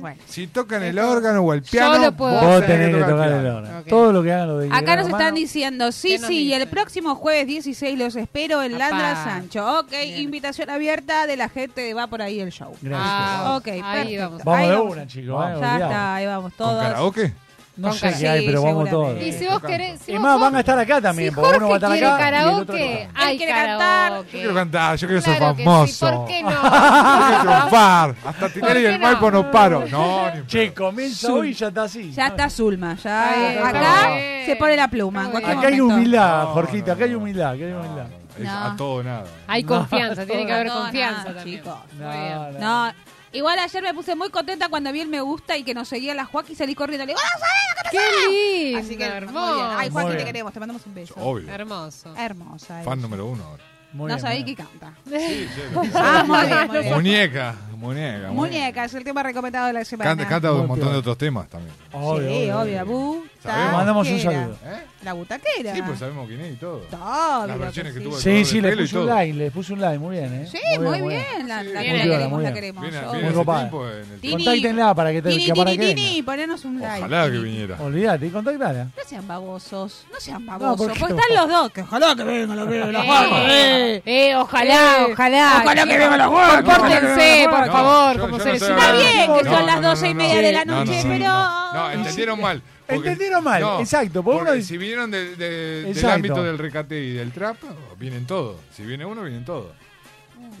Bueno.
Si tocan el órgano o el piano,
lo puedo
vos
Vos
hacer.
tenés que tocar el órgano. Todo lo que hagan los de
Acá
Gran
nos
Hermano,
están diciendo, sí, sí, y el próximo jueves 16 los espero en Landra
Apá.
Sancho. Ok, invitación abierta de la gente de Va Por Ahí el Show.
Gracias. Ah,
ok,
ahí
perfecto.
vamos.
Vamos
Ahí
de
vamos.
una, chicos. eh,
Ya
olvidado.
está, ahí vamos todos.
karaoke?
No
Con
sé
ca-
qué hay,
sí,
pero vamos todos.
seguramente.
Y si vos querés. Si
Es
vos,
más,
Jorge,
van a estar acá también, porque uno va a estar
quiere
acá. y el otro no.
karaoke, hay
quiere
karaoke.
Yo quiero cantar, Ah, yo quiero
Claro
ser
que
famoso.
sí,
*laughs*
¿por qué no?
Yo quiero triunfar. Hasta tirar y
qué
el Maipo no paro. No, ni en
Che, comienza hoy y ya está así.
Ya está Zulma,
Ah,
ya
Está
eh,
bien, está
acá
bien.
se pone la pluma. en cualquier
Acá hay
momento.
humildad,
No,
Jorgito, acá hay humildad, acá hay humildad.
Es a todo o nada.
Hay confianza, tiene que haber
No,
confianza
nada,
también.
chicos.
Muy bien.
No, igual ayer me puse muy contenta cuando vi el me gusta y que nos seguía la Joaquín y salí corriendo. Le digo, ¡Ah, sabés lo que nos
¡Qué
sale!
lindo!
Así que,
hermoso.
muy bien. Ay,
Muy
Joaquín, te
bien.
queremos, te mandamos un beso.
Obvio.
Hermoso.
Hermosa.
Fan
ella.
número uno ahora.
no sabéis que canta. *laughs*
Ah,
muy bien, muy bien.
Muñeca, muñeca. muñeca.
Muñeca, es el tema recomendado de la semana.
Canta, canta
Muy
un montón
peor.
de otros temas también.
Obvio,
sí,
obvio,
obvio, butaquera.
Sabemos. Mandamos
un saludo.
¿Eh?
La butaquera.
Sí, pues sabemos quién es y todo.
Todo,
Las
mira
versiones
que
que tuvo el
Sí,
color
sí,
del
le
pelo y
puso un
todo.
like, le puso un like, muy bien, ¿eh?
Sí, muy bien. La, la-
Muy
la
piola,
queremos,
muy
la
bien.
queremos.
Viene-
Yo-
viene
Muy
ese
copada.
tipo en el-
Tini,
Contáctenla para que te
Tini,
que para
Tini,
que
Tini, ponernos un like.
Ojalá que
Tini.
viniera.
venga. Olvídate, y contactala.
No sean babosos, no sean babosos.
¿por qué?
porque están los dos. Que ojalá que vengan los vengan los
Eh,
guapos,
eh, eh, ojalá,
Eh,
ojalá.
ojalá que vengan los
guapos.
guapos.
Compórtense, por
No,
favor,
yo-
como
yo no
seres
soy
humanos.
Está
abogado.
bien que
No,
son
no,
las
no,
doce y
no,
media
no.
de la
No, no,
noche,
no,
pero.
No, no, entendieron mal. porque-
Entendieron mal,
no,
exacto. Por
porque
uno
si vinieron del- del- del
Exacto.
ámbito del recate y del trap, vienen todos. Si viene uno, vienen todos.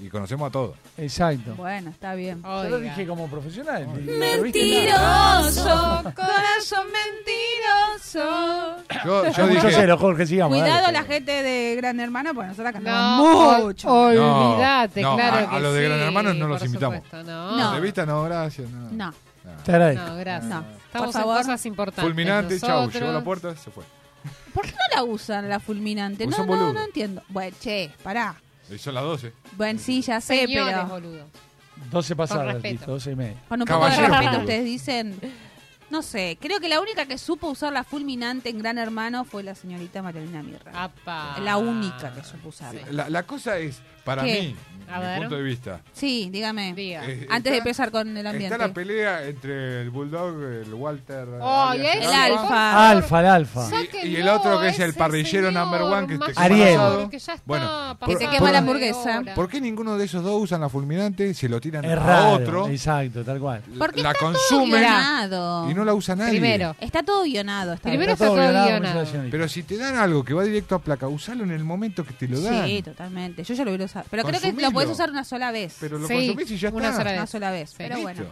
y conocemos a todos.
Exacto.
Bueno, está bien.
Yo lo dije como profesional. *laughs*
Mentiroso, corazón mentiroso.
Yo, yo
Mucho
dije-
cero, Jorge, sigamos. dale.
Cuidado la gente de Gran Hermano, porque nosotros cantamos
No,
mucho.
ol- olvídate,
no,
claro
a- a
que
los de Gran
sí,
Hermano no los
por
invitamos.
supuesto,
No.
De vista no, gracias. No.
No.
Te agradezco.
No, gracias.
No,
Estamos
por
en
favor.
cosas importantes.
Fulminante, chau,
nosotros.
llegó a la puerta, se fue.
¿Por qué no la usan la fulminante?
Porque
No,
son
no,
boludos.
no entiendo. Bueno, che, pará.
Y son las 12.
Bueno, sí, ya sé,
Señores,
pero.
boludo.
12
Con
pasadas,
respeto.
listo, 12 y media.
Con un poco de respeto, ustedes dicen. No sé, creo que la única que supo usar la fulminante en Gran Hermano fue la señorita Marilina Mirra.
Apa.
La única que supo usarla.
La, la cosa es, para
¿Qué?
mí,
A
mi
ver.
punto de vista,
Sí, dígame.
Eh,
Antes de
está-
empezar con el ambiente.
está la pelea entre el Bulldog, el Walter.
Oh,
alias
y
el
el
Alfa,
Alfa.
Alfa, el Alfa.
Y, y el otro que es el parrillero number one que te
más
quema el
Ariel.
asado.
que ya está
Bueno,
pasado
Que
por-
te quema
por-
la hamburguesa.
¿Por qué ninguno de esos dos usan la fulminante? Se lo tiran
Es
a
raro,
otro.
Exacto, tal cual.
Porque
la
está todo
consumen
guionado.
y no la usa nadie.
Primero.
Está todo guionado. Está
Primero
bien.
está todo
violado,
guionado.
muchas gracias.
Pero si te dan algo que va directo a placa, usalo en el momento que te lo dan.
Sí, totalmente. Yo ya lo hubiera usado. Pero creo que lo
Consumilo.
podés usar una sola vez.
Pero lo
Sí,
consumís y ya
una
está.
sola vez.
Una sola vez. Pero
Listo.
bueno.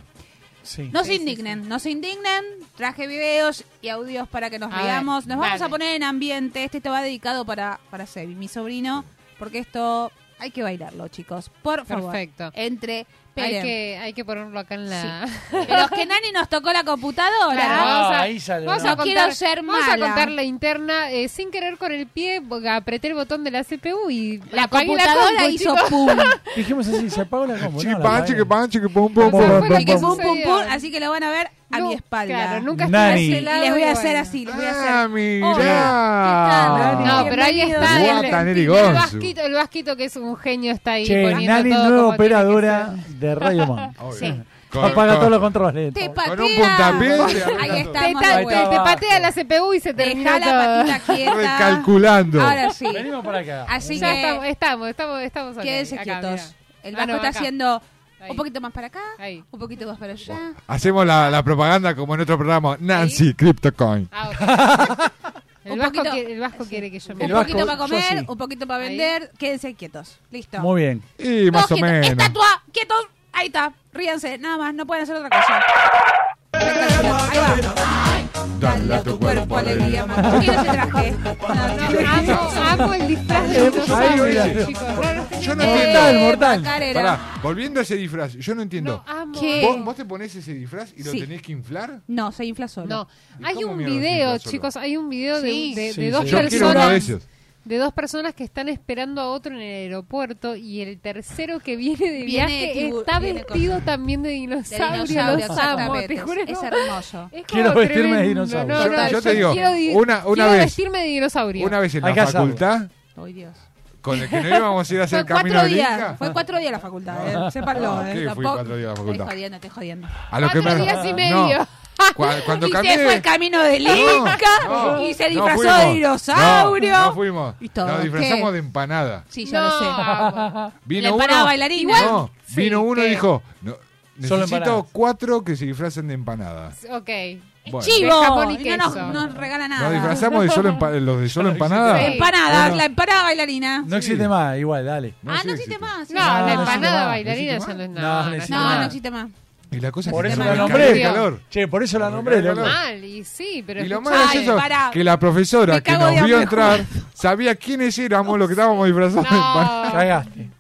Sí.
No se indignen, no se indignen. Traje videos y audios para que nos
A
veamos.
ver,
Nos vamos
dale.
a poner en ambiente. Este te va dedicado para, para Sebi, mi sobrino, porque esto hay que bailarlo, chicos. Por favor.
Perfecto.
Entre
Hay
Peren.
que, hay que ponerlo acá en *laughs* la.
Pero que Nani nos tocó la computadora.
Claro, vamos a-
ahí sale,
vamos
¿no?
a
No
contar,
quiero ser
vamos a
mala.
contar la interna eh, sin querer con el pie, porque apreté el botón de la CPU y
La
apagué
computadora
compu,
hizo
chicos.
pum.
*laughs* Dijimos así, se apagó la combo. no, la
Chiquipan,
apagué.
chiquipan, chiquipum, pum,
Eso
pum.
fue lo
Y que
que
pum, pum, pum.
sucedió.
Así que lo van a ver a
No,
mi espalda.
Claro, nunca estuve
Nani.
a ese
Y
lado
les voy
y
a
bueno.
hacer así, les voy a hacer.
Ah, mirá.
No, pero ahí está
Bienvenido.
el,
Guataneri
el
Gonzo.
vasquito, el vasquito que es un genio está ahí
Che,
poniendo
Nani,
todo
nueva
como tiene que
operadora
ser.
de Radio *laughs* Monk.
Obvio.
Sí.
Con-
Apaga
con-
todos los controles.
Te
todo.
patea.
Con un puntapié.
Ahí
Te
Te,
estamos.
ta-
de
Ahí está,
te
vuelta.
va.
patea la CPU y se termina
Dejá la
todo.
patita quieta.
Recalculando.
Ahora sí.
Venimos para acá.
Así
*laughs* Ya
que
estamos, estamos, estamos, estamos acá,
quédense
acá,
quietos.
mirá.
El
Ah,
Vasco
no,
está
acá.
haciendo
Ahí.
un poquito más para acá,
Ahí.
un poquito más para allá.
Hacemos la, la propaganda como en otro programa. Nancy, CryptoCoin.
Ah,
*laughs*
ok.
Un
el, vasco
poquito-
quiere, el vasco quiere que yo me
Un
El
poquito
Vasco,
para
yo
comer,
sí.
un poquito para
Ahí.
vender. Quédense quietos. Listo.
Muy bien.
Y más
Todos
o
quietos.
menos.
Estatua, quietos. Ahí está. Ríanse. Nada más. No pueden hacer otra cosa. Ahí va. Dale a tu cuerpo alegría, mamá.
*laughs*
¿Quién ese traje?
Amo, amo el disfraz de los
Ahí,
dinosaurios,
mira.
chicos. No, no sé
Yo no
qué-
entiendo.
Mortal, mortal.
Macarena.
Pará, volviendo a ese disfraz, yo no entiendo.
No, amo.
¿Qué?
¿Vos, vos te pones ese disfraz y lo
Sí.
tenés que inflar?
No, se infla solo.
No,
¿Y
hay
cómo
un
mierda se
video,
infla solo?
chicos, hay un video de-
Sí.
de, de
Sí,
dos
sí.
Yo quiero uno de
personas
esos.
de dos personas que están esperando a otro en el aeropuerto y el tercero que viene de
Viene
viaje
tibu-
está
viene
vestido también de dinosaurio,
dinosaurio,
los amo, te
exactamente.
juro.
Es hermoso.
Es como
Quiero vestirme de
tremendo,
dinosaurio.
no,
Yo-
no,
yo te digo,
quiero di-
una- una
quiero
vez.
vestirme de dinosaurio.
Una vez en
Hay
la
que hacerlo.
facultad,
Ay, Dios.
con el que no íbamos a ir a
Fue
hacer el camino
cuatro
de
días.
Inca.
Fue cuatro días la facultad. eh. Se parló.
*laughs* Ah,
eh.
¿qué? Fui
Tampoco-
cuatro días a la facultad.
Estoy jodiendo, estoy jodiendo.
A lo que
Cuatro
me-
días y
No.
medio.
*laughs*
Cua- cuando
y
cambié-
se fue el camino del
No,
Inca
no,
y se
no
disfrazó
fuimos.
de dinosaurio.
No, no fuimos.
Y todo,
Nos
¿qué?
disfrazamos de empanada.
Sí, ya lo sé.
*laughs* sé.
Vino
Le
uno,
paraba bailarina.
No,
Igual,
vino
sí,
uno
que-
y dijo, no,
Solo
necesito
empanadas.
cuatro que se disfracen de empanada.
Ok.
Bueno,
Chivo.
De jamón y
y no, nos,
queso.
no nos regala nada.
nos disfrazamos de solo empa- los de solo empanada.
Sí.
Empanada,
Ah. Bueno.
la empanada bailarina.
No existe más, igual, dale.
No,
ah,
sí
no
existe.
existe más.
No,
No,
la
no existe
empanada
más.
bailarina ya no es nada.
No, no
es
existe
No,
nada.
no existe más.
Y la cosa es
Por
que
eso
tenía
la
que caer
nombré.
el calor.
Che, por eso la
Me
nombré,
calor.
loco.
Mal, y sí, pero.
Y lo más
escuchá,
Ay,
gracioso
pará.
que la profesora
Me
que
cago de
nos vio
hambre,
entrar sabía quiénes éramos los que estábamos disfrazados de empanada.
No.
Cagaste.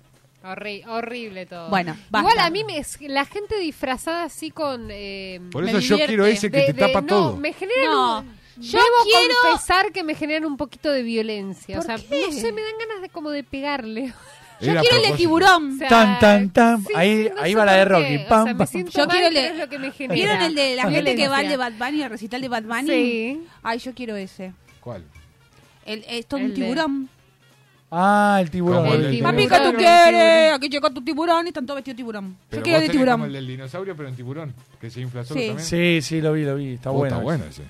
Horri- horrible todo.
Bueno, basta.
Igual a mí me, es- la gente disfrazada así con. eh,
Por
Me
eso yo
divierte.
quiero ese que
de-
te
de-
tapa
no,
todo.
Me generan
No,
un-
yo
debo
quiero-
confesar que me generan un poquito de violencia.
¿Por
o sea,
qué?
no sé, me dan ganas de como de pegarle.
Yo
Era a
quiero el de
propósito.
O
tiburón.
sea,
Tan, tan, tan.
sí,
Ahí-
no
ahí
sé
va la
por
de
qué.
Rocky.
O sea,
Pam,
me
pam.
siento
Yo
mal,
quiero el
pero
de-
es lo que me genera.
¿Vieron el de la gente que va al de
Violencia.
Bad Bunny, al recital de Bad Bunny?
Sí.
Ay, yo quiero ese.
¿Cuál?
El, es todo un
El de-
tiburón.
Ah, el tiburón.
Como el
El
del
tiburón.
Papi, que tú
tiburón,
quieres? Aquí llegó tu tiburón y están todos vestidos de tiburón.
Pero
yo quiero el
vos
de
tenés
tiburón.
como el del dinosaurio, pero en tiburón, que se infla solo
Sí.
también.
Sí, sí, lo vi, lo vi. Está
Oh,
bueno.
Está bueno ese.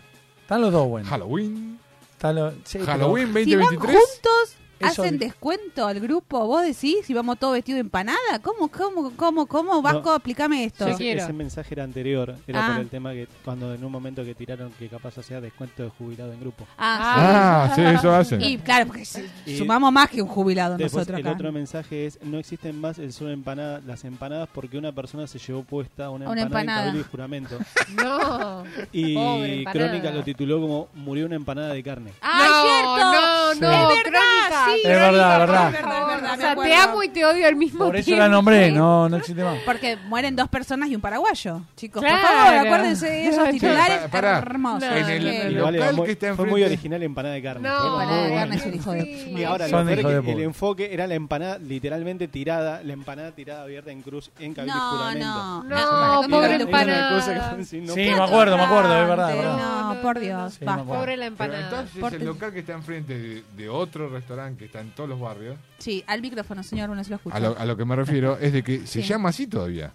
Están los dos buenos.
Halloween.
Están los- sí, pero-
Halloween
Si van
2023.
juntos,
eso-
¿Hacen descuento al grupo? ¿Vos decís si vamos todos vestidos de empanada? ¿Cómo, cómo, cómo, cómo, Vasco?
No.
Explícame esto.
Ese, ese mensaje era anterior, era
Ah.
por el tema que cuando en un momento que tiraron que capaz hacía descuento de jubilado en grupo.
Ah, Ah, sí,
*laughs*
eso hacen.
Y claro, porque si-
Y
sumamos más que un jubilado
después
nosotros
El
acá.
otro mensaje es no existen más el solo empanada, las empanadas porque una persona se llevó puesta una,
Una empanada.
empanada, en cabildo y
*laughs*
juramento.
No.
Y
Pobre empanada.
Crónica lo tituló como murió una empanada de carne.
¡Ay,
no,
cierto!
No,
Sí.
no,
Es verdad,
Crónica.
Ah, sí,
Es verdad,
Ah, Crónica,
verdad.
es es verdad,
Ah, O sea,
me
te
acuerdo.
amo y te odio al mismo
Por
tiempo.
eso la nombré, no, no existe *laughs* más.
Porque mueren dos personas y un paraguayo, chicos. Por
Claro.
favor, acuérdense de esos
Sí,
titulares
pa- pará.
hermosos.
En el-
que-
el
Igual era
local
muy-
que está
fue
enfrente.
muy original empanada de carne.
No,
Fue muy
empanada de
buena.
carne es un hijo de-
Y ahora lo
Son
peor es
hijos
que
de puta.
el enfoque era la empanada literalmente tirada, la empanada tirada abierta en cruz en cabildo
No,
y juramento.
no.
No,
Ah,
Y
pobre
era- era una
empanada.
cosa que- *laughs* si no-
Sí, me acuerdo, me acuerdo, es verdad.
No,
verdad.
por Dios.
Sí, me
basta.
acuerdo.
Pobre la
Pero
empanada.
entonces
Por-
el local que está enfrente de, de otro restaurante que está en todos los barrios,
Sí, al micrófono, señor, uno se lo escucha.
a lo, a lo que me refiero es de que
Sí.
se llama así todavía.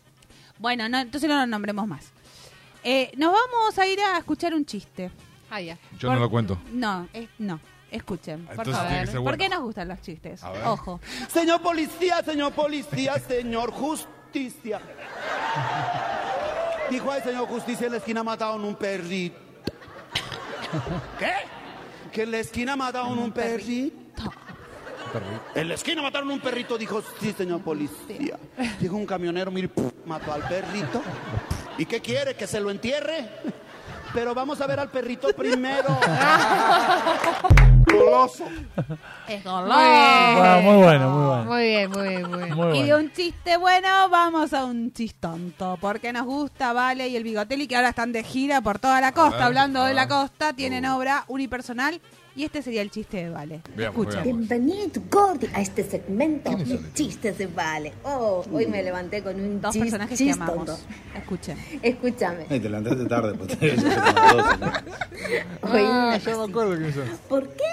Bueno, no, entonces no lo nombremos más. Eh, nos vamos a ir a escuchar un chiste.
Ah, ya.
Yo
Por-
no lo cuento.
No, es- no. Escuchen, por
Entonces
favor.
tiene que ser
¿Por
bueno.
qué nos gustan los chistes?
A ver.
Ojo.
Señor policía, señor policía, señor justicia. Dijo, ay, señor justicia, en la esquina mataron un perrito. ¿Qué? Que en la esquina mataron un perrito. En la esquina mataron un perrito, dijo, sí, señor policía. Dijo un camionero, mire, puf, mató al perrito. ¿Y qué quiere? ¿Que se lo entierre? Pero vamos a ver al perrito
*laughs*
primero. Goloso.
Es
Bueno, muy bueno, muy bueno.
Muy bien, muy bien, muy bien.
Muy
Y de
bueno.
un chiste bueno, vamos a un chistonto. Porque nos gusta Vale y el Bigoteli, que ahora están de gira por toda la costa.
ver,
Hablando
a
de
ver.
la costa, tienen
Uh.
obra unipersonal. Y este sería el chiste de Vale.
Veamos,
Escuchen.
veamos.
Bienvenido, Gordi, a este segmento.
¿Quiénes son estos?
Chistes de Vale. Oh, hoy me levanté con un
Dos
chis-
personajes que
chis
amamos.
tonto.
Escuchen.
Escúchame.
Ay, te levantaste tarde, pues.
*laughs*
Pero
Oí una
Ah, ya me acuerdo quiénes son.
¿Por qué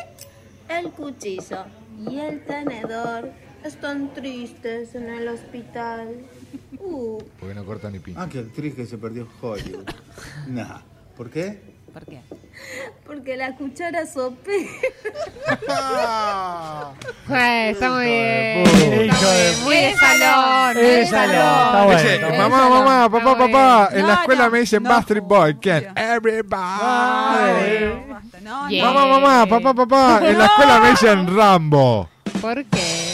el cuchillo y el tenedor están tristes en el hospital? Uh,
Porque no corta ni pinta.
Ah, qué actriz que se perdió Hollywood. Nah. ¿Por qué?
¿Por qué?
porque la cuchara
*laughs*
Ah. sope.
Eh, está muy bien.
Hijo de puta.
Muy de salón. muy
¿eh?
de
Es salón, está
salón.
bueno,
Dice,
está bueno.
mamá, mamá, papá,
bueno.
papá. En
No,
la escuela
no,
me dicen
no.
Bastard Boy, Ken, everybody.
No, basta, no,
Yeah.
no.
Mamá, mamá, papá, papá. En la escuela me dicen Rambo. *laughs*
¿Por qué?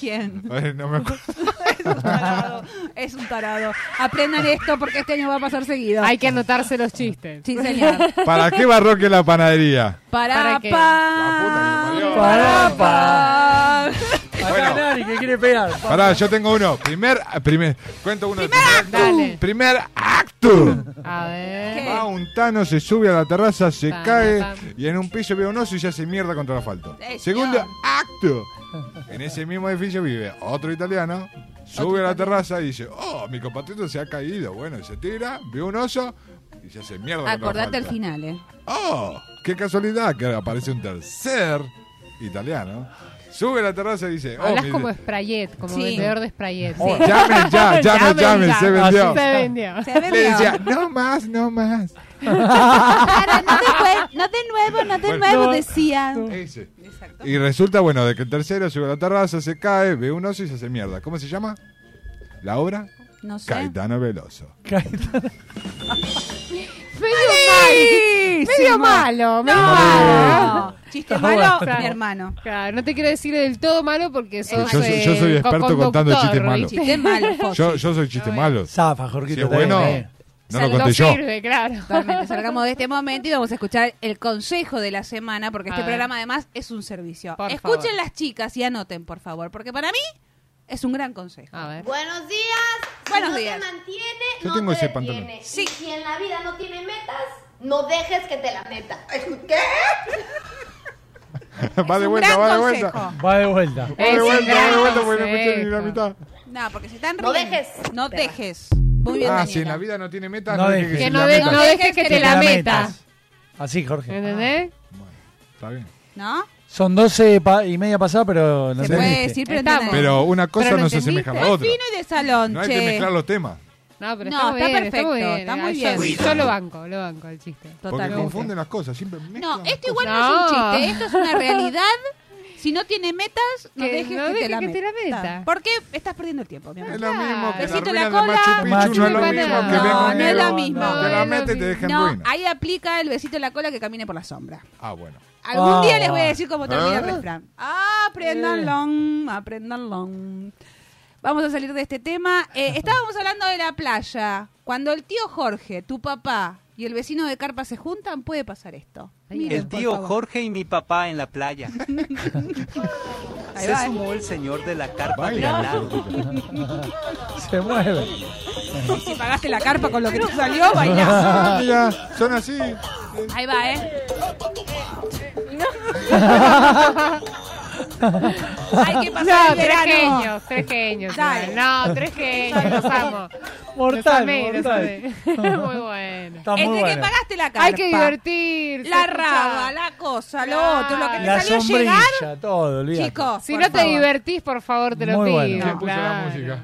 ¿Quién?
Ay, No
*laughs*
me acuerdo.
tarado, es un tarado. Aprendan esto porque este año va a pasar seguido.
Hay que anotarse los chistes. *laughs*
Sí, señor.
¿Para qué barroque la panadería?
Para
¿Para qué?
La puta que lo
pa.
parió.
Para,
pa.
Acá nadie que quiere pegar.
Pará, yo tengo uno. Primer, primer, cuento uno. Primer acto.
Dale.
Uh, Primer acto.
A ver.
Va un tano, se sube a la terraza, se
Pam,
cae
pam.
y en un piso ve un oso y ya se mierda contra el asfalto.
Señor.
Segundo acto. En ese mismo edificio vive otro italiano, sube a la terraza y dice, oh, mi compatriota se ha caído. Bueno, y se tira, ve un oso y se hace mierda contra el
Acordate el
asfalto.
final, eh.
¡Oh! ¡Qué casualidad! Que aparece un tercer italiano. Sube a la terraza y dice: ¡Oh,
Hablas
mi-
como Sprayet, como
Sí.
vendedor de Sprayet. Sí.
oh,
*laughs*
llamen ya,
Llamen
llamen, llamen!
ya.
Se vendió.
Se vendió.
Se
Le
vendió.
decía: ¡No más, no más!
*laughs* Para, no, de nue- no de nuevo, no de
Bueno.
nuevo,
No.
decía.
Ese. Y resulta, bueno, de que el tercero sube a la terraza, se cae, ve un oso y se hace mierda. ¿Cómo se llama? La obra
No sé.
Caetano Veloso.
Medio mal. Medio
Malísimo.
malo. Medio malo.
*laughs*
No. Chiste malo,
bueno.
mi hermano.
Claro, no te quiero decir del todo malo porque sos.
yo soy- yo soy
eh,
experto
co-conductor,
contando chistes malos.
¿viste?
Chiste malo, Fox.
Yo, yo soy *laughs* chiste malo.
Zafa,
Si
Jorgito.
es
está bien,
bueno,
está bien.
no lo
No
conté yo.
sirve, claro.
Totalmente, salgamos de este momento y vamos a escuchar el consejo de la semana, porque
A
este
ver.
programa además es un servicio.
Por
Escuchen
favor.
las chicas y anoten, por favor, porque para mí es un gran consejo.
A ver.
Buenos días. Si
Buenos
no
días.
te mantiene,
Yo
no
tengo
te
ese pantalón.
detiene.
Sí.
Y si en la vida no tiene metas, no dejes que te la meta. ¿Qué?
va de
un
vuelta,
gran
va de
consejo.
vuelta.
Va de vuelta.
Va de
Es un
vuelta, va
gran
de vuelta porque no escuché ni
consejo.
la mitad.
No, porque si están
No
riendo,
dejes,
No
perra.
dejes. Muy bien,
Ah,
Daniela.
si en la vida no tiene metas,
No
no,
dejes.
deje que se
Que
no
la
de-
metan.
no dejes que te la meta.
metas. Así, Jorge.
¿Entendés?
Está bien.
¿No?
Son 12 pa- y media pasada, pero no
Se puede
entendiste.
decir, pero
Estamos.
entendemos.
Pero una cosa
Pero lo
no se
entendiste.
asemeja a la
Fue
otra.
fino y de salón,
No hay
che.
que mezclar los temas.
No, pero
No,
estamos
está
bien,
perfecto,
estamos bien.
está
Ah,
muy
yo-
bien.
Yo lo banco, lo banco el chiste.
Porque
*laughs*
Totalmente.
confunden las cosas. Siempre mezclan
No,
las
esto igual no,
No.
es
*laughs*
un chiste, esto es una realidad Si no tiene metas, no
Que
dejes
no
que,
deje
te la
que te la meta.
¿Por qué estás perdiendo el tiempo, mi amor?
Es lo mismo que
Besito
la
en la
ruina de Machu
cola.
Picchu, no es lo
Machu
mismo que
Picchu.
venga
No,
un
no es
negro,
lo mismo.
te la mete y te deja en
No,
ruina.
ahí aplica el besito en la cola que camine por la sombra.
Ah, bueno.
Algún
Ah.
día les voy a decir cómo termina el
Ah.
refrán. Aprendanlo, aprendanlo. Vamos a salir de este tema. Eh, estábamos hablando de la playa. Cuando el tío Jorge, tu papá y el vecino de Carpa se juntan, puede pasar esto. Miren,
El
por
tío
favor.
Jorge y mi papá en la playa.
Ahí
Se
va, ¿eh?
sumó el señor de la carpa
Baila.
ganado.
*laughs* Se mueve.
Si pagaste la carpa con lo que te salió, bailás.
Ah, Mira, son así.
Ahí va, ¿eh? Hay que pasar
No,
el
tres
verano.
genios, tres genios.
Dale.
No, tres genios, los amo.
Mortal,
los amé, los
mortal.
amé. muy bueno.
Está
Entre
muy
Este que
bueno.
pagaste la carpa.
Hay que divertirse,
La
escuchá.
raba, la cosa, lo
Claro.
otro, lo que te
La
salió
sombrilla,
llegar.
todo, olvídate.
Chicos,
Si
por
no te
favor.
divertís, por favor, te lo
Muy
pido.
bueno. ¿Quién
Puso
Ah,
la
claro.
música.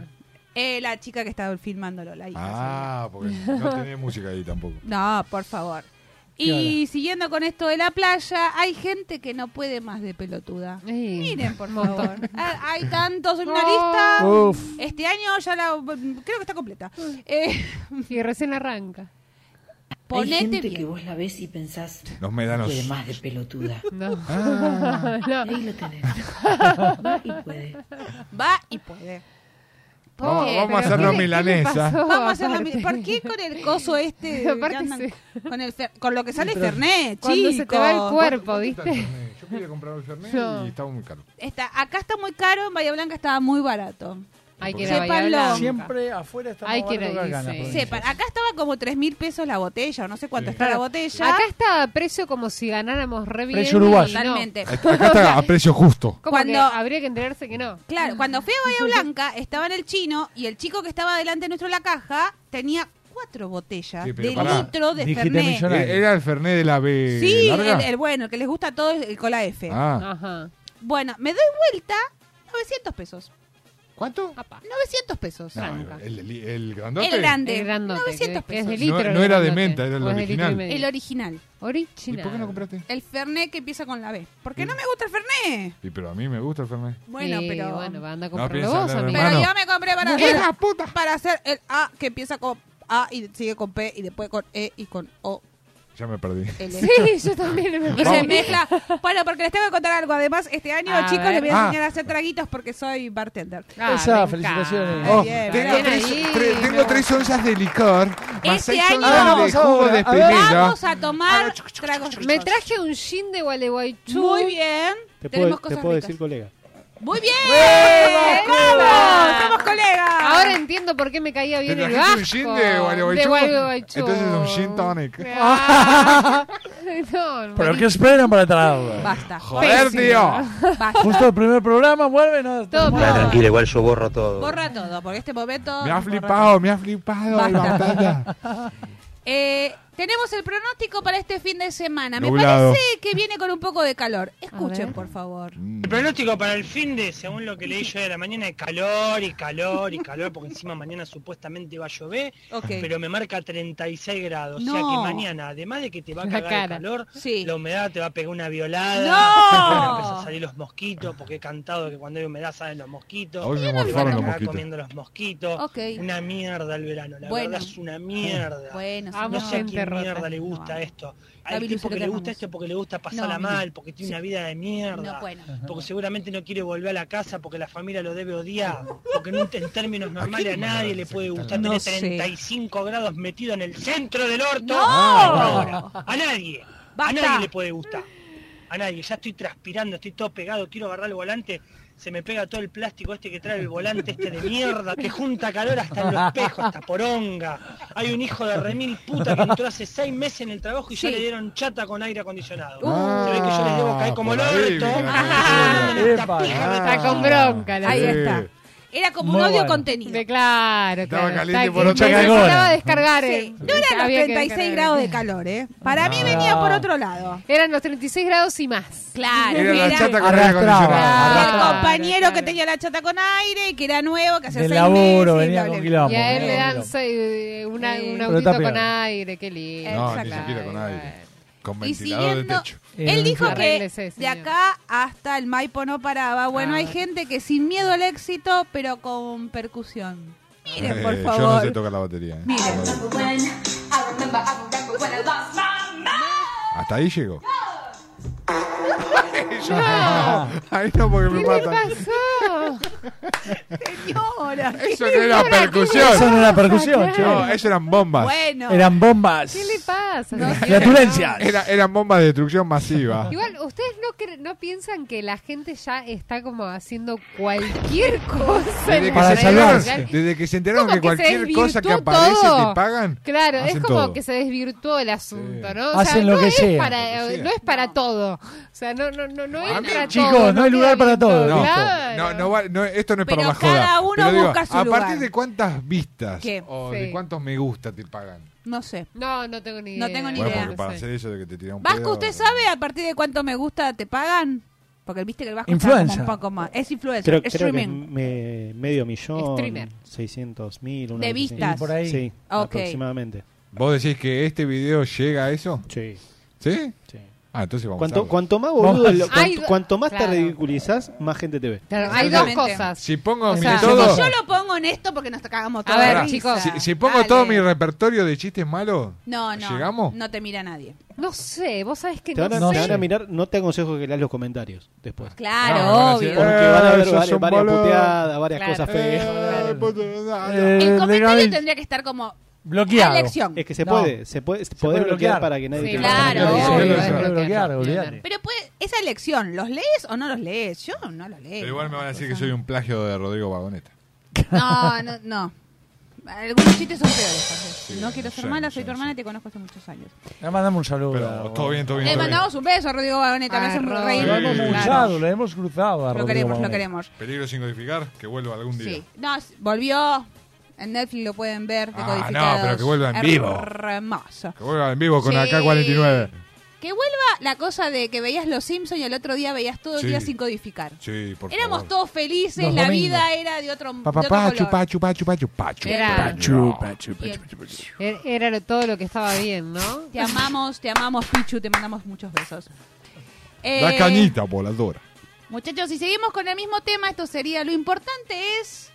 Eh, la chica que estaba filmándolo, la hija.
Ah,
*laughs*
porque no tenía música ahí tampoco.
No, por favor. Y
Claro.
siguiendo con esto de la playa, hay gente que no puede más de pelotuda. Miren, por favor. Ah, Hay tantos en una
No.
lista.
Uf.
Este año ya la. Creo que está completa. Eh,
Y recién arranca.
Ponete
Hay gente
bien.
que vos la ves y pensás.
Los médanos.
Quiere más de pelotuda.
No.
Ah.
No.
Ahí lo tenés. Va y puede.
va y puede. ¿Por
Vamos-
qué?
vamos a
¿Pero
hacerlo
qué le-
milanesa.
qué le pasó, Vamos a hacerlo
aparte?
milanesa. ¿Por qué con el
*laughs*
coso este? que
Aparte
andan-
sí.
con, el fer- con lo que sale Fernet,
Cuando se te va el
chicos.
cuerpo,
¿Cuánto está el
¿viste?
Fernet? Yo quería comprar un Fernet
No.
y estaba muy caro.
Está, acá está muy caro, en Bahía Blanca estaba muy barato.
Hay que
Porque
ir a
sepan
Bahía
lo-
Blanca.
Siempre afuera está
Hay
más
que
barato
ir
que acá
ahí,
en la
sí.
provincia.
Sepan, acá estaba como tres mil pesos la botella, o no sé cuánto está la botella.
Acá está a precio como si ganáramos re bien.
Precio uruguayo.
y no.
Totalmente.
Acá está a precio justo.
Como
Cuando-
que habría que enterarse que no.
Claro, cuando fui a Bahía Blanca estaba en el chino y el chico que estaba delante de nuestro en la caja tenía cuatro botellas
Sí, pero
de
pará.
litro de
Dijiste
Fernet.
Eh, Era el Fernet de la B.
Sí, el,
larga.
el bueno, el que les gusta a todos, el cola F.
Ah.
Ajá.
Bueno, me doy vuelta 900 pesos.
¿Cuánto?
900 pesos.
No, el, el, el grandote.
El grande.
El grandote,
900
que es
pesos.
de
No,
litro.
no era de
grandote.
menta, era el
O es de litro y
original.
medio.
El original.
Original.
¿Y por qué no compraste?
El Fernet que empieza con la B. ¿Por qué no me gusta el Fernet?
Y pero a mí me gusta el Fernet.
Bueno,
Eh,
pero...
Bueno, anda a
No
comprarlo
piensa
vos,
hablar,
amigo.
Pero
hermano.
yo me compré para
¡Hija
hacer, para hacer el A que empieza con A y sigue con P y después con E y con O.
Ya me perdí.
L.
Sí, yo también me
*laughs* Y se
parece.
mezcla. Bueno, porque les tengo que contar algo. Además, este año,
A
chicos,
ver.
les voy a
Ah.
enseñar a hacer traguitos porque soy bartender.
*laughs* Ah,
Esa,
me
felicitaciones.
encanta.
Oh,
bien,
tengo,
bien
tres,
ahí,
tres-
me
tengo tres onzas de licor, más
Este
seis
año-
onzas de
Vamos
jugo
ahora,
de
a ver.
espinilla.
Vamos a tomar tragos.
Me traje un gin de Gualeguaychú.
Muy bien.
Te puedo,
Tenemos
te
cosas
puedo
ricas.
decir, colega.
Muy bien.
¡Vamos!
¡Vamos! ¡Somos colegas!
Ahora entiendo por qué me caía bien
¿Te
el
trajiste
vasco.
un gin de Gualeguaychú?
De Gualeguaychú. *laughs*
Entonces es un gin tonic.
Ah. No, no,
Pero ¿qué esperan para traerlo?
Basta.
Joder,
Pésimo.
tío.
Basta.
Justo el primer programa, vuelve, no.
Todo
Bueno,
mal.
Tranquilo, igual yo borro todo.
Borra todo, porque este momento.
Me ha
borra
flipado, Ah, me ha flipado.
Basta.
Basta.
todo. *laughs* Eh, tenemos el pronóstico para este fin de semana.
Nublado.
Me parece que viene con un poco de calor. Escuchen, por favor.
Mm.
El pronóstico para el fin de, según lo que leí yo de la mañana, es calor y calor y calor, porque encima mañana supuestamente va a llover,
Ok.
pero me marca 36 grados. O sea
No.
que mañana, además de que te va a
La
cagar el
cara.
calor,
Sí.
la humedad te va a pegar una violada.
¡No!
Van a empezar a salir los mosquitos, porque he cantado que cuando hay humedad salen los mosquitos.
Hoy me
van a
morfaron los
cagar
mosquitos.
comiendo los mosquitos.
Ok.
Una mierda el verano, la
Bueno.
verdad es una mierda.
Bueno,
Ah, No
Vamos,
sé a
gente
quién
rota.
mierda le gusta esto. Hay
Gaby
tipo
Lucero,
que
te
le gusta
amamos.
esto porque le gusta pasarla
No,
mal, porque tiene una vida de mierda.
No, bueno.
Porque seguramente no quiere volver a la casa porque la familia lo debe odiar. Porque en, un- en términos normales a nadie le puede gustar
No
tener
sé.
35 grados metido en el centro del orto.
¡No!
Ahora, A nadie.
Basta.
A nadie le puede gustar. A nadie. Ya estoy transpirando, estoy todo pegado, quiero agarrar el volante. Se me pega todo el plástico este que trae el volante este de mierda, que junta calor hasta en los espejos, hasta poronga. Hay un hijo de remil puta que entró hace seis meses en el trabajo y ya
Sí. Uh.
le dieron chata con aire acondicionado.
Ah,
Se ve que yo les debo caer como el
por ahí,
orto.
mira,
Ah,
Ajá.
mira.
Esta pija de
Está con bronca. La
Ahí
Sí.
está. Era como
Muy
un odio
bueno.
contenido.
De claro,
Estaba
claro.
caliente
Está-
por otra
Necesitaba
cagona.
descargar.
Sí,
eh,
no eran los
había que
36
descargar.
grados de calor, ¿eh? Para mí
No.
venía por otro lado.
Eran los 36 grados y más.
Claro,
Era la chata con aire
Arrastraba.
acondicionado.
el
Claro,
compañero
claro.
que tenía la chata con aire y que era nuevo, que hacía
Del
seis meses.
laburo,
y
venía
bla, bla,
con
bla.
quilombo.
Y a él
venía
le
con
dan
quilombo.
seis- una-
Sí.
un
Pero
está
autito
peor.
con aire. Qué lindo.
No, ni
Exacto.
siquiera con aire.
Bueno.
Con
Y
ventilador de
siguiendo,
techo.
él dijo que
Arréglese,
de acá hasta el Maipo no paraba.
Ah.
Bueno, hay gente que sin miedo al éxito, pero con percusión. Miren, por
Eh,
favor.
Yo no sé tocar la batería. eh.
Miren. *laughs*
Hasta ahí
*laughs*
llegó.
No.
Ahí no, porque me matan.
pasó?
Señora.
Eso no era percusión.
Eso no era percusión, che.
No, eso eran bombas.
Bueno.
Eran bombas.
¿Qué le pasa?
Flatulencias.
Era- eran bombas de destrucción masiva.
*laughs* Igual, ¿ustedes no, cre- no piensan que la gente ya está como haciendo cualquier cosa? en
Desde que,
la
se
red
enteraron,
social?
desde que se enteraron
Como
que
que se
cualquier cosa que
desvirtuó
aparece
todo.
te pagan.
Claro, es
hacen
como
todo.
que se desvirtuó el asunto, ¿no? O
Hacen lo
no
que
es
sea.
Para, eh,
Lo que sea.
No es para todo. O sea, no, no, no, no es para
Chicos,
todo.
no hay lugar para todo.
No,
Claro.
no, no va- no, esto no es para
Pero
la joda.
cada uno
Pero digo,
busca su
¿A
lugar.
partir de cuántas vistas
¿Qué?
o
Sí.
de cuántos me gusta te pagan?
No sé.
No, no tengo ni idea.
No tengo ni
Bueno,
idea.
porque para hacer eso de que te tiran un
Vasco,
pedo-
¿usted sabe a partir de cuánto me gusta te pagan? Porque viste que el Vasco está
Influencer.
como un poco más. Es influencer,
Creo,
es
creo que
streaming.
me- medio millón,
Streamer.
600 mil,
De vistas. Por ahí.
Sí,
Ok.
aproximadamente.
¿Vos decís que este video llega a eso?
Sí.
¿Sí? Ah, entonces vamos a
Cuanto,
ver.
cuanto más boludo, lo- cuanto,
Hay do-
cuanto más
claro.
te ridiculizás, más gente te ve.
Claro, hay dos
Exactamente.
cosas.
Si pongo
O
mi
sea,
todo,
Si yo lo pongo en esto porque nos cagamos todos.
ver,
de
Pará,
risa.
si, si pongo todo mi repertorio de chistes malos,
No, no.
¿llegamos?
No te mira nadie.
No sé, vos sabés que
Te van, a,
no
te
sé.
van a mirar, no te aconsejo que leas los comentarios después.
Claro,
No, van a decir,
Porque van a
"Eh,
haber
esos
varias,
son
varias
boludos".
puteadas, varias
Claro.
cosas feas.
Eh, puto-
El comentario
legal.
tendría que estar como
Bloqueado.
Alección.
Es que se
No.
puede, se puede, se podés
puede
bloquear
bloquear.
para que nadie
Sí,
te
claro,
Sí,
obvio,
sí,
obvio,
sí.
obvio.
bloquear, olvídate.
Pero puede, esa elección, ¿los lees o no los lees? Yo no los leo.
Pero igual me van a decir que soy un plagio de Rodrigo Vagoneta.
No, no, no. Algunos chistes son peores. Jorge. no quiero ser
sí,
mala, soy tu hermana y te conozco hace muchos años.
Le mandamos un saludo.
Pero
a-
todo bien, todo bien.
Le
todo bien.
mandamos un beso a Rodrigo Vagoneta, me hace muy
Rodri.
reír.
Lo hemos
Sí.
cruzado, lo hemos cruzado. a
Lo
Rodrigo
queremos, lo
Magón.
queremos.
Peligro sin codificar, que vuelva algún día.
Sí. No, s- volvió. En Netflix lo pueden ver.
Ah,
decodificados.
no, pero que vuelva en vivo.
Hermoso.
Que vuelva en vivo con
Sí.
AK-49.
Que vuelva la cosa de que veías Los Simpsons y al otro día veías todo el
Sí.
día sin codificar.
Sí, por
Éramos
favor.
todos felices,
Los
la
domingos.
vida era de otro,
Pa,
de
pa,
otro
pa,
color.
chupa, chupa, chupa, chupa, chupa,
Era-
chupa, chupa,
Bien.
chupa, chupa.
Era- Era lo- todo lo que estaba bien, ¿no?
Te amamos, te amamos, Pichu, te mandamos muchos besos. Eh,
*laughs* La cañita voladora.
Muchachos, si seguimos con el mismo tema, esto sería lo importante es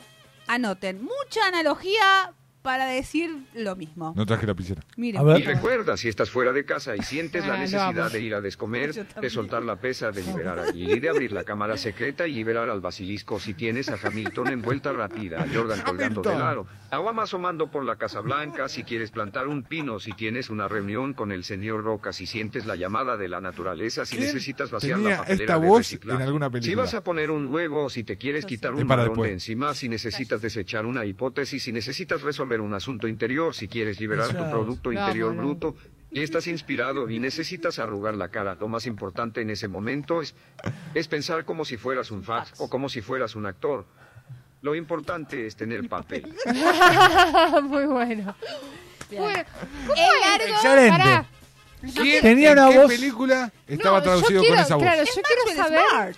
anoten mucha analogía para decir lo mismo.
No traje la piscina.
Miren.
Y recuerda, si estás fuera de casa y sientes
Ah,
la
no,
necesidad
vamos.
de ir a
Yo
descomer,
también.
de soltar la pesa, de liberar a Lily, de abrir la cámara secreta y liberar al basilisco si tienes a Hamilton en vuelta rápida, a Jordan colgando del aro, a Obama asomando por la Casa Blanca si quieres plantar un pino, si tienes una reunión con el señor Roca, si sientes la llamada de la naturaleza, si
¿Quién
necesitas vaciar
tenía
la papelera
esta
de
voz
reciclar.
en alguna película?
Si vas a poner un huevo, si te quieres quitar
Es
un
Eh, para
marrón de
después.
encima, si necesitas desechar una hipótesis, si necesitas resolver un asunto interior, si quieres liberar tu
Claro.
producto
Vamos,
interior
vamos.
bruto, y estás inspirado y necesitas arrugar la cara. Lo más importante en ese momento es, es pensar como si fueras un fax o como si fueras un actor. Lo importante es tener papel.
*laughs* Muy bueno. Bueno, ¿cómo
Es
es?
largo.
Excelente.
Pará.
¿Quién-
Tenía
en
una
qué
voz-
película estaba
Ah, No, yo
traducido
quiero-
con esa voz?
claro,
Es
yo
Maxwell
quiero saber.
Smart.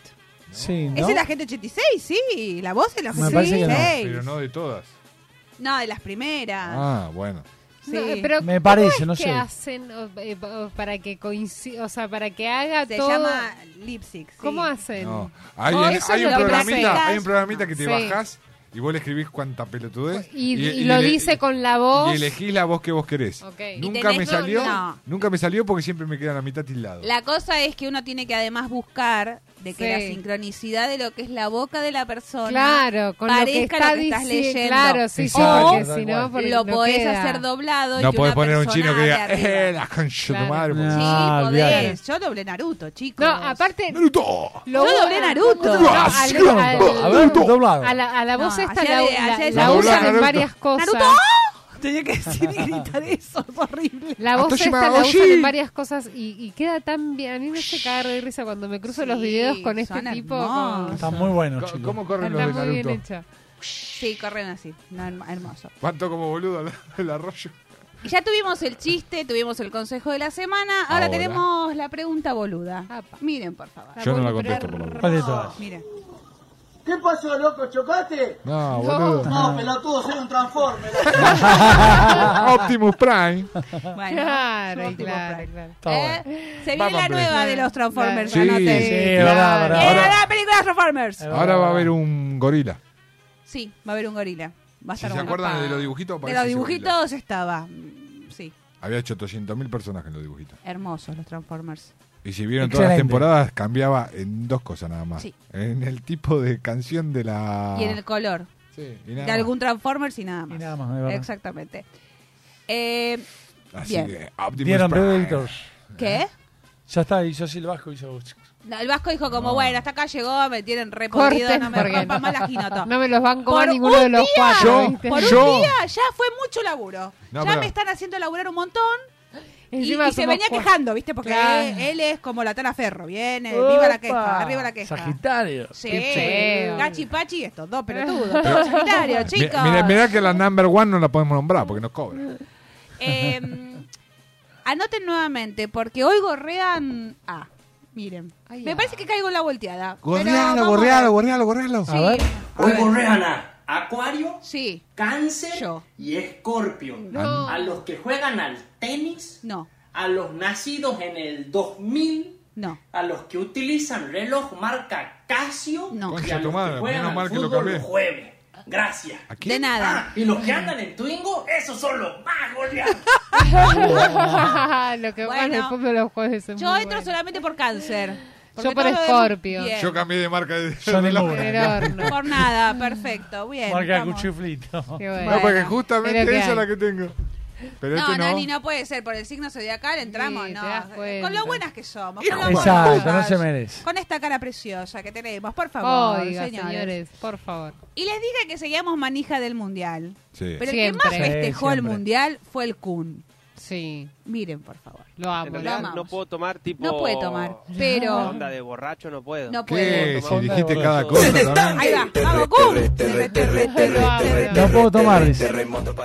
Sí, ¿no?
Es el agente 86, sí. La voz es la
Me parece que no.
86.
Pero no de todas.
No, de las primeras.
Ah, bueno.
Sí.
No, pero
Me
¿cómo
parece,
es
no
que
sé.
hacen o- eh, o- para que coincida, o sea, para que haga
Se
todo?
llama Lipsic. sí.
¿Cómo hacen?
No. Hay,
No,
hay-
eso
hay
lo
un programita,
practicas.
hay un programita que te
Sí.
bajás y vos le escribís cuánta pelotudez.
Y, y lo
le-
dice con la voz.
Y elegís la voz que vos querés.
Ok. Y
Nunca
tenés-
me
no,
salió,
no.
nunca me salió porque siempre me queda la mitad tildado.
La cosa es que uno tiene que además buscar de que
Sí.
la sincronicidad de lo que es la boca de la persona
Claro, con lo que
parezca
está
lo que estás
diciendo.
leyendo.
Claro, sí, sí,
O
porque si no, porque
lo
no
podés
queda.
hacer doblado y
No
que
podés
una
poner un chino que diga,
persona de arriba.
¡eh, la concha de tu
Claro.
madre! porque-
No.
Sí,
Ah,
podés.
olvídate.
Yo doblé Naruto, chicos.
No, aparte,
¡Naruto!
lo
Yo doblé Naruto.
No, al- al-
A ver, doblado.
a la, a la
No,
voz esta
allá
la,
de-
la-
allá de-
la
Doblar
usan en
Naruto.
varias cosas.
¡Naruto! Tenía que decir y gritar eso, es horrible.
La voz
Atoshima
esta la
Oshi.
usan en varias cosas y, y queda tan bien. A mí me hace cagar de risa cuando me cruzo los
Sí,
videos con este
son
tipo.
hermosos.
como-
Está muy bueno,
Co-
chicos.
¿Cómo corren los
Está
de
muy bien
Naruto?
hecho.
Sí, corren así. No, herm- hermoso.
¿Cuánto como boludo al- el arroyo?
Y ya tuvimos el chiste, tuvimos el consejo de la semana. Ahora,
Ahora.
tenemos la pregunta boluda.
Apa.
Miren, por favor.
Yo no la contesto, por
¿Cuál de todas?
Miren.
¿Qué pasó, loco? ¿Chocaste?
No, boludo.
No, pelotudo, soy un transformer.
*laughs* Optimus Prime.
Bueno,
Claro,
somos tipo
claro,
Prime.
claro.
Eh, Se viene
Vamos,
la
Prime.
nueva de los Transformers.
Sí,
anoten.
sí, verdad, verdad.
Era
Ahora-
la película de Transformers.
Ahora va a haber un gorila.
Sí, va a haber un gorila. Va a
Si
estar
se
bueno.
acuerdan de los dibujitos,
De
aparece
los
ese gorila.
dibujitos estaba. mm, Sí,
Había hecho 800.000 personajes en los dibujitos.
hermosos los Transformers.
Y si vieron todas las
Excelente.
temporadas, cambiaba en dos cosas nada más.
Sí.
En el tipo de canción de la...
Y en el color.
Ah. Sí, y nada
De
más.
algún Transformers y nada más.
nada más, de verdad.
Exactamente. Eh,
Así
bien.
que, ¿eh? Optimus
Dieron
Prime.
Predators.
¿Qué?
Ya está, hizo así el vasco y hizo...
No, El Vasco dijo como, bueno, hasta acá llegó, me tienen re
Corten,
podrido, no me
porque
rompan más la
*laughs*
jinota.
No me los van a comer
Por
ninguno de
un
los
día,
cuatro.
Yo-
¿viste?
Por
Yo-
un día ya fue mucho laburo.
No,
ya
pará.
me están haciendo laburar un montón.
*gasps*
Y,
Encima
y se
somos
venía
cuatro.
quejando, ¿viste? Porque
Claro.
él, él es como la Tana Ferro, viene, viva la queja,
Opa.
arriba la queja.
Ah, Sagitario.
Sí,
Picheo.
Gachi Pachi, estos dos pelotudos,
*laughs*
todos Sagitario,
Mi-
chicos.
Mirá, mirá que la number one no la podemos nombrar porque nos cobra.
Eh, anoten nuevamente, porque hoy gorrean A. Miren.
Ay,
me
ah.
parece que caigo en la volteada. pero
Gorrealo,
vamos
gorrealo, gorrealo, gorrealo.
A ver. Sí, a
Hoy
ver.
borrean a Acuario,
Sí,
Cáncer
Yo.
y Escorpio.
No.
A los que juegan al tenis,
no,
a los nacidos en el 2000,
no.
a los que utilizan reloj marca Casio
No.
y
Concha
a
tu
los
madre,
que juegan
menos
al
mal que lo
fútbol
cambié.
los jueves. Gracias.
Aquí.
De nada.
Ah, y los que andan en Twingo, esos son los más goleados.
*laughs* este
Ah, Lo que
Bueno.
bueno, el fútbol los jueves es
Yo
muy
entro
bueno.
solamente por cáncer. Porque
Yo por
todo lo demás-
Escorpio.
Bien.
Yo cambié de marca de,
Yo
de la-
ninguna.
El horno.
Por nada, perfecto. Bien.
Marca
estamos.
cuchuflito.
Qué bueno.
No, porque
Pero
justamente
¿qué
esa es la
hay?
que tengo. Pero
No,
este no.
Nani, no puede ser. Por el signo zodiacal entramos,
Sí, te
no. Eh,
das cuenta.
Con lo buenas que somos.
Hijo
con lo
de
buenas
Exacto,
que
no se
somos.
merece.
Con esta cara preciosa que tenemos, por favor,
Oiga,
señores.
señores, por favor.
Y les dije que seguíamos manija del mundial.
Sí.
Pero el que
Siempre.
más festejó
Sí,
el
siempre.
mundial fue el Kun.
Sí,
Miren, por favor.
lo amo.
En
lo
realidad
amo.
no puedo tomar tipo.
No puede tomar, pero-
Onda de borracho no puedo.
No puede.
¿Qué?
puedo
Si
tomar.
dijiste
Yo-
cada cosa Este también.
Ahí va, vamos, Kun. Terre, terre, terre,
Lo amo,
terre.
lo
No
amo.
puedo tomar, dice.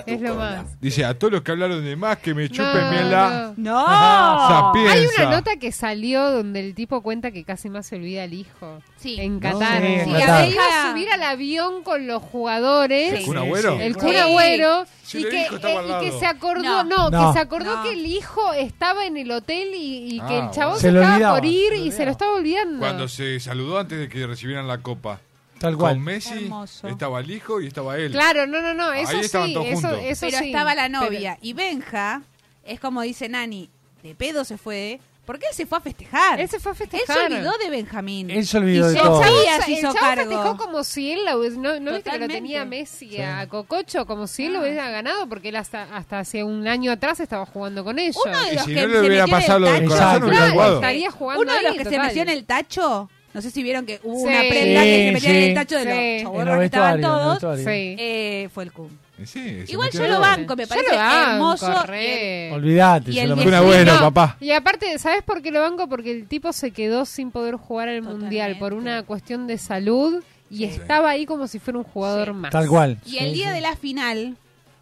Es lo más.
Dice, a todos los que hablaron de más, que me chupen
Pues
No,
bien la
no.
No.
*laughs*
sapienza.
Hay una nota que salió donde el tipo cuenta que casi más se olvida el hijo.
Sí.
En Qatar.
Sí, en
Sí,
Qatar.
que iba a subir al avión con los jugadores.
¿El Kun Agüero?
El
Sí.
Kun Agüero
Sí,
y,
el
que,
hijo estaba
eh,
al
y que
lado.
se acordó,
No.
no,
No.
que se acordó
No.
que el hijo estaba en el hotel y, y que
Ah,
el chabón
bueno.
se,
Se lo
estaba
olvidaba,
por ir
se lo
y se
olvidaba.
lo estaba olvidando.
Cuando se saludó antes de que recibieran la copa.
Tal cual.
Con Messi
Hermoso.
estaba el hijo y estaba *laughs* él.
Claro, no, no, no,
Ahí
eso
estaban
sí,
todos
eso,
juntos.
eso
Pero
sí.
estaba la
Pero-
novia. Y Benja, es como dice Nani, de pedo se fue. Porque él se fue a festejar.
Él se fue a
Él se
festejar.
olvidó de Benjamín.
Él se olvidó
Y
de
se
todo.
sabía,
El
se hizo
chavo
cargo.
festejó como si él la hubiese- no, no viste que lo
Totalmente. Ah.
tenía Messi a Cococho, como si él lo hubiera ganado, porque él hasta, hasta hace un año atrás estaba jugando con ellos.
Uno de
Y
los
si
que
no
se
le
metió en
hubiera
el
pasado lo del
tacho-
corazón,
Claro,
hubiera jugado.
estaría jugando
Uno de los
ahí,
que se
total.
metió en el tacho, no sé si vieron que hubo
Sí.
una prenda que se
Sí,
metía en el
sí.
tacho de
Sí.
los
En
chabones
los
que estaban
vestuarios, en los
todos.
vestuarios.
Sí.
Eh, fue el cum.
Sí, se
Igual
metió
yo
en
lo
el-
banco, me
Yo
parece
lo banco,
hermoso.
re.
Olvídate,
Y
se
el
lo
Fue
merece.
un
vecino-
agüero,
No,
papá.
Y aparte, ¿sabes por qué lo banco? Porque el tipo se quedó sin poder jugar el
Totalmente.
mundial por una cuestión de salud y estaba ahí como si fuera un jugador
Sí.
más.
Tal cual.
Y el
Sí,
día
sí.
de la final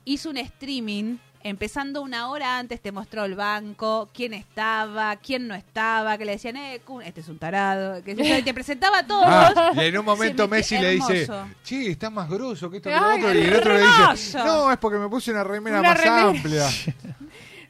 hizo un streaming. Empezando una hora antes te mostró el banco, quién estaba, quién no estaba, que le decían, eh, Kun, este es un tarado, que se- te presentaba a todos. *laughs*
Ah, y en un momento
Se metió-
Messi le dice,
hermoso.
che, está más grosso que esto que
Ay,
lo otro. Y el otro le dice,
hermoso.
no, es porque me puse una remera
Una
más
remera.
amplia.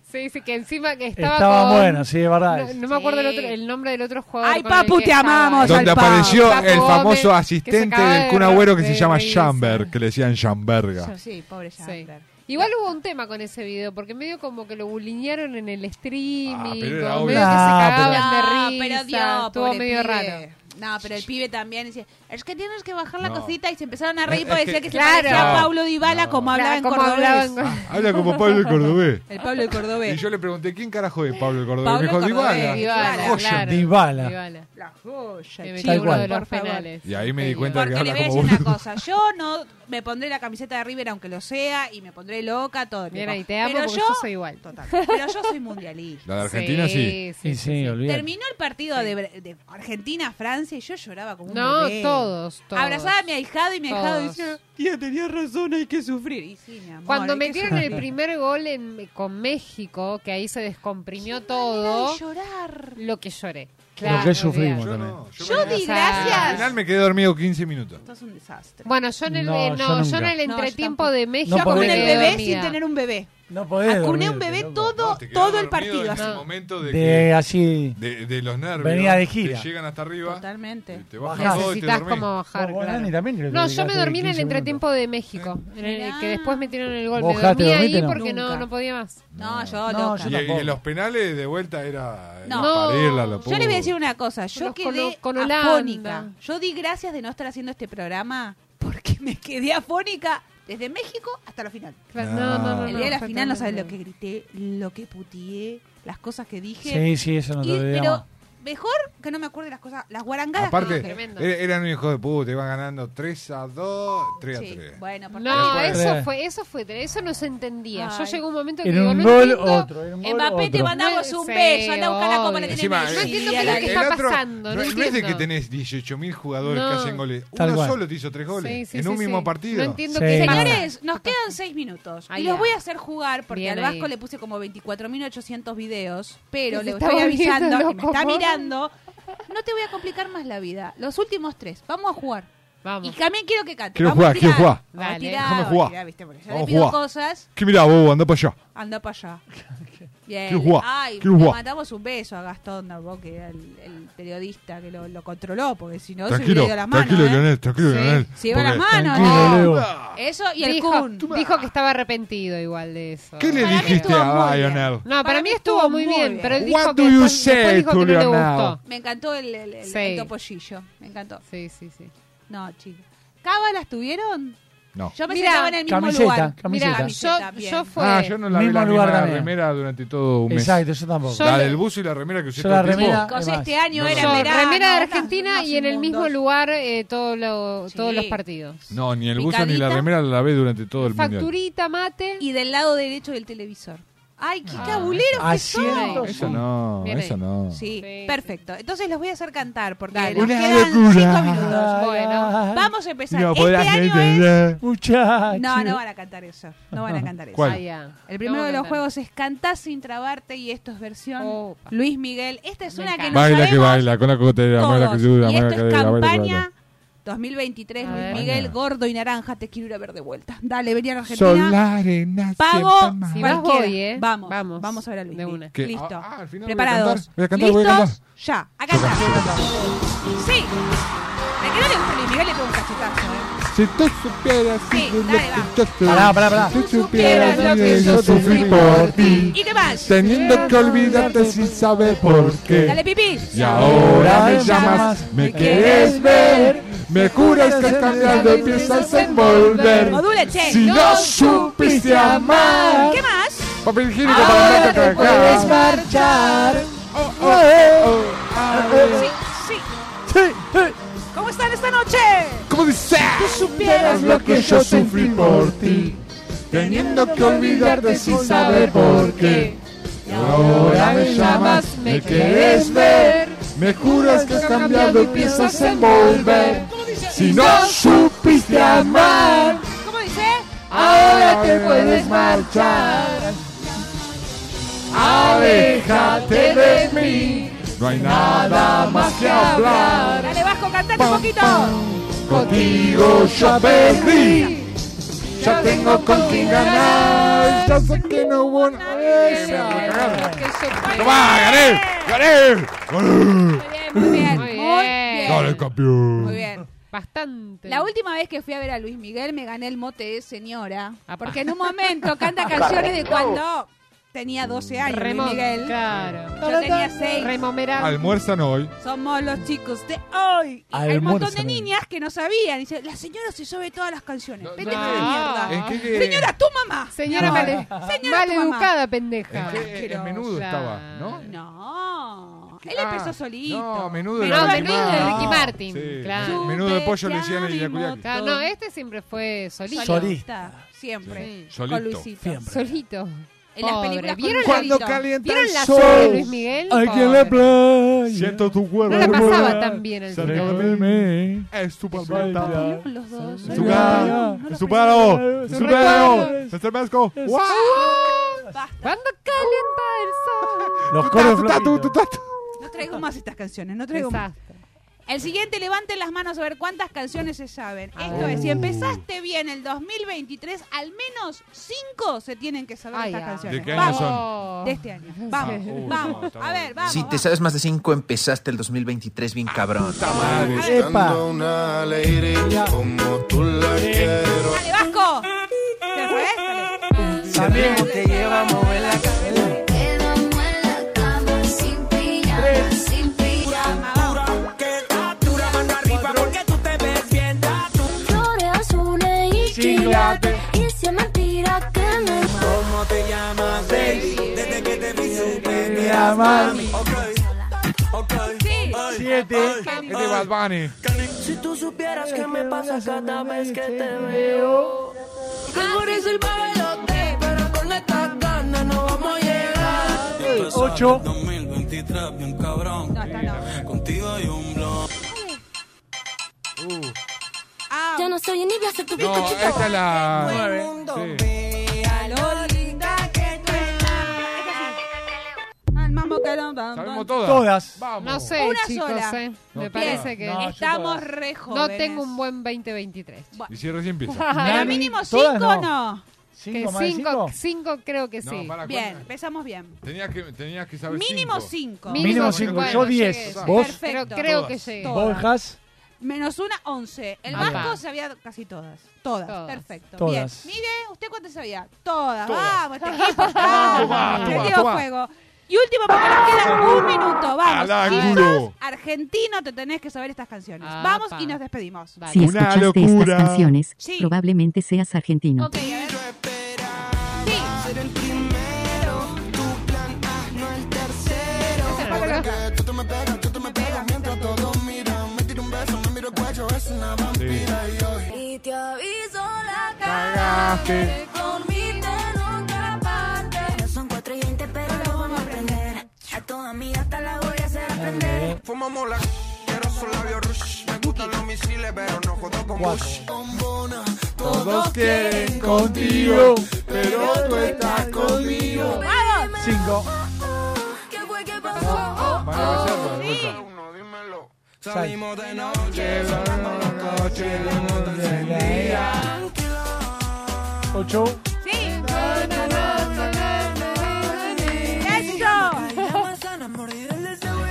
Sí, sí, que encima que estaba.
Estaba,
con-
bueno, sí, es verdad.
No, no me acuerdo el,
Sí.
otro- el nombre del otro jugador.
Ay,
con el
Papu,
que
te
estaba.
amamos,
Donde
Al Papo.
apareció
Papo
el
Gómez, que
famoso
se
asistente
acaba
del
de
Kun Agüero que se
romper,
llama
reírse.
Schamberg, que le decían Schamberga.
Sí, pobre
Sí.
Sandler.
Igual hubo un tema con ese video, porque medio como que lo bulinearon en el streaming,
Ah, pero era
como
obvio.
medio que se
Ah,
cagaban
No,
de risa,
pero dio,
estuvo
pobre
medio
pibe.
raro.
No, pero el pibe también decía, es que tienes que bajar la
No.
cosita y se empezaron a reír
Es-
porque
es
decía que,
que-
se
Claro.
parecía a
No.
Pablo Dibala
No.
como hablaba en
Como
cordobés.
hablaba en-
Ah, Habla como Pablo el Cordobés.
El Pablo de
Y
Cordobés.
yo le pregunté, ¿quién carajo es Pablo el Cordobés?
Pablo
Me dijo,
el Cordobés,
Dybala.
Dybala,
Una joya.
claro.
Dybala.
Dybala.
La joya,
Que
chico,
metió
Tal
uno
cual.
de los
por favor.
penales.
Y ahí me di
Sí.
cuenta que
Porque le voy
habla
a
como
decir una
boludo.
cosa, yo no me pondré la camiseta de River aunque lo sea y me pondré loca todo el
Bien
tiempo.
ahí, te amo
pero
porque
yo,
yo soy igual.
Total, *laughs* pero yo soy mundialista.
La de Argentina sí.
Sí, sí, olvídate.
Terminó el partido de, Bre- de Argentina-Francia infancia y yo lloraba como un
No,
bebé.
todos, todos.
Abrazaba a mi ahijado y mi ahijado
Todos.
decía, tía, tenía
eh.
razón, hay que sufrir. Y sí, mi amor, ¿eh?
Cuando
hay que
metieron el
sufrir.
primer gol en- con México, que ahí se descomprimió todo. Lo que lloré. Claro.
Lo que sufrimos
Yo
también.
no, yo
Yo
me-
di
Al
gracias.
final me quedé dormido 15 minutos.
Esto es un desastre.
Bueno, yo en el,
No,
eh, no,
yo
yo, en
nunca.
el
No, yo
entretiempo de México.
No
Con
podés
el
dormir.
bebé sin tener un bebé.
No podés
Acuné a un
dormirte,
bebé
loco.
todo,
Te quedás
todo el
dormido
partido.
en ese momento de,
De así.
que- de los nervios.
Venía de gira.
Te llegan hasta arriba.
Totalmente.
Te bajan
Bajás.
todo y te
Necesitas
dormís.
como bajar.
Vos,
claro.
Dani, también creo que
No,
te
yo me
quedaste
dormí en el
15
entretiempo de México, en el que después metieron el gol.
Vos,
Me
Jate,
dormí ahí
¿dormiste, no?
porque no,
Nunca.
no podía más.
No, yo
No,
loca.
yo
Y, y
tampoco.
en los penales de vuelta era.
No.
era parirla, lo
Yo le voy a
pudo.
decir una cosa, yo
Los
quedé
con- con Holanda.
afónica. Yo di gracias de no estar haciendo este programa porque me quedé afónica desde México hasta la final.
Claro,
Ah.
Ah.
No, no, no. no,
El día de la
fue
final no sabes lo
tremendo.
que grité, lo que putié, las cosas que dije.
Sí, sí, eso no te
Y-
olvidamos.
Pero mejor que no me acuerde las cosas, las guarangadas. que dije.
Aparte,
Tremendo.
eh,
er- eran un hijo de puta, iban ganando 3 a 2, 3
Sí,
a
eh,
3.
Bueno, por
No,
favor.
puede
eso
ser.
fue, eso fue, tre- eso no se entendía. Yo
Ay.
llegó un momento que
Era
digo,
un
no
gol,
entiendo.
otro. Era un gol,
Mbappé, te
otro.
mandamos un
Sí,
beso, anda a buscar la copa, la
obvio.
tenés
Encima,
en
No
el-
entiendo
Sí,
qué es lo
la-
que
el
está
otro-
pasando,
No,
no
no es de
entiendo.
que tenés 18.000 jugadores que
No.
hacen goles.
Tal
Uno
cual.
solo te hizo 3 goles
Sí, sí,
en
sí,
un mismo
sí.
partido.
No entiendo
Sí.
qué pasa.
Señores, nos quedan seis minutos.
Ahí
y los
va.
voy a hacer jugar porque
Bien
al Vasco
ahí.
le puse como 24.800 videos, pero
Se
le
está
estoy
volviendo
avisando que me
loco,
está
por-
mirando. No te voy a complicar más la vida. Los últimos tres. Vamos a jugar. Y
Vamos.
también quiero que cante.
Quiero
Vamos a
jugar, quiero
tirar.
jugar.
Vamos a
Dale.
tirar,
Déjame
vamos a
jugar.
tirar, viste, porque yo le
Vamos a
pido
jugar.
cosas,
Que mirá, vos, andá para allá.
anda para
*laughs*
allá. Bien.
Quiero jugar,
Ay,
quiero
le
jugar.
mandamos un beso a Gastón Narbó, que era el, el periodista que lo, lo controló, porque si no se le
Tranquilo,
dio las manos.
tranquilo,
¿eh?
Leonel, tranquilo,
Sí.
Leonel.
Se iba las
Porque-
manos.
Tranquilo,
¿no?
Leo.
Eso y el
Dijo,
Kun.
dijo que estaba arrepentido igual de eso.
¿Qué le
Para mí
dijiste
estuvo
a
muy bien.
Lionel?
No, para, mí estuvo muy bien, pero él dijo
What
que
do you
después,
say
después dijo
to
que no le
Leonardo?
gustó.
Me encantó el, el, el-
Sí.
el topollillo. Me encantó.
Sí, sí, sí.
No, chicos. ¿Cábalas tuvieron?
No.
Yo me
Mirá,
sentaba en el mismo
camiseta,
lugar.
camiseta.
Mira,
Camiseta,
yo,
bien.
yo fue
Ah, yo no la vi
Mismo
la
lugar
misma
también.
remera durante todo un mes.
Exacto, yo tampoco.
Yo-
La del buzo y la remera que usé
Yo
todo
la
el tiempo.
remera-
Chicos,
Además,
este año
no,
era
no.
yo,
verano.
remera de
unos-
Argentina
unos
y en el mismo
inmundos.
lugar eh, todo lo-
Sí.
todos los partidos.
No, ni el buzo ni
Picadita.
la remera la lavé durante todo el mundial.
Facturita, mate.
Y del lado derecho del televisor. ¡Ay, qué cabuleros que
Haciendo-
son!
Eso no,
Bien ahí.
eso no.
Sí,
Sí,
perfecto. Entonces los voy a hacer cantar porque
Dale.
nos
Una
quedan cinco minutos.
Bueno,
Vamos a empezar.
No
este
podrás
año es...
entender, muchacho.
No, no van a cantar eso. No van a cantar eso.
¿Cuál?
Ah, ya.
El primero
Vamos
de los
cantando.
juegos es Cantás sin trabarte y esto es versión
Opa.
Luis Miguel. Esta es
Me
una que
encanta.
nos
Baila que
sabemos
baila, con la cotera,
todos.
baila que dura,
y
baila
esto
que
es
dura, baila que
campaña
dura.
2023
A
Luis
ver.
Miguel,
Mañana.
gordo y naranja, te quiero ir a ver de vuelta. Dale, vení a la Argentina.
Sol, arena,
Pago.
siempre más.
Si
Cualquiera.
vas voy, eh.
Vamos,
Vamos.
vamos a ver a Luis
De
Miguel.
una.
¿Qué?
Listo.
Ah, ah, al final voy a
Preparados.
cantar, voy a cantar, voy a
¿Listos? Ya, a cantar. Sí. La que no le gusta a Luis Miguel le pego un cachetazo, eh.
Si tú supieras,
Sí,
si yo
dale, va.
te- te-
Pará, pará, pará.
Si tú supieras
Supieras
lo
lo
que yo sufrí por ti,
¿Y qué más?
teniendo que olvidarte sin saber por
Dale,
qué.
pipí.
Y ahora me llamas, me quieres ver, me juras que has cambiado y piensas en volver.
Modula, che.
Si no supiste amar,
¿Qué más?
papel higiénico para Oh, no te
Puedes
cagar.
marchar.
Eh. oh.
Sí, sí. ¿Cómo están esta noche?
¿Cómo dice?
Supieras lo que yo sufrí por ti,
Teniendo que olvidarte sin saber por qué. Y ahora me llamas, me quieres ver. Me juras que has cambiado y piensas en volver. Si no supiste amar,
¿Cómo dice?
ahora te puedes marchar. Aléjate de mí, no hay nada más que hablar.
Dale, Vasco, cantate un poquito.
Contigo yo perdí. Ya tengo con quién ganar. Ya sé que no hubo nadie. Tomá, gané, gané. gané.
Muy bien, muy
Muy
bien.
bien.
Dale, campeón.
Muy bien.
Bastante.
La última vez que fui a ver a Luis Miguel me gané el mote de señora. Porque en un momento canta canciones de cuando tenía
Este
12 años, Luis
Remo-
Miguel.
Claro.
Yo tenía 6.
Remomerá.
Almuerzan hoy.
Somos los chicos de hoy. Y hay un montón de
Almuérzame.
niñas que no sabían. Dice, la señora se sabe todas las canciones.
No,
Vete
no.
a la mierda.
¿En qué- qué-
Señora, tu mamá.
Señora
No.
male-
Señora, tu
maleducada,
en
pendeja.
qué- Eh, en menudo
Claro.
estaba? ¿No?
No. Él
Ah,
empezó solito.
No, menudo
Pero
era
no,
Ricky
menudo era
Martin.
Ricky Martin,
Sí.
claro.
Menudo de pollo le decían
Supe
en
que
Yakuliaki.
amo.
Claro, no, este siempre fue solito.
Solista.
Solista. Siempre.
Solito.
Con Luisito.
Siempre.
Solito.
En las
Pobre,
películas
¿vieron
con
Cuando
Chavito.
calienta ¿Vieron el la sol? serie de Luis Miguel? Ay, que la Pobre.
playa.
Siento tu cuerpo.
No la pasaba tan bien el
Cerca
video.
de mí. Es tu
papá.
papá.
Los dos.
Su cara. Su paro. Su pelo. Mr. Vasco.
Cuando calienta el sol.
Los
coros
No traigo más estas canciones, no traigo más. El siguiente, levanten las manos a ver cuántas canciones se saben. Esto
ver.
es, si empezaste bien el 2023, al menos cinco se tienen que saber estas canciones.
¿De qué año son?
Vamos. De este año. Vamos,
Ah, uy,
vamos. a ver, vamos.
Si te sabes más de 5, empezaste el 2023 bien cabrón.
Buscando una lady como tú la quiero.
¡Dale, Vasco! ¿Te fue?
También te lleva a mover la
Sin pijama, sin pijama.
Flores azules y
Sin
quilates. Y si es mentira que me ¿Cómo te llamas,
Desde que te vi
ah.
Siete.
Este es Bad Bunny.
Si tú supieras que me pasa cada vez que te
veo.
Memorizo el bailote, pero con estas ganas no vamos a llegar.
Ocho.
Contigo hay un blog.
Yo no soy ni voy a ser tu
No,
bizcochito.
esta es la. Sí.
Al mambo caramba.
Sabemos
todas.
Todas.
No sé,
Una
chicos,
sola.
eh.
No,
me
todas.
parece que
No, yo
Estamos
todas.
re
No
jóvenes.
tengo un buen 2023.
Y si recién empieza.
Pero
Nani,
mínimo
todas
cinco
no.
o no.
Que
más de
cinco, cinco creo que
No,
sí.
para,
Bien, empezamos bien.
Tenías que, tenías que saber
Mínimo cinco.
cinco.
Mínimo cinco. Yo diez. Vos.
Perfecto.
Creo- creo que sí.
Todas.
Borjas.
Menos una, once. El
Ahí
vasco
va.
sabía casi todas. Todas, perfecto.
Todas.
Bien. Miguel, ¿usted cuántas sabía? Todas.
Todas.
Vamos, este equipo
Toma,
está.
toma,
Prendido
toma.
fuego. Y último, porque nos queda un minuto. Vamos.
Al ángulo.
Si sos argentino, te tenés que saber estas canciones. Vamos y nos despedimos.
Si escuchaste estas canciones,
Sí.
probablemente seas argentino.
Ok, a ver.
Ser el primero, tu plan A, no el tercero. Porque Tú te me pegas, tú te me pegas mientras todos miran. Me tiro un beso, me miro el cuello, es una vampira y hoy.
Y te aviso la
Cagaste.
cagaste Conmigo en otra parte. No son cuatro y veinte, pero lo vamos a aprender. A toda amiga hasta la voy a hacer aprender.
Fumamos la quiero su labio rush. Me gustan los misiles, pero no jodo con
Cuatro.
Bush.
Todos quieren contigo,
pero tú estás conmigo.
¡Vamos!
Cinco.
¿Qué fue que pasó?
Salimos de noche, volamos la noche, la nota encendida.
Ocho.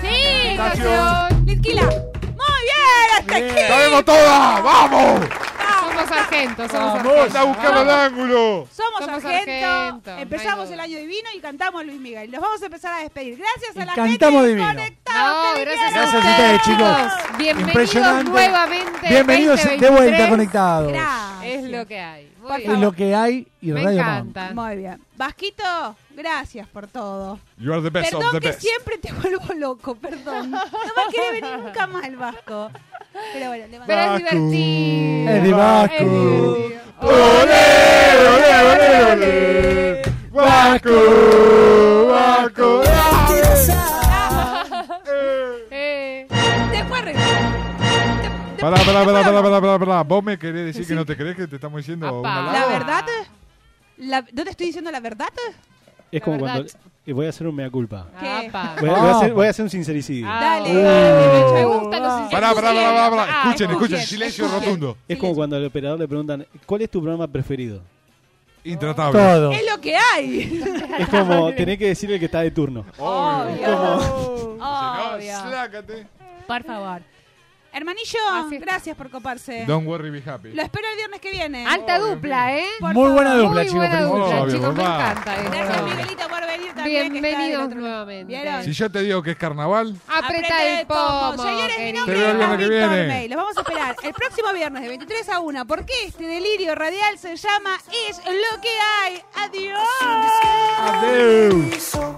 Sí,
Canción.
Litquila. Muy bien, hasta
Bien.
aquí.
¡Sabemos todas! ¡Vamos!
Somos argentos, somos
¡Vamos!
argentos.
¡A buscar el ángulo!
Somos,
Somos
Argento.
Argento,
Empezamos
no hay
el año divino y cantamos Luis Miguel. Los vamos a empezar a despedir. Gracias a la
cantamos
gente
divino.
conectada.
No,
que
gracias,
vinieron.
Gracias a ustedes,
chicos.
chicos.
Bienvenidos
Impresionante.
nuevamente.
Bienvenidos de
2023.
vuelta conectados.
Es lo que hay. Muy
Por
bien.
Es lo que hay y
Me
Radio
encanta.
Muy bien. Vasquito, gracias por todo.
You are the best
perdón
of the
que
best.
siempre te vuelvo loco, perdón. No me quiere venir nunca más el Vasco. Pero bueno, le mando-
Pero es divertido.
Es de Bacu.
Bacu, Bacu.
Eh.
Después regresamos.
Pará, pará, pará, pará, pará, pará, pará. ¿Vos me querés decir que no te crees que te estamos diciendo una
La verdad, la- ¿no te estoy diciendo la verdad?
Es como
verdad.
cuando. Y voy a hacer un mea culpa.
¿Qué?
Voy, voy a, hacer, voy a hacer un sincericidio.
Ah. Dale,
Uh.
dale, me gustan los sincericidios.
Pará, pará, pará, pará, pará.
Ah,
Escuchen,
escuchen,
escuchen. Silencio
escuchen.
rotundo.
Es como cuando al operador le preguntan, ¿cuál es tu programa preferido?
Intratable.
Todo.
Es lo que hay.
*laughs* Es como, tenés que decirle el que está de turno.
Obvio. Obvio. Por favor. Hermanillo, gracias por coparse.
Don't worry, be happy.
Lo espero el viernes que viene.
Alta dupla, ¿eh?
Por
Muy
favor.
buena dupla, chicos.
buena
pero-
dupla,
Obvio,
chicos. Me
papá.
encanta esto.
Gracias, Miguelito, por venir también. que está del
Bienvenidos
otro-
nuevamente.
¿Vieron?
Si yo te digo que es carnaval,
Apreta el pomo.
Señores, mi
querido.
nombre
Te veo
es
el viernes que
Jasmine
viene.
Torney. Los vamos a esperar el próximo viernes de 23 a 1 porque este delirio radial se llama Es lo que hay. Adiós.
adiós.